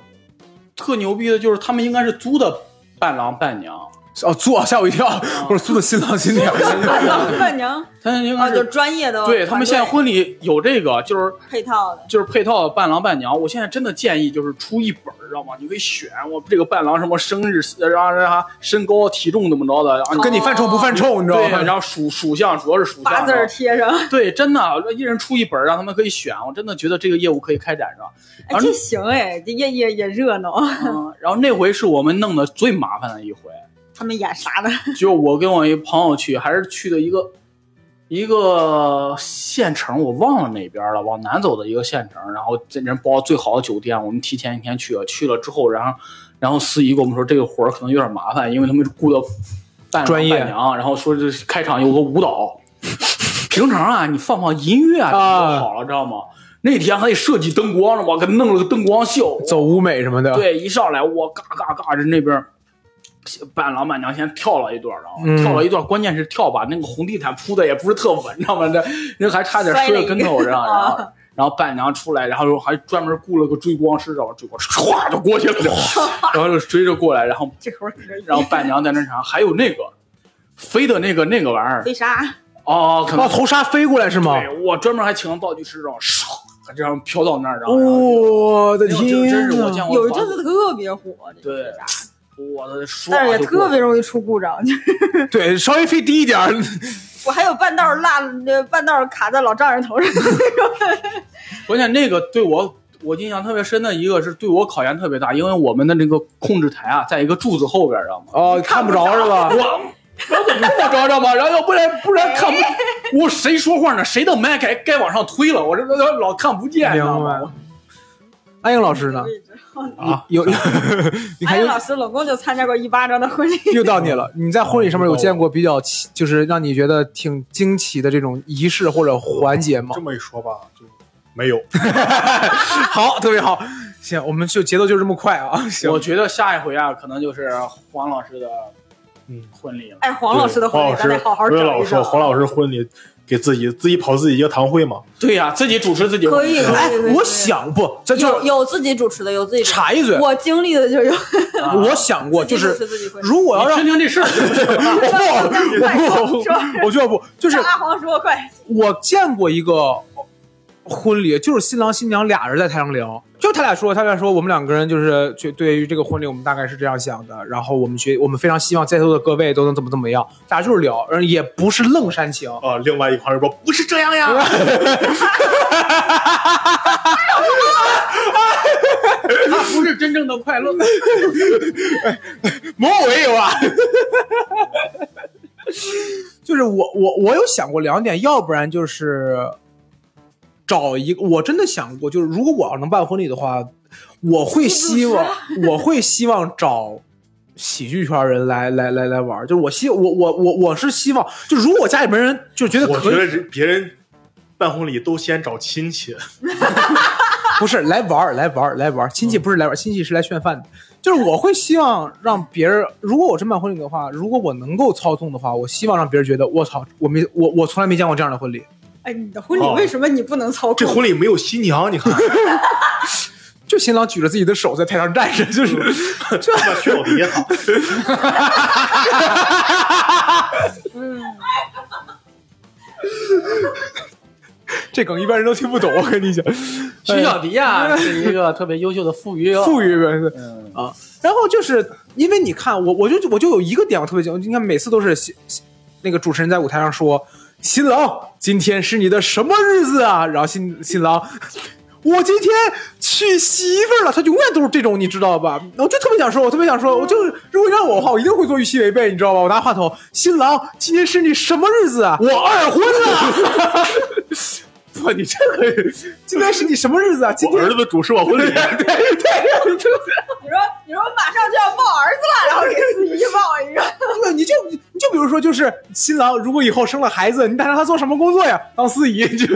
Speaker 5: 特牛逼的，就是他们应该是租的伴郎伴娘，
Speaker 1: 哦，做吓我一跳，我说租的新郎新娘，
Speaker 3: 伴啊娘
Speaker 5: 他应
Speaker 3: 啊，
Speaker 5: 该
Speaker 3: 就是
Speaker 5: 是
Speaker 3: 专业的，
Speaker 5: 嗯对他们现在婚礼有这个，就是
Speaker 3: 配套的，
Speaker 5: 就是配套伴郎伴娘，我现在真的建议就是出一本儿，知道吗？你可以选我这个伴郎什么生日，然后啥身高、体重怎么着的，然后你
Speaker 1: 跟你啊犯臭不犯臭，你知道
Speaker 5: 对，
Speaker 1: 吗？
Speaker 5: 然后属属相主要是属相
Speaker 3: 八字儿
Speaker 5: 然后
Speaker 3: 贴上，
Speaker 5: 对，真的，一人出一本儿，让他们可以选。我真的觉得这个业务可以开展上。
Speaker 3: 哎，这行哎，这也也也热闹。
Speaker 5: 嗯，然后那回是我们弄的最麻烦的一回，
Speaker 3: 他们演啥的？
Speaker 5: 就我跟我一朋友去，还是去的一个一个县城，我忘了哪边了，往南走的一个县城。然后这人包最好的酒店，我们提前一天去了，去了之后，然后然后司仪跟我们说这个活儿可能有点麻烦，因为他们雇的伴郎
Speaker 1: 专业
Speaker 5: 伴娘，然后说这开场有个舞蹈， 平常啊你放放音乐啊
Speaker 1: 啊
Speaker 5: 就好了，知道吗？那天还得设计灯光了，我给弄了个灯光秀，
Speaker 1: 走舞美什么的，
Speaker 5: 对，一上来我嘎嘎嘎，这那边儿伴郎伴娘先跳了一段儿，然后、
Speaker 1: 嗯
Speaker 5: 跳了一段儿，关键是跳吧，那个红地毯铺的也不是特稳，知道吗？这人还差点
Speaker 3: 摔
Speaker 5: 摔
Speaker 3: 了
Speaker 5: 个
Speaker 3: 一
Speaker 5: 跟头 上，然后
Speaker 3: 啊。
Speaker 5: 然后伴娘出来，然后还专门雇了个追光师，知道吧？追光师唰就过去了， 然后就追着过来，然后
Speaker 3: 这活儿可以。
Speaker 5: 然后伴娘在那啥，还有那个飞的那个那个玩意儿
Speaker 3: 为啥？
Speaker 5: 哦，可能
Speaker 1: 哦，头纱飞过来是吗？
Speaker 5: 对我专门还请了道具师，然后唰这样飘到那儿，然后然后
Speaker 1: 哦我的
Speaker 5: 就哎呦
Speaker 1: 天
Speaker 5: 这真是
Speaker 1: 呐
Speaker 5: 我见过
Speaker 3: 有一
Speaker 5: 房
Speaker 3: 阵子特别火，这个
Speaker 5: 对
Speaker 3: 飞沙
Speaker 5: 我的说，
Speaker 3: 但是也特别容易出故障。
Speaker 1: 对，稍微飞低一点 儿，
Speaker 3: 我还有半道儿落，呃半道儿卡在老丈人头上。
Speaker 5: 关键那个对我我印象特别深的一个是对我考验特别大，因为我们的那个控制台啊，在一个柱子后边，知道吗？
Speaker 1: 哦，看不着是吧？
Speaker 5: 我。然后怎么不着知道吗？然后要不然不然 看不，我谁说话呢？谁的麦该该往上推了？我这老看不见，你 知道
Speaker 1: 明白
Speaker 5: 吗？
Speaker 1: 安英老师 呢？
Speaker 5: 啊，
Speaker 1: 有， 你
Speaker 3: 安
Speaker 1: 看
Speaker 3: 英
Speaker 1: 又
Speaker 3: 哎老师总共就参加过一巴掌的婚礼，
Speaker 1: 又到你了。你在婚礼上面有见过比较奇就是让你觉得挺惊奇的这种仪式或者环节吗
Speaker 2: 这？么一说吧，就没有。
Speaker 1: 好，特别好。行，我们就节奏就这么快啊。行，
Speaker 5: 我觉得下一回啊，可能就是黄老师的
Speaker 2: 嗯
Speaker 5: 婚礼了。
Speaker 3: 哎，黄老师的婚
Speaker 2: 黄
Speaker 3: 礼
Speaker 2: 老
Speaker 3: 咱
Speaker 2: 师
Speaker 3: 得好好
Speaker 2: 我跟
Speaker 3: 整
Speaker 2: 老
Speaker 3: 一
Speaker 2: 师说，
Speaker 3: 整。
Speaker 2: 黄老师婚礼给自己自己跑自己一个堂会嘛，
Speaker 5: 对呀、自己主持自己
Speaker 3: 可以，
Speaker 1: 哎
Speaker 3: 可以可以，
Speaker 1: 我想不，这就
Speaker 3: 有
Speaker 1: 是
Speaker 3: 有自己主持的，有自己主持
Speaker 1: 插一嘴
Speaker 3: 的。，我经历的就有，
Speaker 5: 啊
Speaker 1: 我想过， 就
Speaker 3: 自己主
Speaker 1: 是
Speaker 3: 持自己婚礼
Speaker 1: 如果要
Speaker 5: 你
Speaker 1: 让
Speaker 5: 听听这事儿，
Speaker 1: 我不，我
Speaker 3: 说
Speaker 1: 不，我就不，就是
Speaker 3: 让阿黄说快，
Speaker 1: 我见过一个婚礼，就是新郎新娘俩人在台上聊，就他俩说，他俩说我们两个人就是就对于这个婚礼，我们大概是这样想的，然后我们觉我们非常希望在座的各位都能怎么怎么样，大家就是聊，嗯，也不是愣煽情。
Speaker 2: 啊，另外一块儿说不是这样呀，
Speaker 5: 他不是真正的快 乐。
Speaker 1: 某某也有啊。 就是我我我有想过两点，要不然就是找一个，我真的想过，就是如果我要能办婚礼的话，我会希望我会希望找。喜剧圈人来来来来玩儿，就是我希我我我我是希望，就如果我家里边人就觉得
Speaker 2: 我
Speaker 1: 可以，
Speaker 2: 觉得人别人办婚礼都先找亲戚，
Speaker 1: 不是来玩儿来玩儿来玩儿，亲戚不是来玩儿，亲戚是来炫饭的。就是我会希望让别人，如果我真办婚礼的话，如果我能够操纵的话，我希望让别人觉得我操，我没我我从来没见过这样的婚礼。
Speaker 3: 哎，你的婚
Speaker 1: 啊
Speaker 3: 礼为什么你不能操
Speaker 2: 这
Speaker 3: 控？
Speaker 2: 婚礼没有新娘，你 看，
Speaker 1: 就新郎举着自己的手在台上站着，就是
Speaker 2: 这炫我的野 草，
Speaker 3: 嗯
Speaker 1: 这梗一般人都听不懂。我跟你讲，
Speaker 5: 徐小迪呀、是一个特别优秀的富啊余，
Speaker 1: 富裕呗。
Speaker 5: 嗯，
Speaker 1: 啊，然后就是因为你看我，我就我就有一个点我特别讲，你看每次都是新新那个主持人在舞台上说：“新郎，今天是你的什么日子啊？”然后新新郎。我今天娶媳妇儿了，他永远都是这种，你知道吧？我就特别想说，我特别想说，我就是如果让我的话，我一定会做预期违背，你知道吧？我拿话筒，新郎，今天是你什么日子啊？我二婚了。 不，你这个，今天是你什么日子啊？今
Speaker 2: 我
Speaker 1: 天
Speaker 2: 儿子主持我婚
Speaker 1: 对
Speaker 2: 礼，
Speaker 1: 对。
Speaker 3: 你说你说马上就要抱儿子了，然后给司仪抱 一个，
Speaker 1: 对，你就你就比如说，就是新郎如果以后生了孩子，你打算他做什么工作呀？当司仪，就 就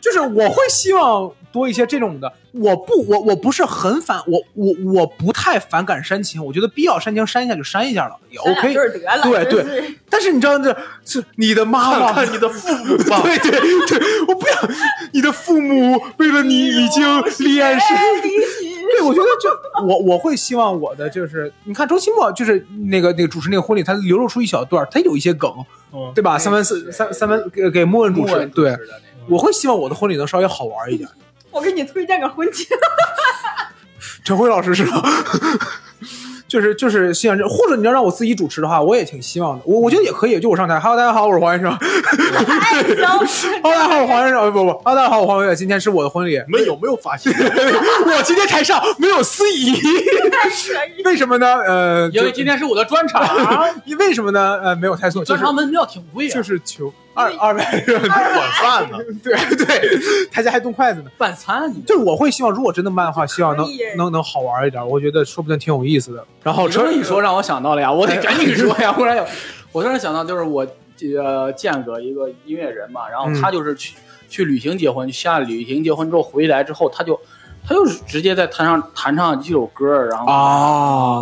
Speaker 1: 就是我会希望多一些这种的。我不，我我不是很反，我我我不太反感煽情，我觉得必要煽情煽一下就煽一下了，也 OK
Speaker 3: 就。是得了，
Speaker 1: 对
Speaker 3: 真
Speaker 1: 对
Speaker 3: 是，
Speaker 1: 但是你知道这是你的妈妈，
Speaker 2: 看看你的父母吧。
Speaker 1: 对对对，我不想你的父母为了你已经恋上。
Speaker 3: 哎离奇。
Speaker 1: 对，我觉得就我我会希望我的就是，你看周奇墨就是那个那个主持那个婚礼，他流露出一小段儿，他有一些梗，
Speaker 2: 嗯
Speaker 1: 对吧？三番四三三番给给莫文主持，对，我会希望我的婚礼能稍微好玩一点。
Speaker 3: 我给你推荐个婚 庆，
Speaker 1: 陈辉老师是吧？ 就是就是信仰这，或者你要让我自己主持的话，我也挺希望的。我我觉得也可以，就我上台，Hello，大家好，我是黄先生。Hello，大家好，我是 哎黄先生。不不，Hello，大家好，我是黄先生。今天是我的婚礼，
Speaker 2: 你们有没有发 现，
Speaker 1: 我今天台上没有司仪， 为什么呢？呃，
Speaker 5: 因为今天是我的专场，啊
Speaker 1: 天为什么呢？呃，没有猜错，就
Speaker 5: 专
Speaker 1: 是
Speaker 5: 场门票挺贵啊，
Speaker 1: 就是求二二百 个人，
Speaker 2: 管饭呢？
Speaker 1: 对对，台下还动筷子呢。
Speaker 5: 半餐啊你们。
Speaker 1: 就是我会希望，如果真的办的话，希望能
Speaker 3: 可以耶
Speaker 1: 能能好玩一点，我觉得说不定挺有意思的。然后
Speaker 5: 你这
Speaker 1: 陈
Speaker 5: 么一说，让我想到了呀，我
Speaker 1: 哎
Speaker 5: 得赶紧说呀，不然有。我突然想到，就是我呃见过一个音乐人嘛，然后
Speaker 1: 嗯
Speaker 5: 他就是去、去旅行结婚，去下旅行结婚之后回来之后，他就他就是直接在台上弹唱几首歌，然后、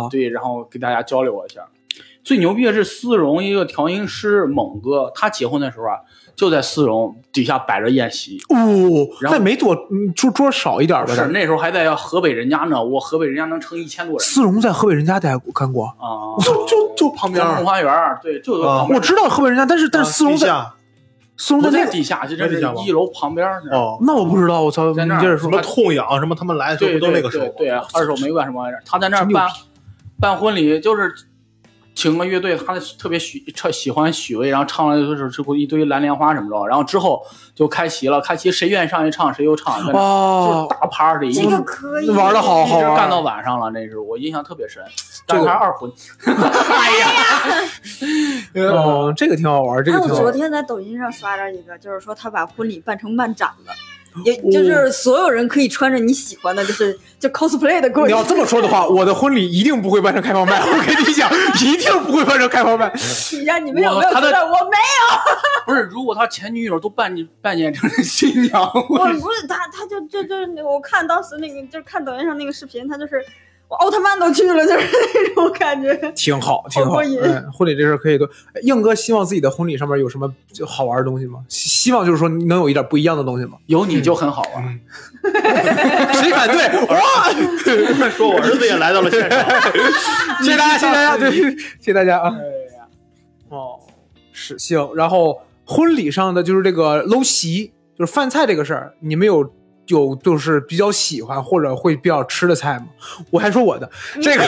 Speaker 1: 啊，
Speaker 5: 对，然后给大家交流一下。最牛逼的是丝绒一个调音师猛哥，他结婚的时候啊，就在丝绒底下摆着宴席，
Speaker 1: 哦，
Speaker 5: 然后
Speaker 1: 那没多嗯桌桌少一点吧？
Speaker 5: 是那时候还在河北人家呢，我河北人家能撑一千多人
Speaker 1: 丝绒在河北人家待过看过，
Speaker 5: 啊，
Speaker 1: 就就就旁边
Speaker 5: 红
Speaker 1: 儿，
Speaker 5: 花园儿，对，就
Speaker 2: 啊
Speaker 5: 旁边
Speaker 1: 我知道河北人家，但是但是丝绒
Speaker 2: 地
Speaker 1: 在
Speaker 2: 下
Speaker 1: 丝绒
Speaker 5: 啊不
Speaker 1: 在
Speaker 5: 在
Speaker 1: 那个，
Speaker 5: 地下，就真
Speaker 2: 在
Speaker 5: 是
Speaker 2: 地下吗
Speaker 5: 一楼旁边儿那儿。
Speaker 2: 哦，
Speaker 1: 那我不知道，我操，你
Speaker 5: 在那儿
Speaker 1: 接着
Speaker 2: 什
Speaker 1: 说
Speaker 2: 么，痛痒什么，他们来的时候
Speaker 5: 对
Speaker 2: 不都那
Speaker 5: 对
Speaker 2: 个时候
Speaker 5: 对
Speaker 2: 吗？
Speaker 5: 对，啊 二手玫瑰什么玩意儿，他在那儿
Speaker 1: 真牛
Speaker 5: 办办婚礼，就是请个乐队，他特别喜特喜欢许巍，然后唱了就是这不一堆蓝莲花什么的，然后之后就开席了，开席谁愿意上去唱谁就唱，在那儿就是
Speaker 1: 哦，
Speaker 5: 大 party，一
Speaker 3: 这
Speaker 5: 直
Speaker 3: 个可以
Speaker 1: 嗯玩得好
Speaker 5: 一
Speaker 1: 好
Speaker 5: 直
Speaker 1: 玩
Speaker 5: 干到晚上了，那是我印象特别深，
Speaker 1: 这
Speaker 5: 但
Speaker 1: 个
Speaker 5: 是还是二婚， 哎呀，
Speaker 1: 哦，
Speaker 5: 嗯
Speaker 1: 这个挺好玩，这
Speaker 3: 哎，
Speaker 1: 个
Speaker 3: 我
Speaker 1: 挺好
Speaker 3: 昨
Speaker 1: 玩，
Speaker 3: 天在抖音上刷着一个，就是说他把婚礼办成漫展了。也
Speaker 1: 哦
Speaker 3: 就是所有人可以穿着你喜欢的，就是就 cosplay 的过
Speaker 1: 你
Speaker 3: 去
Speaker 1: 要。这么说的 话，我的婚礼一定不会办成开放麦，我跟你讲，一定不会办成开放麦。
Speaker 3: 你呀，你们有
Speaker 5: 我
Speaker 3: 没有
Speaker 5: 他
Speaker 3: 觉
Speaker 5: 的
Speaker 3: 得我没
Speaker 5: 不是，如果他前女友都扮扮演成新娘，我
Speaker 3: 我不是他，他就就就我看当时那个，就是看抖音上那个视频，他就是我奥特曼都去了，就是那种感觉。
Speaker 1: 挺好，挺好。
Speaker 3: 过瘾
Speaker 1: 嗯，婚礼这事儿可以多。哎硬哥希望自己的婚礼上面有什么就好玩的东西吗？希希望就是说能有一点不一样的东西吗？
Speaker 5: 有你就很好啊。
Speaker 1: 谁反对？ 哇！
Speaker 2: 说我儿子也来到了现场，
Speaker 1: 谢谢大家，谢谢大家，对， 谢谢大家啊。哦，是行。然后婚礼上的就是这个搂席，就是饭菜这个事儿，你们有有就是比较喜欢或者会比较吃的菜吗？我还说我的这个，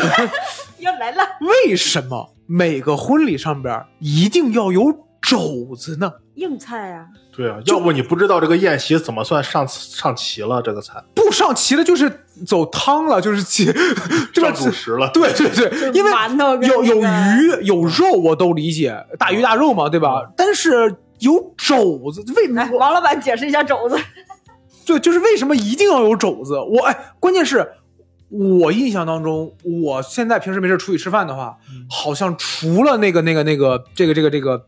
Speaker 3: 又来了，
Speaker 1: 为什么每个婚礼上边一定要有肘子呢？
Speaker 3: 硬菜啊！
Speaker 2: 对啊，要不你不知道这个宴席怎么算上上齐了这个菜，
Speaker 1: 不上齐了就是走汤了，就是 齐，对吧
Speaker 2: 上？主食了。
Speaker 1: 对对对，因为
Speaker 3: 馒头跟
Speaker 1: 有有
Speaker 3: 那个
Speaker 1: 鱼有肉我都理解，大鱼大肉嘛，对吧？但是有肘子，为
Speaker 3: 来，哎王老板解释一下肘子。
Speaker 1: 对，就是为什么一定要有肘子？我哎，关键是，我印象当中，我现在平时没事出去吃饭的话，好像除了那个那个那个这个这个这个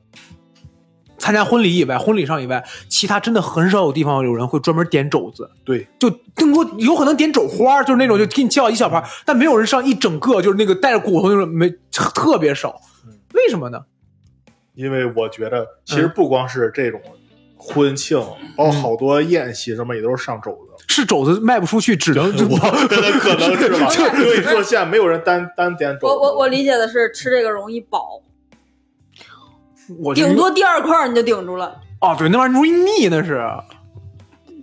Speaker 1: 参加婚礼以外，婚礼上以外，其他真的很少有地方有人会专门点肘子。
Speaker 2: 对，
Speaker 1: 就更多有可能点肘花儿，就是那种就给你切好一小盘儿，但没有人上一整个，就是那个带着骨头那种，没特特别少
Speaker 2: 嗯。
Speaker 1: 为什么呢？
Speaker 2: 因为我觉得其实不光是这种婚庆，包括好多宴席什么也都是上肘 子。
Speaker 1: 是肘子卖不出去，只能就
Speaker 2: 真的可能是吧？ 所以说现在没有人单单点肘子。
Speaker 3: 我我我理解的是吃这个容易饱，
Speaker 1: 我就
Speaker 3: 顶多第二块儿你就顶住了。
Speaker 1: 哦，对，那玩意儿容易腻，那是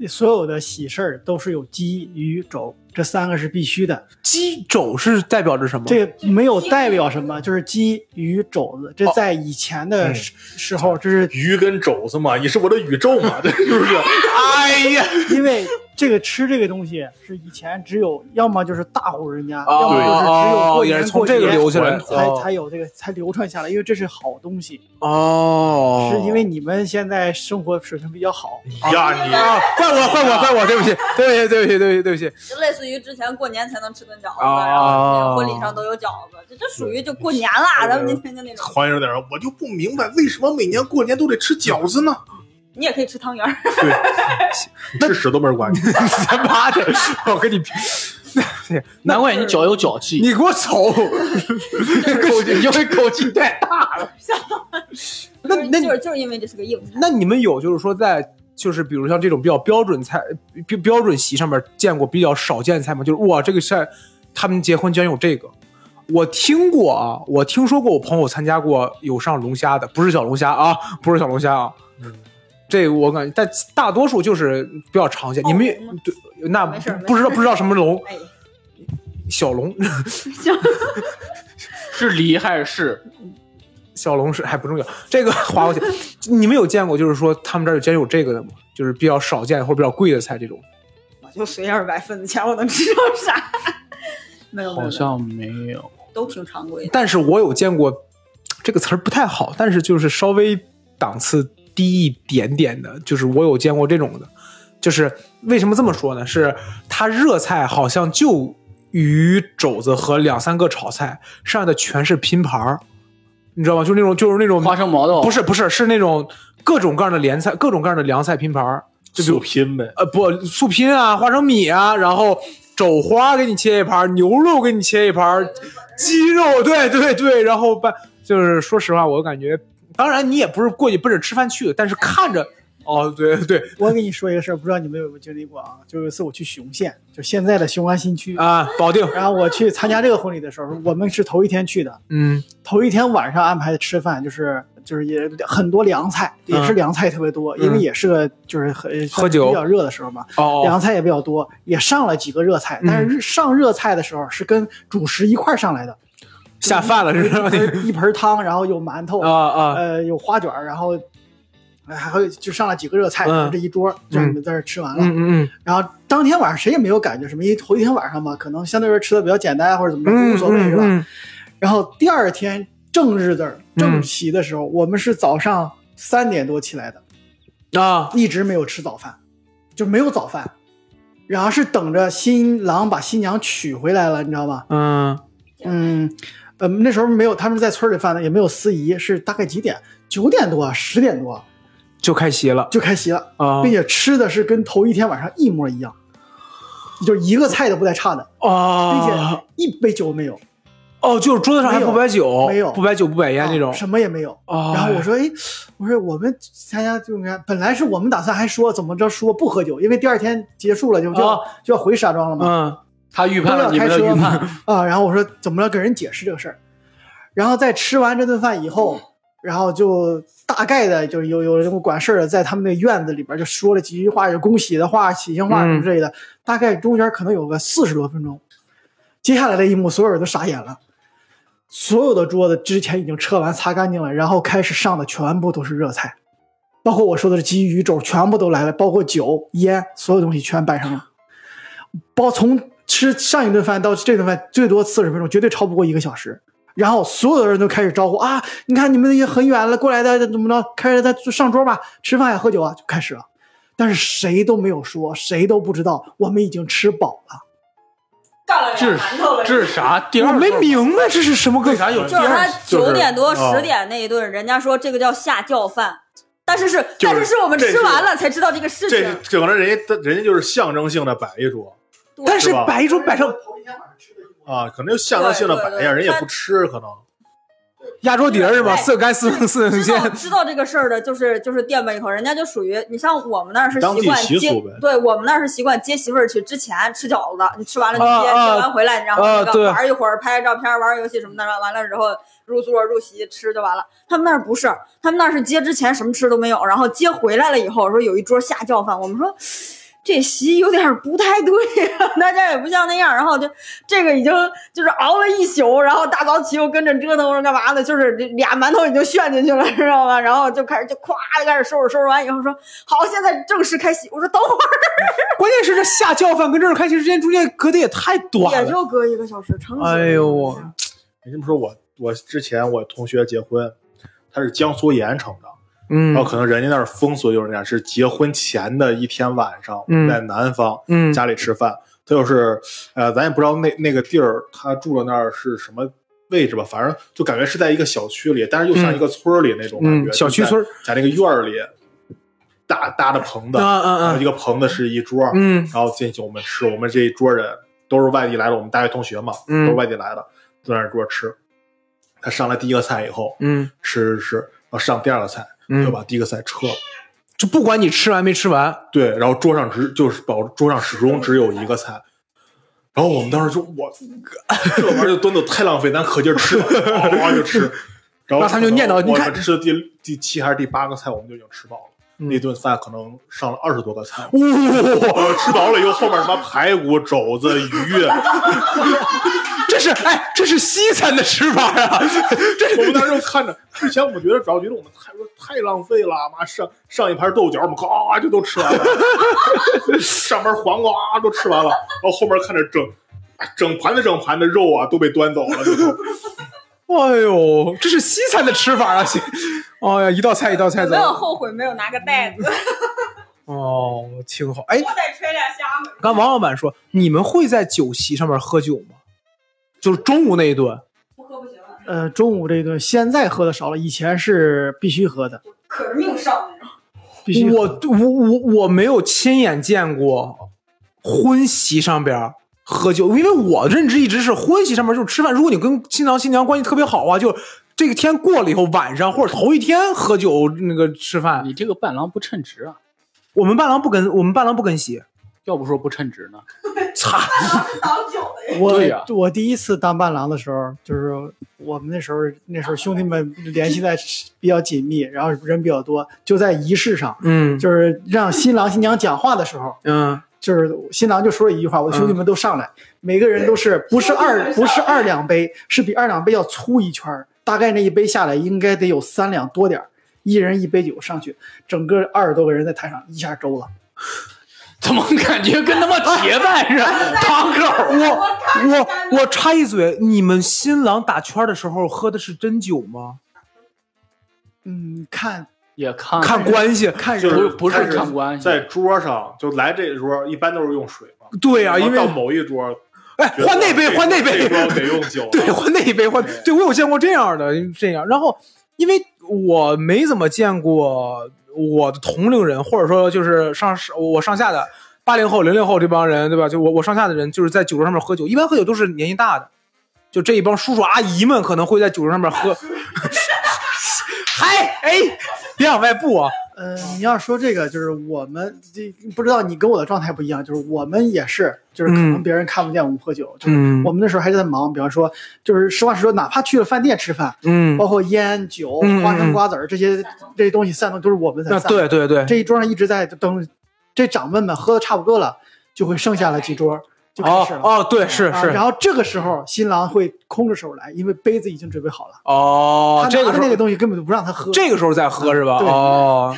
Speaker 4: 所有的喜事儿都是有鸡、鱼、肘这三个是必须的，
Speaker 1: 鸡肘是代表着什么？
Speaker 4: 这没有代表什么，就是鸡、鱼、肘子，
Speaker 1: 哦
Speaker 4: 这在以前的
Speaker 2: 嗯
Speaker 4: 时时候，这是
Speaker 2: 鱼跟肘子嘛，你是我的宇宙嘛，对， 是不是？
Speaker 1: 哎呀，
Speaker 4: 因为这个吃这个东西是以前只有要么就是大户人家，
Speaker 1: 哦
Speaker 4: 要么就是只有过
Speaker 1: 也
Speaker 4: 年
Speaker 1: 是从
Speaker 4: 过
Speaker 1: 这个
Speaker 4: 节
Speaker 1: 流起来的
Speaker 4: 才
Speaker 1: 哦
Speaker 4: 才有这个才流传下来，因为这是好东西，
Speaker 1: 哦，
Speaker 4: 是因为你们现在生活水平比较好，
Speaker 2: 哎呀，你
Speaker 1: 啊，怪我，怪我，怪我，对不起，对不起，对不起，对不起，对不起，
Speaker 3: 就类似于之前过年才能吃顿饺子，
Speaker 1: 啊
Speaker 3: 然后那个婚礼上都有饺子，这这属于就过年啦，咱们今天就那种。
Speaker 2: 黄先生在那，我就不明白为什么每年过年都得吃饺子呢？
Speaker 3: 你也可以吃汤圆儿，
Speaker 2: 吃屎都没人管你。
Speaker 1: 他妈的，我跟你拼，
Speaker 5: 难怪你脚有脚气，
Speaker 1: 你给我走，
Speaker 5: 口气，因为口气太大。
Speaker 1: 那
Speaker 3: 就是
Speaker 1: 那
Speaker 3: 就是就是因为这是个硬菜。
Speaker 1: 那你们有就是说在就是比如像这种比较标准菜、标标准席上面见过比较少见的菜吗？就是哇，这个菜他们结婚居然有这个。我听过啊，我听说过，我朋友参加过有上龙虾的，不是小龙虾啊，不是小龙虾啊。这个我感觉，但大多数就是比较常见。你们也
Speaker 3: 暴哦龙吗
Speaker 1: 对那
Speaker 3: 没事没事
Speaker 1: 不知道不知道什么龙，
Speaker 3: 哎，
Speaker 1: 小龙
Speaker 5: 是梨还是是？
Speaker 1: 小龙是哎还不重要，这个划过去。你们有见过就是说他们这儿竟然有这个的吗？就是比较少见或者比较贵的菜这种。
Speaker 3: 我就随二百分的钱，我能吃到啥？没有没有，
Speaker 5: 好
Speaker 3: 没有
Speaker 5: 像没有。
Speaker 3: 都挺常规的。
Speaker 1: 但是我有见过，这个词儿不太好，但是就是稍微档次低一点点的，就是我有见过这种的，就是为什么这么说呢？是它热菜好像就鱼肘子和两三个炒菜，剩下的全是拼盘儿，你知道吗？就那种就是那种
Speaker 5: 花生毛豆
Speaker 1: 不是不是是那种各种各样的联菜，各种各样的凉菜拼盘儿，就比
Speaker 2: 就
Speaker 1: 如
Speaker 2: 拼呗。
Speaker 1: 呃不素拼啊，花生米啊，然后肘花给你切一盘儿，牛肉给你切一盘儿，鸡肉对对对，然后拌就是说实话，我感觉，当然你也不是过去奔着吃饭去的，但是看着哦对对
Speaker 4: 我跟你说一个事儿，不知道你们有没有经历过啊？就有一次我去雄县，就现在的雄安新区，
Speaker 1: 啊，保定
Speaker 4: 然后我去参加这个婚礼的时候，我们是头一天去的，
Speaker 1: 嗯
Speaker 4: 头一天晚上安排的吃饭，就是就是也很多凉菜，也是凉菜特别多，因为也是个就是很
Speaker 1: 嗯喝酒
Speaker 4: 比较热的时候嘛，
Speaker 1: 哦
Speaker 4: 凉菜也比较多，也上了几个热菜，
Speaker 1: 嗯
Speaker 4: 但是上热菜的时候是跟主食一块儿上来的，
Speaker 1: 下饭了啊是吧
Speaker 4: 一？盆一盆汤，然后有馒头，
Speaker 1: 啊啊
Speaker 4: 呃，有花卷儿，然后呃还会就上了几个热菜，
Speaker 1: 嗯
Speaker 4: 然后这一桌就让你们在这儿吃完了。
Speaker 1: 嗯嗯
Speaker 4: 然后当天晚上谁也没有感觉什么，因为头一天晚上嘛，可能相对来说吃的比较简单或者怎么着
Speaker 1: 嗯
Speaker 4: 呃都无所谓、是吧？
Speaker 1: 嗯
Speaker 4: 然后第二天正日子正席的时候，我们是早上三点多起来的，
Speaker 1: 嗯啊
Speaker 4: 一直没有吃早饭，就没有早饭。然后是等着新郎把新娘娶回来了，你知道吧？
Speaker 1: 嗯
Speaker 4: 嗯，呃，那时候没有，他们在村里办的，也没有司仪，是大概几点？九点多、啊十点多
Speaker 1: 就开席了
Speaker 4: 就开席了，
Speaker 1: 啊
Speaker 4: 并且吃的是跟头一天晚上一模一样，就是一个菜都不带差的，并
Speaker 1: 啊
Speaker 4: 且一杯酒没有，
Speaker 1: 哦，就是桌子上还不摆酒，
Speaker 4: 没有没有
Speaker 1: 不摆酒不摆烟哎那种
Speaker 4: 啊什么也没有。
Speaker 1: 啊。
Speaker 5: 哦
Speaker 4: 然后我说，哎，我说我们参加这种干，本来是我们打算还说怎么着说不喝酒，因为第二天结束了就就要、
Speaker 1: 啊
Speaker 4: 就要回石家庄了嘛，
Speaker 1: 嗯
Speaker 5: 他预
Speaker 4: 都
Speaker 5: 判
Speaker 4: 要
Speaker 5: 了哦你
Speaker 4: 开
Speaker 5: 们的
Speaker 4: 车
Speaker 5: 预
Speaker 4: 嘛
Speaker 5: 判，
Speaker 4: 啊。然后我说怎么着跟人解释这个事儿，然后在吃完这顿饭 以后，然后就大概的就是有有人管事儿的在他们那院子里边就说了几句话，就恭喜的话、喜庆话什么之类的，大概中间可能有个四十多分钟。接下来的一幕，所有人都傻眼了。所有的桌子之前已经撤完、擦干净了，然后开始上的全部都是热菜，包括我说的鸡、鱼、肘，全部都来了，包括酒、烟，所有东西全摆上了。包从吃上一顿饭到这顿饭，最多四十分钟，绝对超不过一个小时。然后所有的人都开始招呼啊，你看你们也很远了，过来的怎么着？开始在上桌吧，吃饭呀，喝酒啊，就开始了。但是谁都没有说，谁都不知道，我们已经吃饱了。
Speaker 3: 干了
Speaker 5: 这是这是啥？第
Speaker 1: 我
Speaker 5: 二
Speaker 1: 没
Speaker 5: 个
Speaker 1: 明白这是什么个
Speaker 5: 为啥有
Speaker 3: 就是他
Speaker 2: 就是
Speaker 3: 九点多
Speaker 2: 啊
Speaker 3: 十点那一顿，人家说这个叫下轿饭，但是是
Speaker 2: 就是
Speaker 3: 但是是我们
Speaker 2: 这
Speaker 3: 吃
Speaker 2: 是
Speaker 3: 完了才知道这个事
Speaker 2: 这
Speaker 3: 情。
Speaker 2: 整个人家人家就是象征性的摆一桌
Speaker 1: 但是
Speaker 2: 是吧
Speaker 1: 摆一桌摆上
Speaker 2: 啊，可能就象征性的摆一下，
Speaker 3: 对对
Speaker 2: 人
Speaker 3: 对
Speaker 2: 也不吃，可能
Speaker 1: 压桌底儿是吧？
Speaker 3: 对
Speaker 1: 四个干四分四分
Speaker 3: 知道
Speaker 1: 线，
Speaker 3: 知道这个事儿的，就是就是垫吧一口，人家就属于你像我们那儿是
Speaker 2: 当地
Speaker 3: 习惯
Speaker 2: 习
Speaker 3: 接
Speaker 2: 俗呗，
Speaker 3: 对我们那儿是习惯接媳妇儿去之前吃饺子，你吃完了直接
Speaker 1: 啊啊
Speaker 3: 接完回来，然后
Speaker 1: 啊
Speaker 3: 那
Speaker 1: 对
Speaker 3: 个玩一会儿，拍拍照片，玩游戏什么的，完了之后入座入席吃就完了。他们那儿不是，他们那儿是接之前什么吃都没有，然后接回来了以后说有一桌下轿饭，我们说。这席有点儿不太对呀、大家也不像那样，然后就这个已经就是熬了一宿，然后大早起又跟着折腾，我说干嘛呢？就是俩馒头已经炫进去了，知道吧？然后就开始就咵就开始收拾，收拾完以后说好，现在正式开席。我说等会儿
Speaker 1: 关键是这下轿饭跟正式开席之间中间隔的也太短
Speaker 3: 也
Speaker 1: 了。
Speaker 3: 就隔一个小时，成型
Speaker 1: 哎呦我
Speaker 2: 你这么说，我我之前我同学结婚，他是江苏盐城的，
Speaker 1: 嗯
Speaker 5: 哦
Speaker 2: 然后可能人家那儿风俗就是那样，是结婚前的一天晚上
Speaker 1: 嗯
Speaker 2: 在南方
Speaker 1: 嗯
Speaker 2: 家里吃饭，他就是呃，咱也不知道那那个地儿他住的那儿是什么。位置吧，反正就感觉是在一个小区里，但是又像一个村儿里那种感觉，
Speaker 1: 嗯，小区村儿，
Speaker 2: 在那个院儿里搭搭的棚子，
Speaker 1: 啊
Speaker 2: 然
Speaker 1: 啊
Speaker 2: 后
Speaker 1: 啊
Speaker 2: 一，个棚子是一桌，
Speaker 1: 嗯
Speaker 2: 然后进去我们吃，我们这一桌人都是外地来的，我们大学同学嘛，
Speaker 1: 嗯
Speaker 2: 都是外地来的，坐那桌吃。他上来第一个菜以后，
Speaker 1: 嗯
Speaker 2: 吃吃吃，然后上第二个菜，
Speaker 1: 嗯
Speaker 2: 就把第一个菜撤了，
Speaker 1: 就不管你吃完没吃完，
Speaker 2: 对，然后桌上只就是保桌上始终只有一个菜。然后我们当时就 我这玩意儿就蹲的太浪费，咱可劲儿吃吧，嗷嗷就 吃。然后
Speaker 1: 那他们就念叨
Speaker 2: 可能
Speaker 1: 你
Speaker 2: 我
Speaker 1: 看嗯
Speaker 2: 们吃的第第七还是第八个菜，我们就已经吃饱了。那顿饭可能上了二十多 个菜，
Speaker 1: 呜、
Speaker 2: 吃饱了以后，后面什么排骨、肘 子、鱼，
Speaker 1: 这是哎，这是西餐的吃法啊！这
Speaker 2: 我们当时就看着，之前我们觉得主要觉得我们太太浪费了，妈上上一盘豆角，我们咔就都吃完了， 上盘黄瓜啊都吃完了，然后后面看着整整盘的整盘的肉啊都被端走了，最 后
Speaker 1: 哎呦，这是西餐的吃法啊！西，哎呀，一道菜一道菜
Speaker 3: 没
Speaker 1: 走，
Speaker 3: 有后悔没有拿个袋子，
Speaker 1: 哦，挺好。哎，
Speaker 3: 再吹俩虾米。
Speaker 1: 刚王老板说，你们会在酒席上面喝酒吗？就是中午那一顿，
Speaker 3: 不喝不行了，
Speaker 4: 呃，中午这顿现在喝的少了，以前是必须喝的，
Speaker 3: 可是命少那种。
Speaker 4: 必须喝
Speaker 1: 我我我我没有亲眼见过婚席上边喝酒，因为我认知一直是婚席上面就是吃饭。如果你跟新郎新娘关系特别好啊，就这个天过了以后，晚上或者头一天喝酒那个吃饭。
Speaker 5: 你这个伴郎不称职啊！
Speaker 1: 我们伴郎不跟我们伴郎不跟席，
Speaker 5: 要不说不称职呢？
Speaker 1: 擦，
Speaker 3: 倒酒的人，
Speaker 4: 我
Speaker 5: 对呀
Speaker 4: 我第一次当伴郎的时候，就是我们那时候那时候兄弟们联系在比较紧密，然后人比较多，就在仪式上，
Speaker 1: 嗯
Speaker 4: 就是让新郎新娘讲话的时候，
Speaker 1: 嗯，
Speaker 4: 就是新郎就说了一句话，我的兄弟们都上来，每个人都是不是二不是二两杯，是比二两杯要粗一圈儿，大概那一杯下来应该得有三两多点儿，一人一杯酒上去，整个二十多个人在台上一下周了。
Speaker 5: 怎么感觉跟他妈铁饭似的？堂口
Speaker 1: 我我我插一嘴，你们新郎打圈的时候喝的是真酒吗？
Speaker 4: 嗯，看
Speaker 5: 也看
Speaker 1: 看关系，
Speaker 4: 啊看
Speaker 2: 就
Speaker 4: 人。
Speaker 2: 是
Speaker 5: 不不是
Speaker 2: 开始
Speaker 5: 看关系
Speaker 2: 在桌上就来这桌，一般都是用水嘛，
Speaker 1: 对啊，
Speaker 2: 然后
Speaker 1: 因为
Speaker 2: 到某一桌，
Speaker 1: 哎换那杯换那杯
Speaker 2: 这，桌得用酒，
Speaker 1: 对，换那一杯换，对我有见过这样的这样。然后，因为我没怎么见过我的同龄人，或者说就是上我上下的八零后、零零后这帮人，对吧？就我我上下的人，就是在酒桌上面喝酒，一般喝酒都是年纪大的，就这一帮叔叔阿姨们可能会在酒桌上面喝。 嗨，哎，别往外布啊！
Speaker 4: 呃，你要说这个，就是我们这不知道你跟我的状态不一样，就是我们也是，就是可能别人看不见我们喝酒，就是
Speaker 1: 嗯
Speaker 4: 我们那时候还在忙，比方说，就是实话实说，哪怕去了饭店吃饭，
Speaker 1: 嗯，
Speaker 4: 包括烟酒
Speaker 1: 嗯嗯、
Speaker 4: 花生瓜子儿这些这些东西散动，都是我们在
Speaker 1: 那
Speaker 4: 散。，
Speaker 1: 对对对，
Speaker 4: 这一桌上一直在等，这长辈们喝的差不多了，就会剩下了几桌就开
Speaker 1: 哦
Speaker 4: 始了。
Speaker 1: 哦，对是
Speaker 4: 啊
Speaker 1: 是
Speaker 4: 然后这个时候，新郎会空着手来，因为杯子已经准备好了。
Speaker 1: 哦，
Speaker 4: 他
Speaker 1: 这
Speaker 4: 拿
Speaker 1: 个时
Speaker 4: 着
Speaker 1: 候
Speaker 4: 那个东西根本就不让他喝。
Speaker 1: 这个时候再喝是吧？
Speaker 4: 对
Speaker 1: 哦，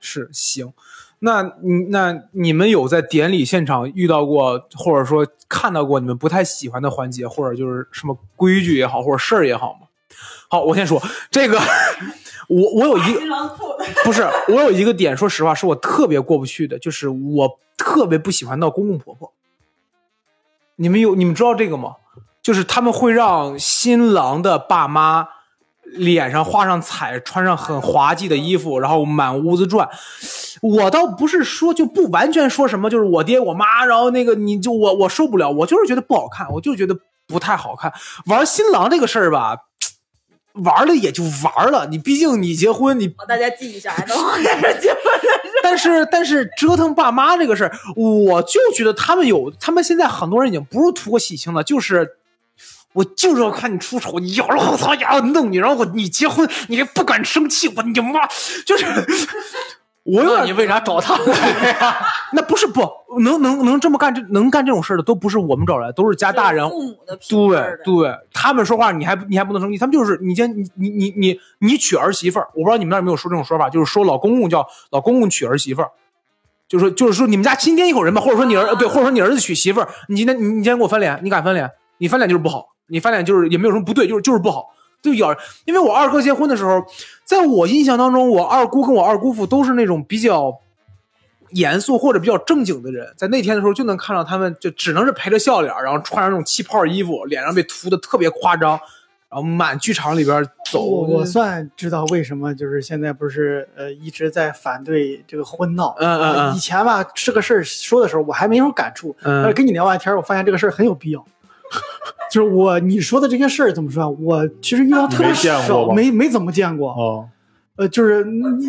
Speaker 1: 是行。那你那你们有在典礼现场遇到过，或者说看到过你们不太喜欢的环节，或者就是什么规矩也好，或者事儿也好吗？好，我先说这个， 我我有一个
Speaker 3: 新郎裤的，
Speaker 1: 不是我有一个点，说实话是我特别过不去的，就是我特别不喜欢闹公公婆婆。你们有你们知道这个吗？就是他们会让新郎的爸妈脸上画上彩，穿上很滑稽的衣服，然后满屋子转。我倒不是说就不完全说什么，就是我爹我妈，然后那个你就我我受不了，我就是觉得不好看，我就是觉得不太好看。玩新郎这个事儿吧，玩了也就玩了，你毕竟你结婚，你
Speaker 3: 大家记一下，等我开始结婚
Speaker 1: 但是但是折腾爸妈这个事儿，我就觉得他们有，他们现在很多人已经不是图个喜庆了，就是。我就是要看你出丑，你咬着后槽牙我弄你，然后我你结婚你还不敢生气，我你妈就是我有
Speaker 5: 那
Speaker 1: 点
Speaker 5: 你为啥找他来呀？
Speaker 1: 那不是不能能能这么干这能干这种事儿的都不是我们找来的，都是家大人
Speaker 3: 父母的评
Speaker 1: 对
Speaker 3: 分儿的
Speaker 1: 对，他们说话你还你还不能生气，他们就是你今你你你你你娶儿媳妇儿，我不知道你们那儿有没有说这种说法，就是说老公公叫老公公娶儿媳妇儿，就是就是说你们家亲爹一口人吧，或者说你儿对，或者说你儿子娶媳妇儿，你今天你你今天给我翻脸，你敢翻脸？你翻脸就是不好，你翻脸就是也没有什么不对，就是就是不好，就咬人。因为我二哥结婚的时候，在我印象当中，我二姑跟我二姑父都是那种比较。严肃或者比较正经的人，在那天的时候就能看到他们，就只能是陪着笑脸，然后穿上那种气泡衣服，脸上被涂的特别夸张，然后满剧场里边走。
Speaker 4: 我我算知道为什么就是现在不是呃一直在反对这个婚闹。
Speaker 1: 嗯嗯
Speaker 4: 呃
Speaker 1: 嗯
Speaker 4: 以前吧，这个事儿说的时候我还没什么感触，
Speaker 1: 嗯
Speaker 4: 但是跟你聊完天儿，我发现这个事儿很有必要。 就是我你说的这些事儿怎么说啊？我其实遇到特别
Speaker 2: 你没见过
Speaker 4: 少，
Speaker 2: 吧
Speaker 4: 没没怎么见过。
Speaker 2: 哦，
Speaker 4: 呃，就是嗯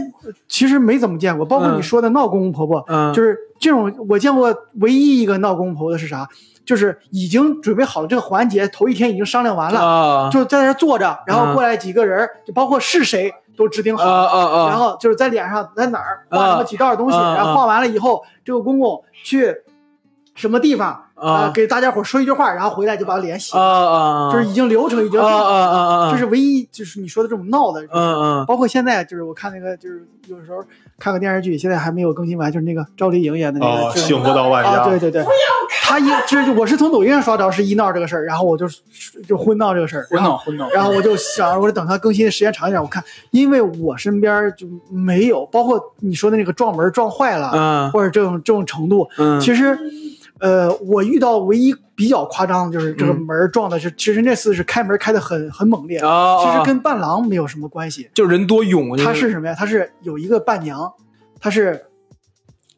Speaker 4: 其实没怎么见过，包括
Speaker 1: 嗯
Speaker 4: 你说的闹公公婆婆，
Speaker 1: 嗯，
Speaker 4: 就是这种我见过唯一一个闹公公婆婆的是啥？就是已经准备好了这个环节，头一天已经商量完了，
Speaker 1: 啊，嗯
Speaker 4: 就在那儿坐着，然后过来几个人儿，就包括是谁都指定
Speaker 1: 啊
Speaker 4: 好，
Speaker 1: 啊
Speaker 4: 然
Speaker 1: 啊，
Speaker 4: 后就是在脸上在哪儿画
Speaker 1: 啊
Speaker 4: 那么几道东西，
Speaker 1: 啊啊
Speaker 4: 然后画完了以后，这个公公去什么地方呃
Speaker 1: 啊
Speaker 4: 给大家伙说一句话，然后回来就把脸洗
Speaker 1: 啊
Speaker 4: 了，
Speaker 1: 啊，
Speaker 4: 就是已经流程已经
Speaker 1: 啊啊啊啊，
Speaker 4: 这是唯一就是你说的这种闹的，
Speaker 1: 嗯嗯
Speaker 4: 包括现在就是我看那个就是有时候看个电视剧，现在还没有更新完，就是那个赵丽颖演的那
Speaker 2: 啊，
Speaker 4: 个就是
Speaker 2: 幸福到万
Speaker 4: 啊，对
Speaker 2: 家，
Speaker 4: 对对，他一这我是从抖音上刷着是一闹这个事儿，然后我就就昏闹这个事儿，
Speaker 5: 昏脑昏脑，
Speaker 4: 然后我就想，我得等它更新的时间长一点，我看，因为我身边就没有，包括你说的那个撞门撞坏了，
Speaker 1: 嗯
Speaker 4: 或者这种这种程度，
Speaker 1: 嗯，
Speaker 4: 啊其实，呃，我遇到唯一比较夸张的就是这个
Speaker 1: 嗯
Speaker 4: 门撞的是，其实那次是开门开的很很猛烈，
Speaker 2: 哦
Speaker 1: 啊，
Speaker 4: 其实跟伴郎没有什么关系，
Speaker 1: 就人多涌，
Speaker 4: 他是什么呀？他是有一个伴娘，他是。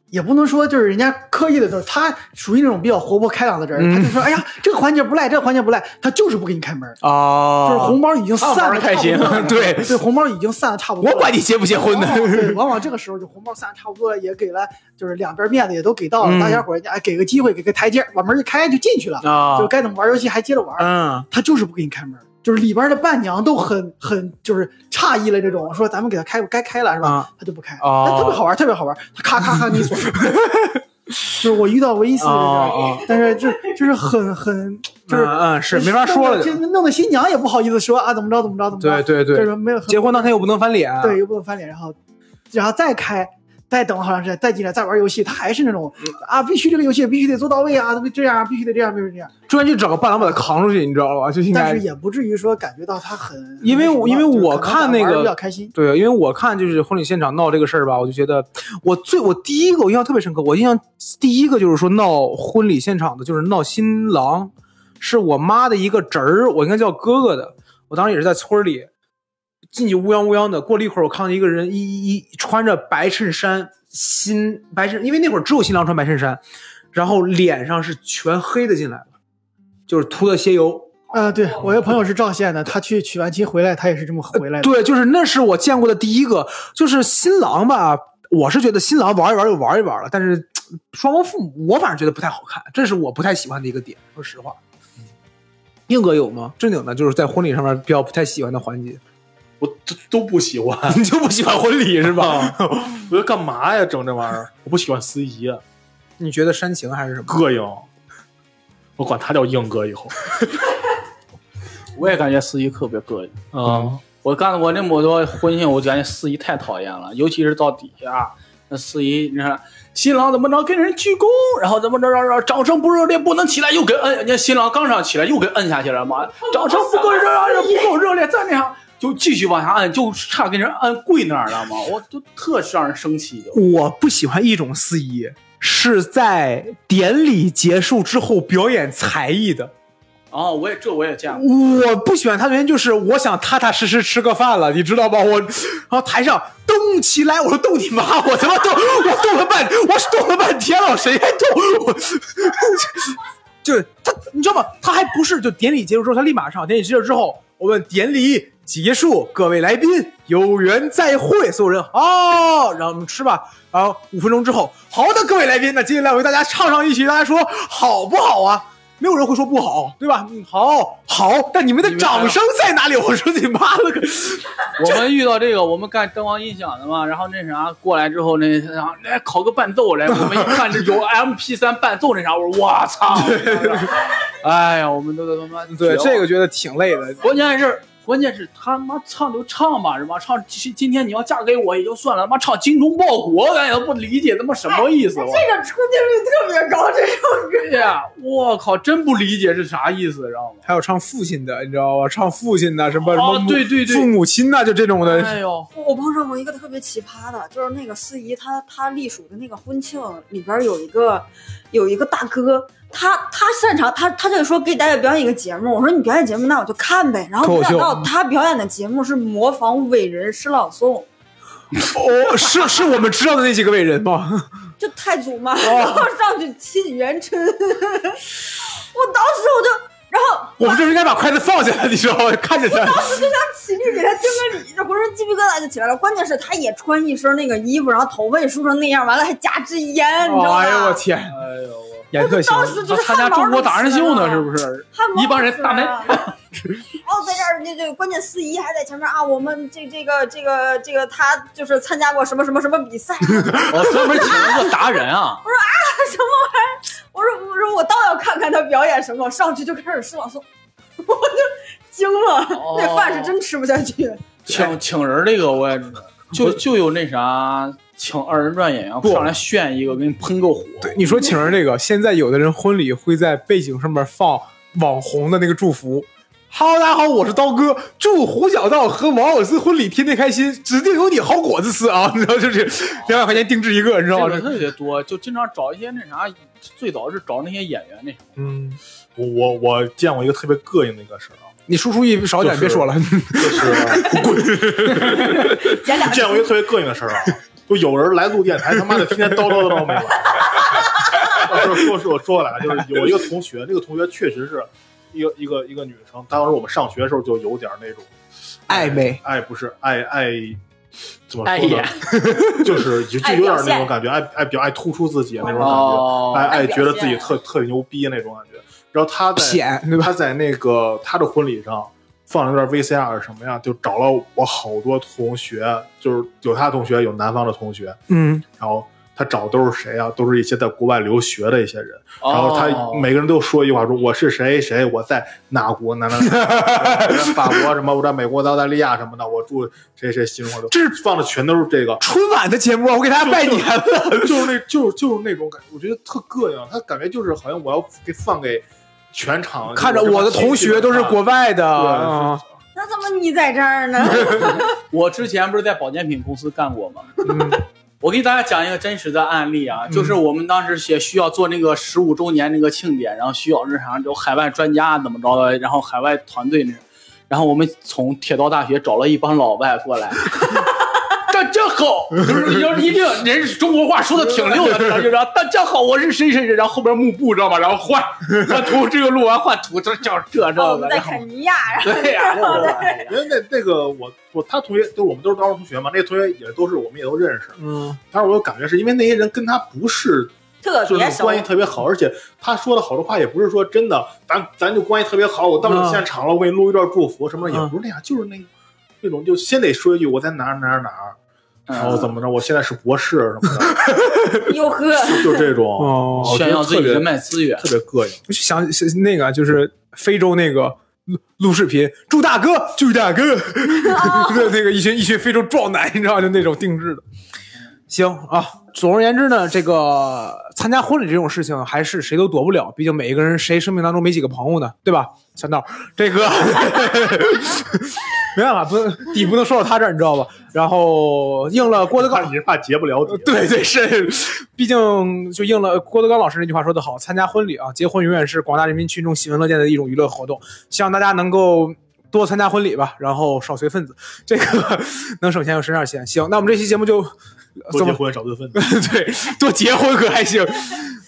Speaker 4: 也不能说就是人家刻意的，就是他属于那种比较活泼开朗的人，
Speaker 1: 嗯
Speaker 4: 他就说：“哎呀，这个环节不赖，这个环节不赖。”他就是不给你开门，
Speaker 1: 啊，
Speaker 4: 就是红包已经散了，
Speaker 1: 开心， 对，
Speaker 4: 对，红包已经散的差不多
Speaker 1: 我
Speaker 4: 了。
Speaker 1: 管你结不结婚呢
Speaker 4: 往，往哦对，往往这个时候就红包散得差不多了，也给了，就是两边面子也都给到
Speaker 1: 嗯
Speaker 4: 了，大家伙儿哎给个机会，给个台阶儿，把门一开就进去了，
Speaker 1: 啊
Speaker 4: 就，该怎么玩游戏还接着玩。
Speaker 1: 嗯
Speaker 4: 他就是不给你开门，就是里边的伴娘都很很就是诧异了，这种说咱们给他开该开了是吧
Speaker 1: 啊？
Speaker 4: 他就不开，哎
Speaker 1: 哦
Speaker 4: 但特别好玩，特别好玩，他咔咔咔给你锁上。 就是我遇到唯一一次就是这
Speaker 1: 哦
Speaker 4: 样
Speaker 1: 哦，
Speaker 4: 但是就就是很很就是
Speaker 1: 嗯是没法说了，
Speaker 4: 就弄得新娘也不好意思说啊，怎么着怎么着怎么着，
Speaker 1: 对对
Speaker 4: 就
Speaker 1: 对，
Speaker 4: 是没有
Speaker 1: 结婚当天又不能翻脸，
Speaker 4: 对，又不能翻脸，然后然后再开，再等好长时间，再进来再玩游戏，他还是那种
Speaker 1: 嗯
Speaker 4: 啊，必须这个游戏必须得做到位啊，这样必须得这样，必须这样，
Speaker 1: 专去找个伴郎把他扛出去，你知道吧？就应
Speaker 4: 但
Speaker 1: 该
Speaker 4: 是也不至于说感觉到他很，
Speaker 1: 因为我
Speaker 4: 很
Speaker 1: 因
Speaker 4: 什
Speaker 1: 为
Speaker 4: 么就是
Speaker 1: 我
Speaker 4: 可能
Speaker 1: 看
Speaker 4: 玩
Speaker 1: 那
Speaker 4: 得
Speaker 1: 个
Speaker 4: 比较开心，
Speaker 1: 对，因为我看就是婚礼现场闹这个事儿吧，我就觉得我最我第一个我印象特别深刻，我印象第一个就是说闹婚礼现场的，就是闹新郎，是我妈的一个侄儿，我应该叫哥哥的，我当时也是在村儿里进去乌泱乌泱的，过了一会儿我看到一个人一一一穿着白衬衫，新白衬，因为那会儿只有新郎穿白衬衫，然后脸上是全黑的进来了，就是涂的鞋油，
Speaker 4: 啊，对我有朋友是赵县的，他去娶完亲回来，他也是这么回来的，
Speaker 1: 对，就是那是我见过的第一个，就是新郎吧，我是觉得新郎玩一玩就玩一玩了，但是嘖双方父母，我反正觉得不太好看，这是我不太喜欢的一个点，说实话。嗯硬哥有吗？正经的，就是在婚礼上面比较不太喜欢的环节，
Speaker 2: 我都都不喜欢。
Speaker 1: 你就不喜欢婚礼是吧？
Speaker 2: 我觉得干嘛呀，整这玩意儿？我不喜欢司 仪，啊
Speaker 1: 你觉得煽情还是什么？
Speaker 2: 膈应。我管他叫硬哥以后。
Speaker 5: 我也感觉司仪特别膈应。
Speaker 2: 嗯，
Speaker 5: 我干过那么多婚庆，我感觉司仪太讨厌了，尤其是到底下那司仪，你看新郎怎么着跟人鞠躬，然后怎么着着着，掌声不热烈不能起来，又给摁，人家新郎刚上起来又给摁下去了，妈，掌声不够热烈，不够热烈，再那样就继续往下摁，就差给人摁跪那儿了嘛，我就特让人生气就。
Speaker 1: 我不喜欢一种司仪，是在典礼结束之后表演才艺的。
Speaker 5: 哦，我也这我也见过，
Speaker 1: 我不喜欢他的原因就是我想踏踏实实吃个饭了，你知道吗？我，然后台上动起来，我说动你妈！我他妈动，我动了半，我动了半天了，谁还动？我，就是他，你知道吗？他还不是就典礼结束之后，他立马上典礼结束之后，我们典礼结束，各位来宾有缘再会，所有人哦，让我们吃吧。然后五分钟之后，好的，各位来宾，那接下来我给大家唱上一曲，大家说好不好啊？没有人会说不好，对吧？嗯，好，好，但你们的掌声在哪里？我说你妈了个！
Speaker 5: 我们遇到这个，我们干灯光音响的嘛，然后那啥过来之后，那然后来考个伴奏来，我们一看这有 M P 三伴奏那啥，我说我操！哎呀，我们这个他妈绝
Speaker 1: 对，
Speaker 5: 望
Speaker 1: 这个觉得挺累的。
Speaker 5: 关键是关键是他妈唱就唱吧，是吧？唱今今天你要嫁给我也就算了，他妈唱精忠报国，咱也都不理解他妈什么意思。我
Speaker 3: 这个出镜率特别高，这首歌。
Speaker 5: 对呀，我靠，真不理解是啥意思，知道吗？
Speaker 1: 还有唱父亲的，你知道吧？唱父亲的什么什么
Speaker 5: 哦
Speaker 1: 母
Speaker 5: 对对对
Speaker 1: 父母亲呐，就这种
Speaker 5: 哎
Speaker 1: 的。
Speaker 5: 呦，
Speaker 3: 我碰上过一个特别奇葩的，就是那个司仪，他他隶属的那个婚庆里边有一个有一个大哥，他他擅长他他就说给大家表演一个节目，我说你表演节目那我就看呗，然后
Speaker 1: 脱
Speaker 3: 没
Speaker 1: 口秀
Speaker 3: 想到他表演的节目是模仿伟人诗朗诵，
Speaker 1: 哦，是是我们知道的那几个伟人吗？
Speaker 3: 就
Speaker 5: 哦
Speaker 3: 太祖嘛，然后上去亲袁琛，我当时我就。然然后
Speaker 1: 我们这是应该把筷子放下来，你知道吗？看 着他，
Speaker 3: 当时就想
Speaker 5: 哦哎
Speaker 3: 起立给他敬个礼，这浑身鸡皮疙瘩就起来了。关键是他也穿一身那个衣服，然后头发也梳成那样，完了还夹支烟，你知道吗？
Speaker 1: 哎呦我天，
Speaker 5: 哎呦我。
Speaker 1: 演特行，
Speaker 3: 当时就是
Speaker 5: 参加中国达人秀呢，是
Speaker 3: 是？
Speaker 5: 不是？
Speaker 3: 汗毛
Speaker 5: 一帮人大
Speaker 3: 都
Speaker 5: 男
Speaker 3: 起来了啊然后在这儿，那这关键司仪还在前面啊，我们这这个这个这个他就是参加过什么什么什么比赛，
Speaker 5: 我哦专门请了个达人啊，
Speaker 3: 什么玩意儿？我说我说我倒要看看他表演什么，我上去就开始吃朗诵， 我就惊了，
Speaker 5: 哦
Speaker 3: 那饭是真吃不下去。
Speaker 5: 请请人这个我也就就有那啥，请二人转演员
Speaker 1: 不
Speaker 5: 上来炫一个，给你喷个火。
Speaker 1: 对你说请人这个，现在有的人婚礼会在背景上面放网红的那个祝福。Hello，大家好，我是刀哥，祝胡小道和王老师婚礼天天开心，指定有你好果子吃啊！你知 道，就是两百块钱定制一个，你知道
Speaker 5: 这个
Speaker 1: 吗？
Speaker 5: 特别多，就经常找一些那啥，最早是找那些演员那啥，
Speaker 1: 嗯，
Speaker 2: 我我我见过一个特别膈应的一个事儿啊，
Speaker 1: 你输出一少点，
Speaker 2: 就是
Speaker 1: 别说了。
Speaker 2: 就是
Speaker 3: 捡俩
Speaker 2: 见过一个特别膈应的事儿啊， 就有人来录电台，他妈的天天叨叨叨叨没完。 啊说说说说回来了，就是有一个同学，这个同学确实是一个一个一个女生，当时我们上学的时候就有点那种
Speaker 1: 暧昧，
Speaker 2: 爱不是爱爱怎么
Speaker 5: 哎
Speaker 2: 说呢
Speaker 5: 呀？
Speaker 2: 就是 就就
Speaker 3: 爱
Speaker 2: 有点那
Speaker 3: 表
Speaker 2: 种
Speaker 3: 现
Speaker 2: 感觉，爱爱比较爱突出自己那种感觉，哎爱
Speaker 5: 哦，
Speaker 2: 爱
Speaker 3: 爱
Speaker 2: 觉得
Speaker 3: 表
Speaker 2: 自己
Speaker 3: 现
Speaker 2: 特特别牛逼那种感觉。然后他在
Speaker 1: 舔对吧？
Speaker 2: 他在那个他的婚礼上放了段 VCR 什么呀，就找了我好多同学，就是有他同学，有南方的同学，
Speaker 1: 嗯，
Speaker 2: 然后他找的都是谁啊？都是一些在国外留学的一些人，
Speaker 5: 哦
Speaker 2: 然后他每个人都说一句话，说我是谁谁，我在哪国哪哪 哪，我在法国什么，我在美国、澳大利亚什么的，我住谁谁新中国，这放的全都是 这个，
Speaker 1: 春晚的节目啊，我给大家拜年了。
Speaker 2: 就是那就是就是那种感觉，我觉得特膈应，他感觉就是好像我要给放给全场
Speaker 1: 看着我的同学都是国外的，
Speaker 2: 对
Speaker 1: 啊
Speaker 3: 那怎么你在这儿 呢？
Speaker 5: 我之前不是在保健品公司干过吗？
Speaker 1: 嗯
Speaker 5: 我给大家讲一个真实的案例啊，就是我们当时也需要做那个十五周年那个庆典，然后需要日常有海外专家怎么着的，然后海外团队那，然后我们从铁道大学找了一帮老外过来，大家好，就是要一定人是中国话说的挺溜的，然后就说大家好，我是谁谁谁，然后后边幕布知道吗？然后换换图，这个录完换图，这叫这这
Speaker 3: 然后我
Speaker 5: 个，
Speaker 3: 们在
Speaker 5: 然后
Speaker 3: 肯尼亚，然后
Speaker 5: 对呀、
Speaker 2: 因为那那个我我他同学都是我们都是高中同学嘛，那些同学也都是我们也都认识。
Speaker 1: 嗯，
Speaker 2: 但是我有感觉是因为那些人跟他不是
Speaker 3: 特
Speaker 2: 就是
Speaker 3: 别熟。
Speaker 2: 关系特别好，而且他说的好多话也不是说真的，咱咱就关系特别好，我到
Speaker 1: 嗯
Speaker 2: 你现场了，我给你录一段祝福什么的，
Speaker 1: 嗯
Speaker 2: 也不是那样，就是那那种就先得说一句我在哪儿哪儿哪儿，
Speaker 5: 嗯
Speaker 2: 然后怎么着，我现在是博士什么的，
Speaker 3: 哟呵，
Speaker 2: 就这种
Speaker 1: 哦，
Speaker 5: 炫耀自己
Speaker 2: 我觉得特别
Speaker 5: 人脉资源，
Speaker 2: 特别膈应。
Speaker 1: 我就想想那个啊就是非洲那个录录视频，祝大哥，祝大哥，对，那个一群一群非洲壮男，你知道吗就那种定制的。行啊，总而言之呢，这个参加婚礼这种事情还是谁都躲不了，毕竟每一个人谁生命当中没几个朋友呢，对吧？三道这个 没办法，不能底不能说到他这儿，你知道吧？然后应了郭德纲
Speaker 2: 怕你是怕结不了底，
Speaker 1: 对对是，毕竟就应了郭德纲老师那句话说得好，参加婚礼啊，结婚永远是广大人民群众喜闻乐见的一种娱乐活动，希望大家能够。多参加婚礼吧，然后少随份子，这个 能省钱就省点钱。行，那我们这期节目就
Speaker 2: 多
Speaker 1: 怎
Speaker 2: 结
Speaker 1: 么
Speaker 2: 婚少对分
Speaker 1: 对多结婚可还行，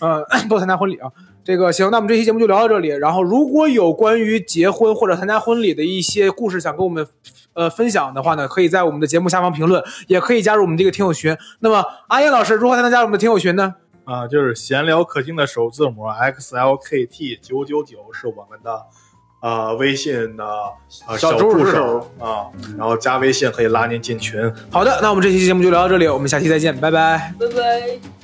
Speaker 1: 呃， 多参加婚礼啊。这个行，那我们这期节目就聊到这里。然后，如果有关于结婚或者参加婚礼的一些故事想跟我们呃分享的话呢，可以在我们的节目下方评论，也可以加入我们这个听友群。那么，阿燕老师如何才能加入我们的听友群呢？
Speaker 2: 啊，就是闲聊氪金的首字母啊 XLKT 九九九是我们的呃微信的呃
Speaker 5: 小助
Speaker 2: 助
Speaker 5: 手
Speaker 2: 啊，然后加微信可以拉您进群。
Speaker 1: 好的，那我们这期节目就聊到这里，我们下期再见，拜拜。
Speaker 3: 拜拜。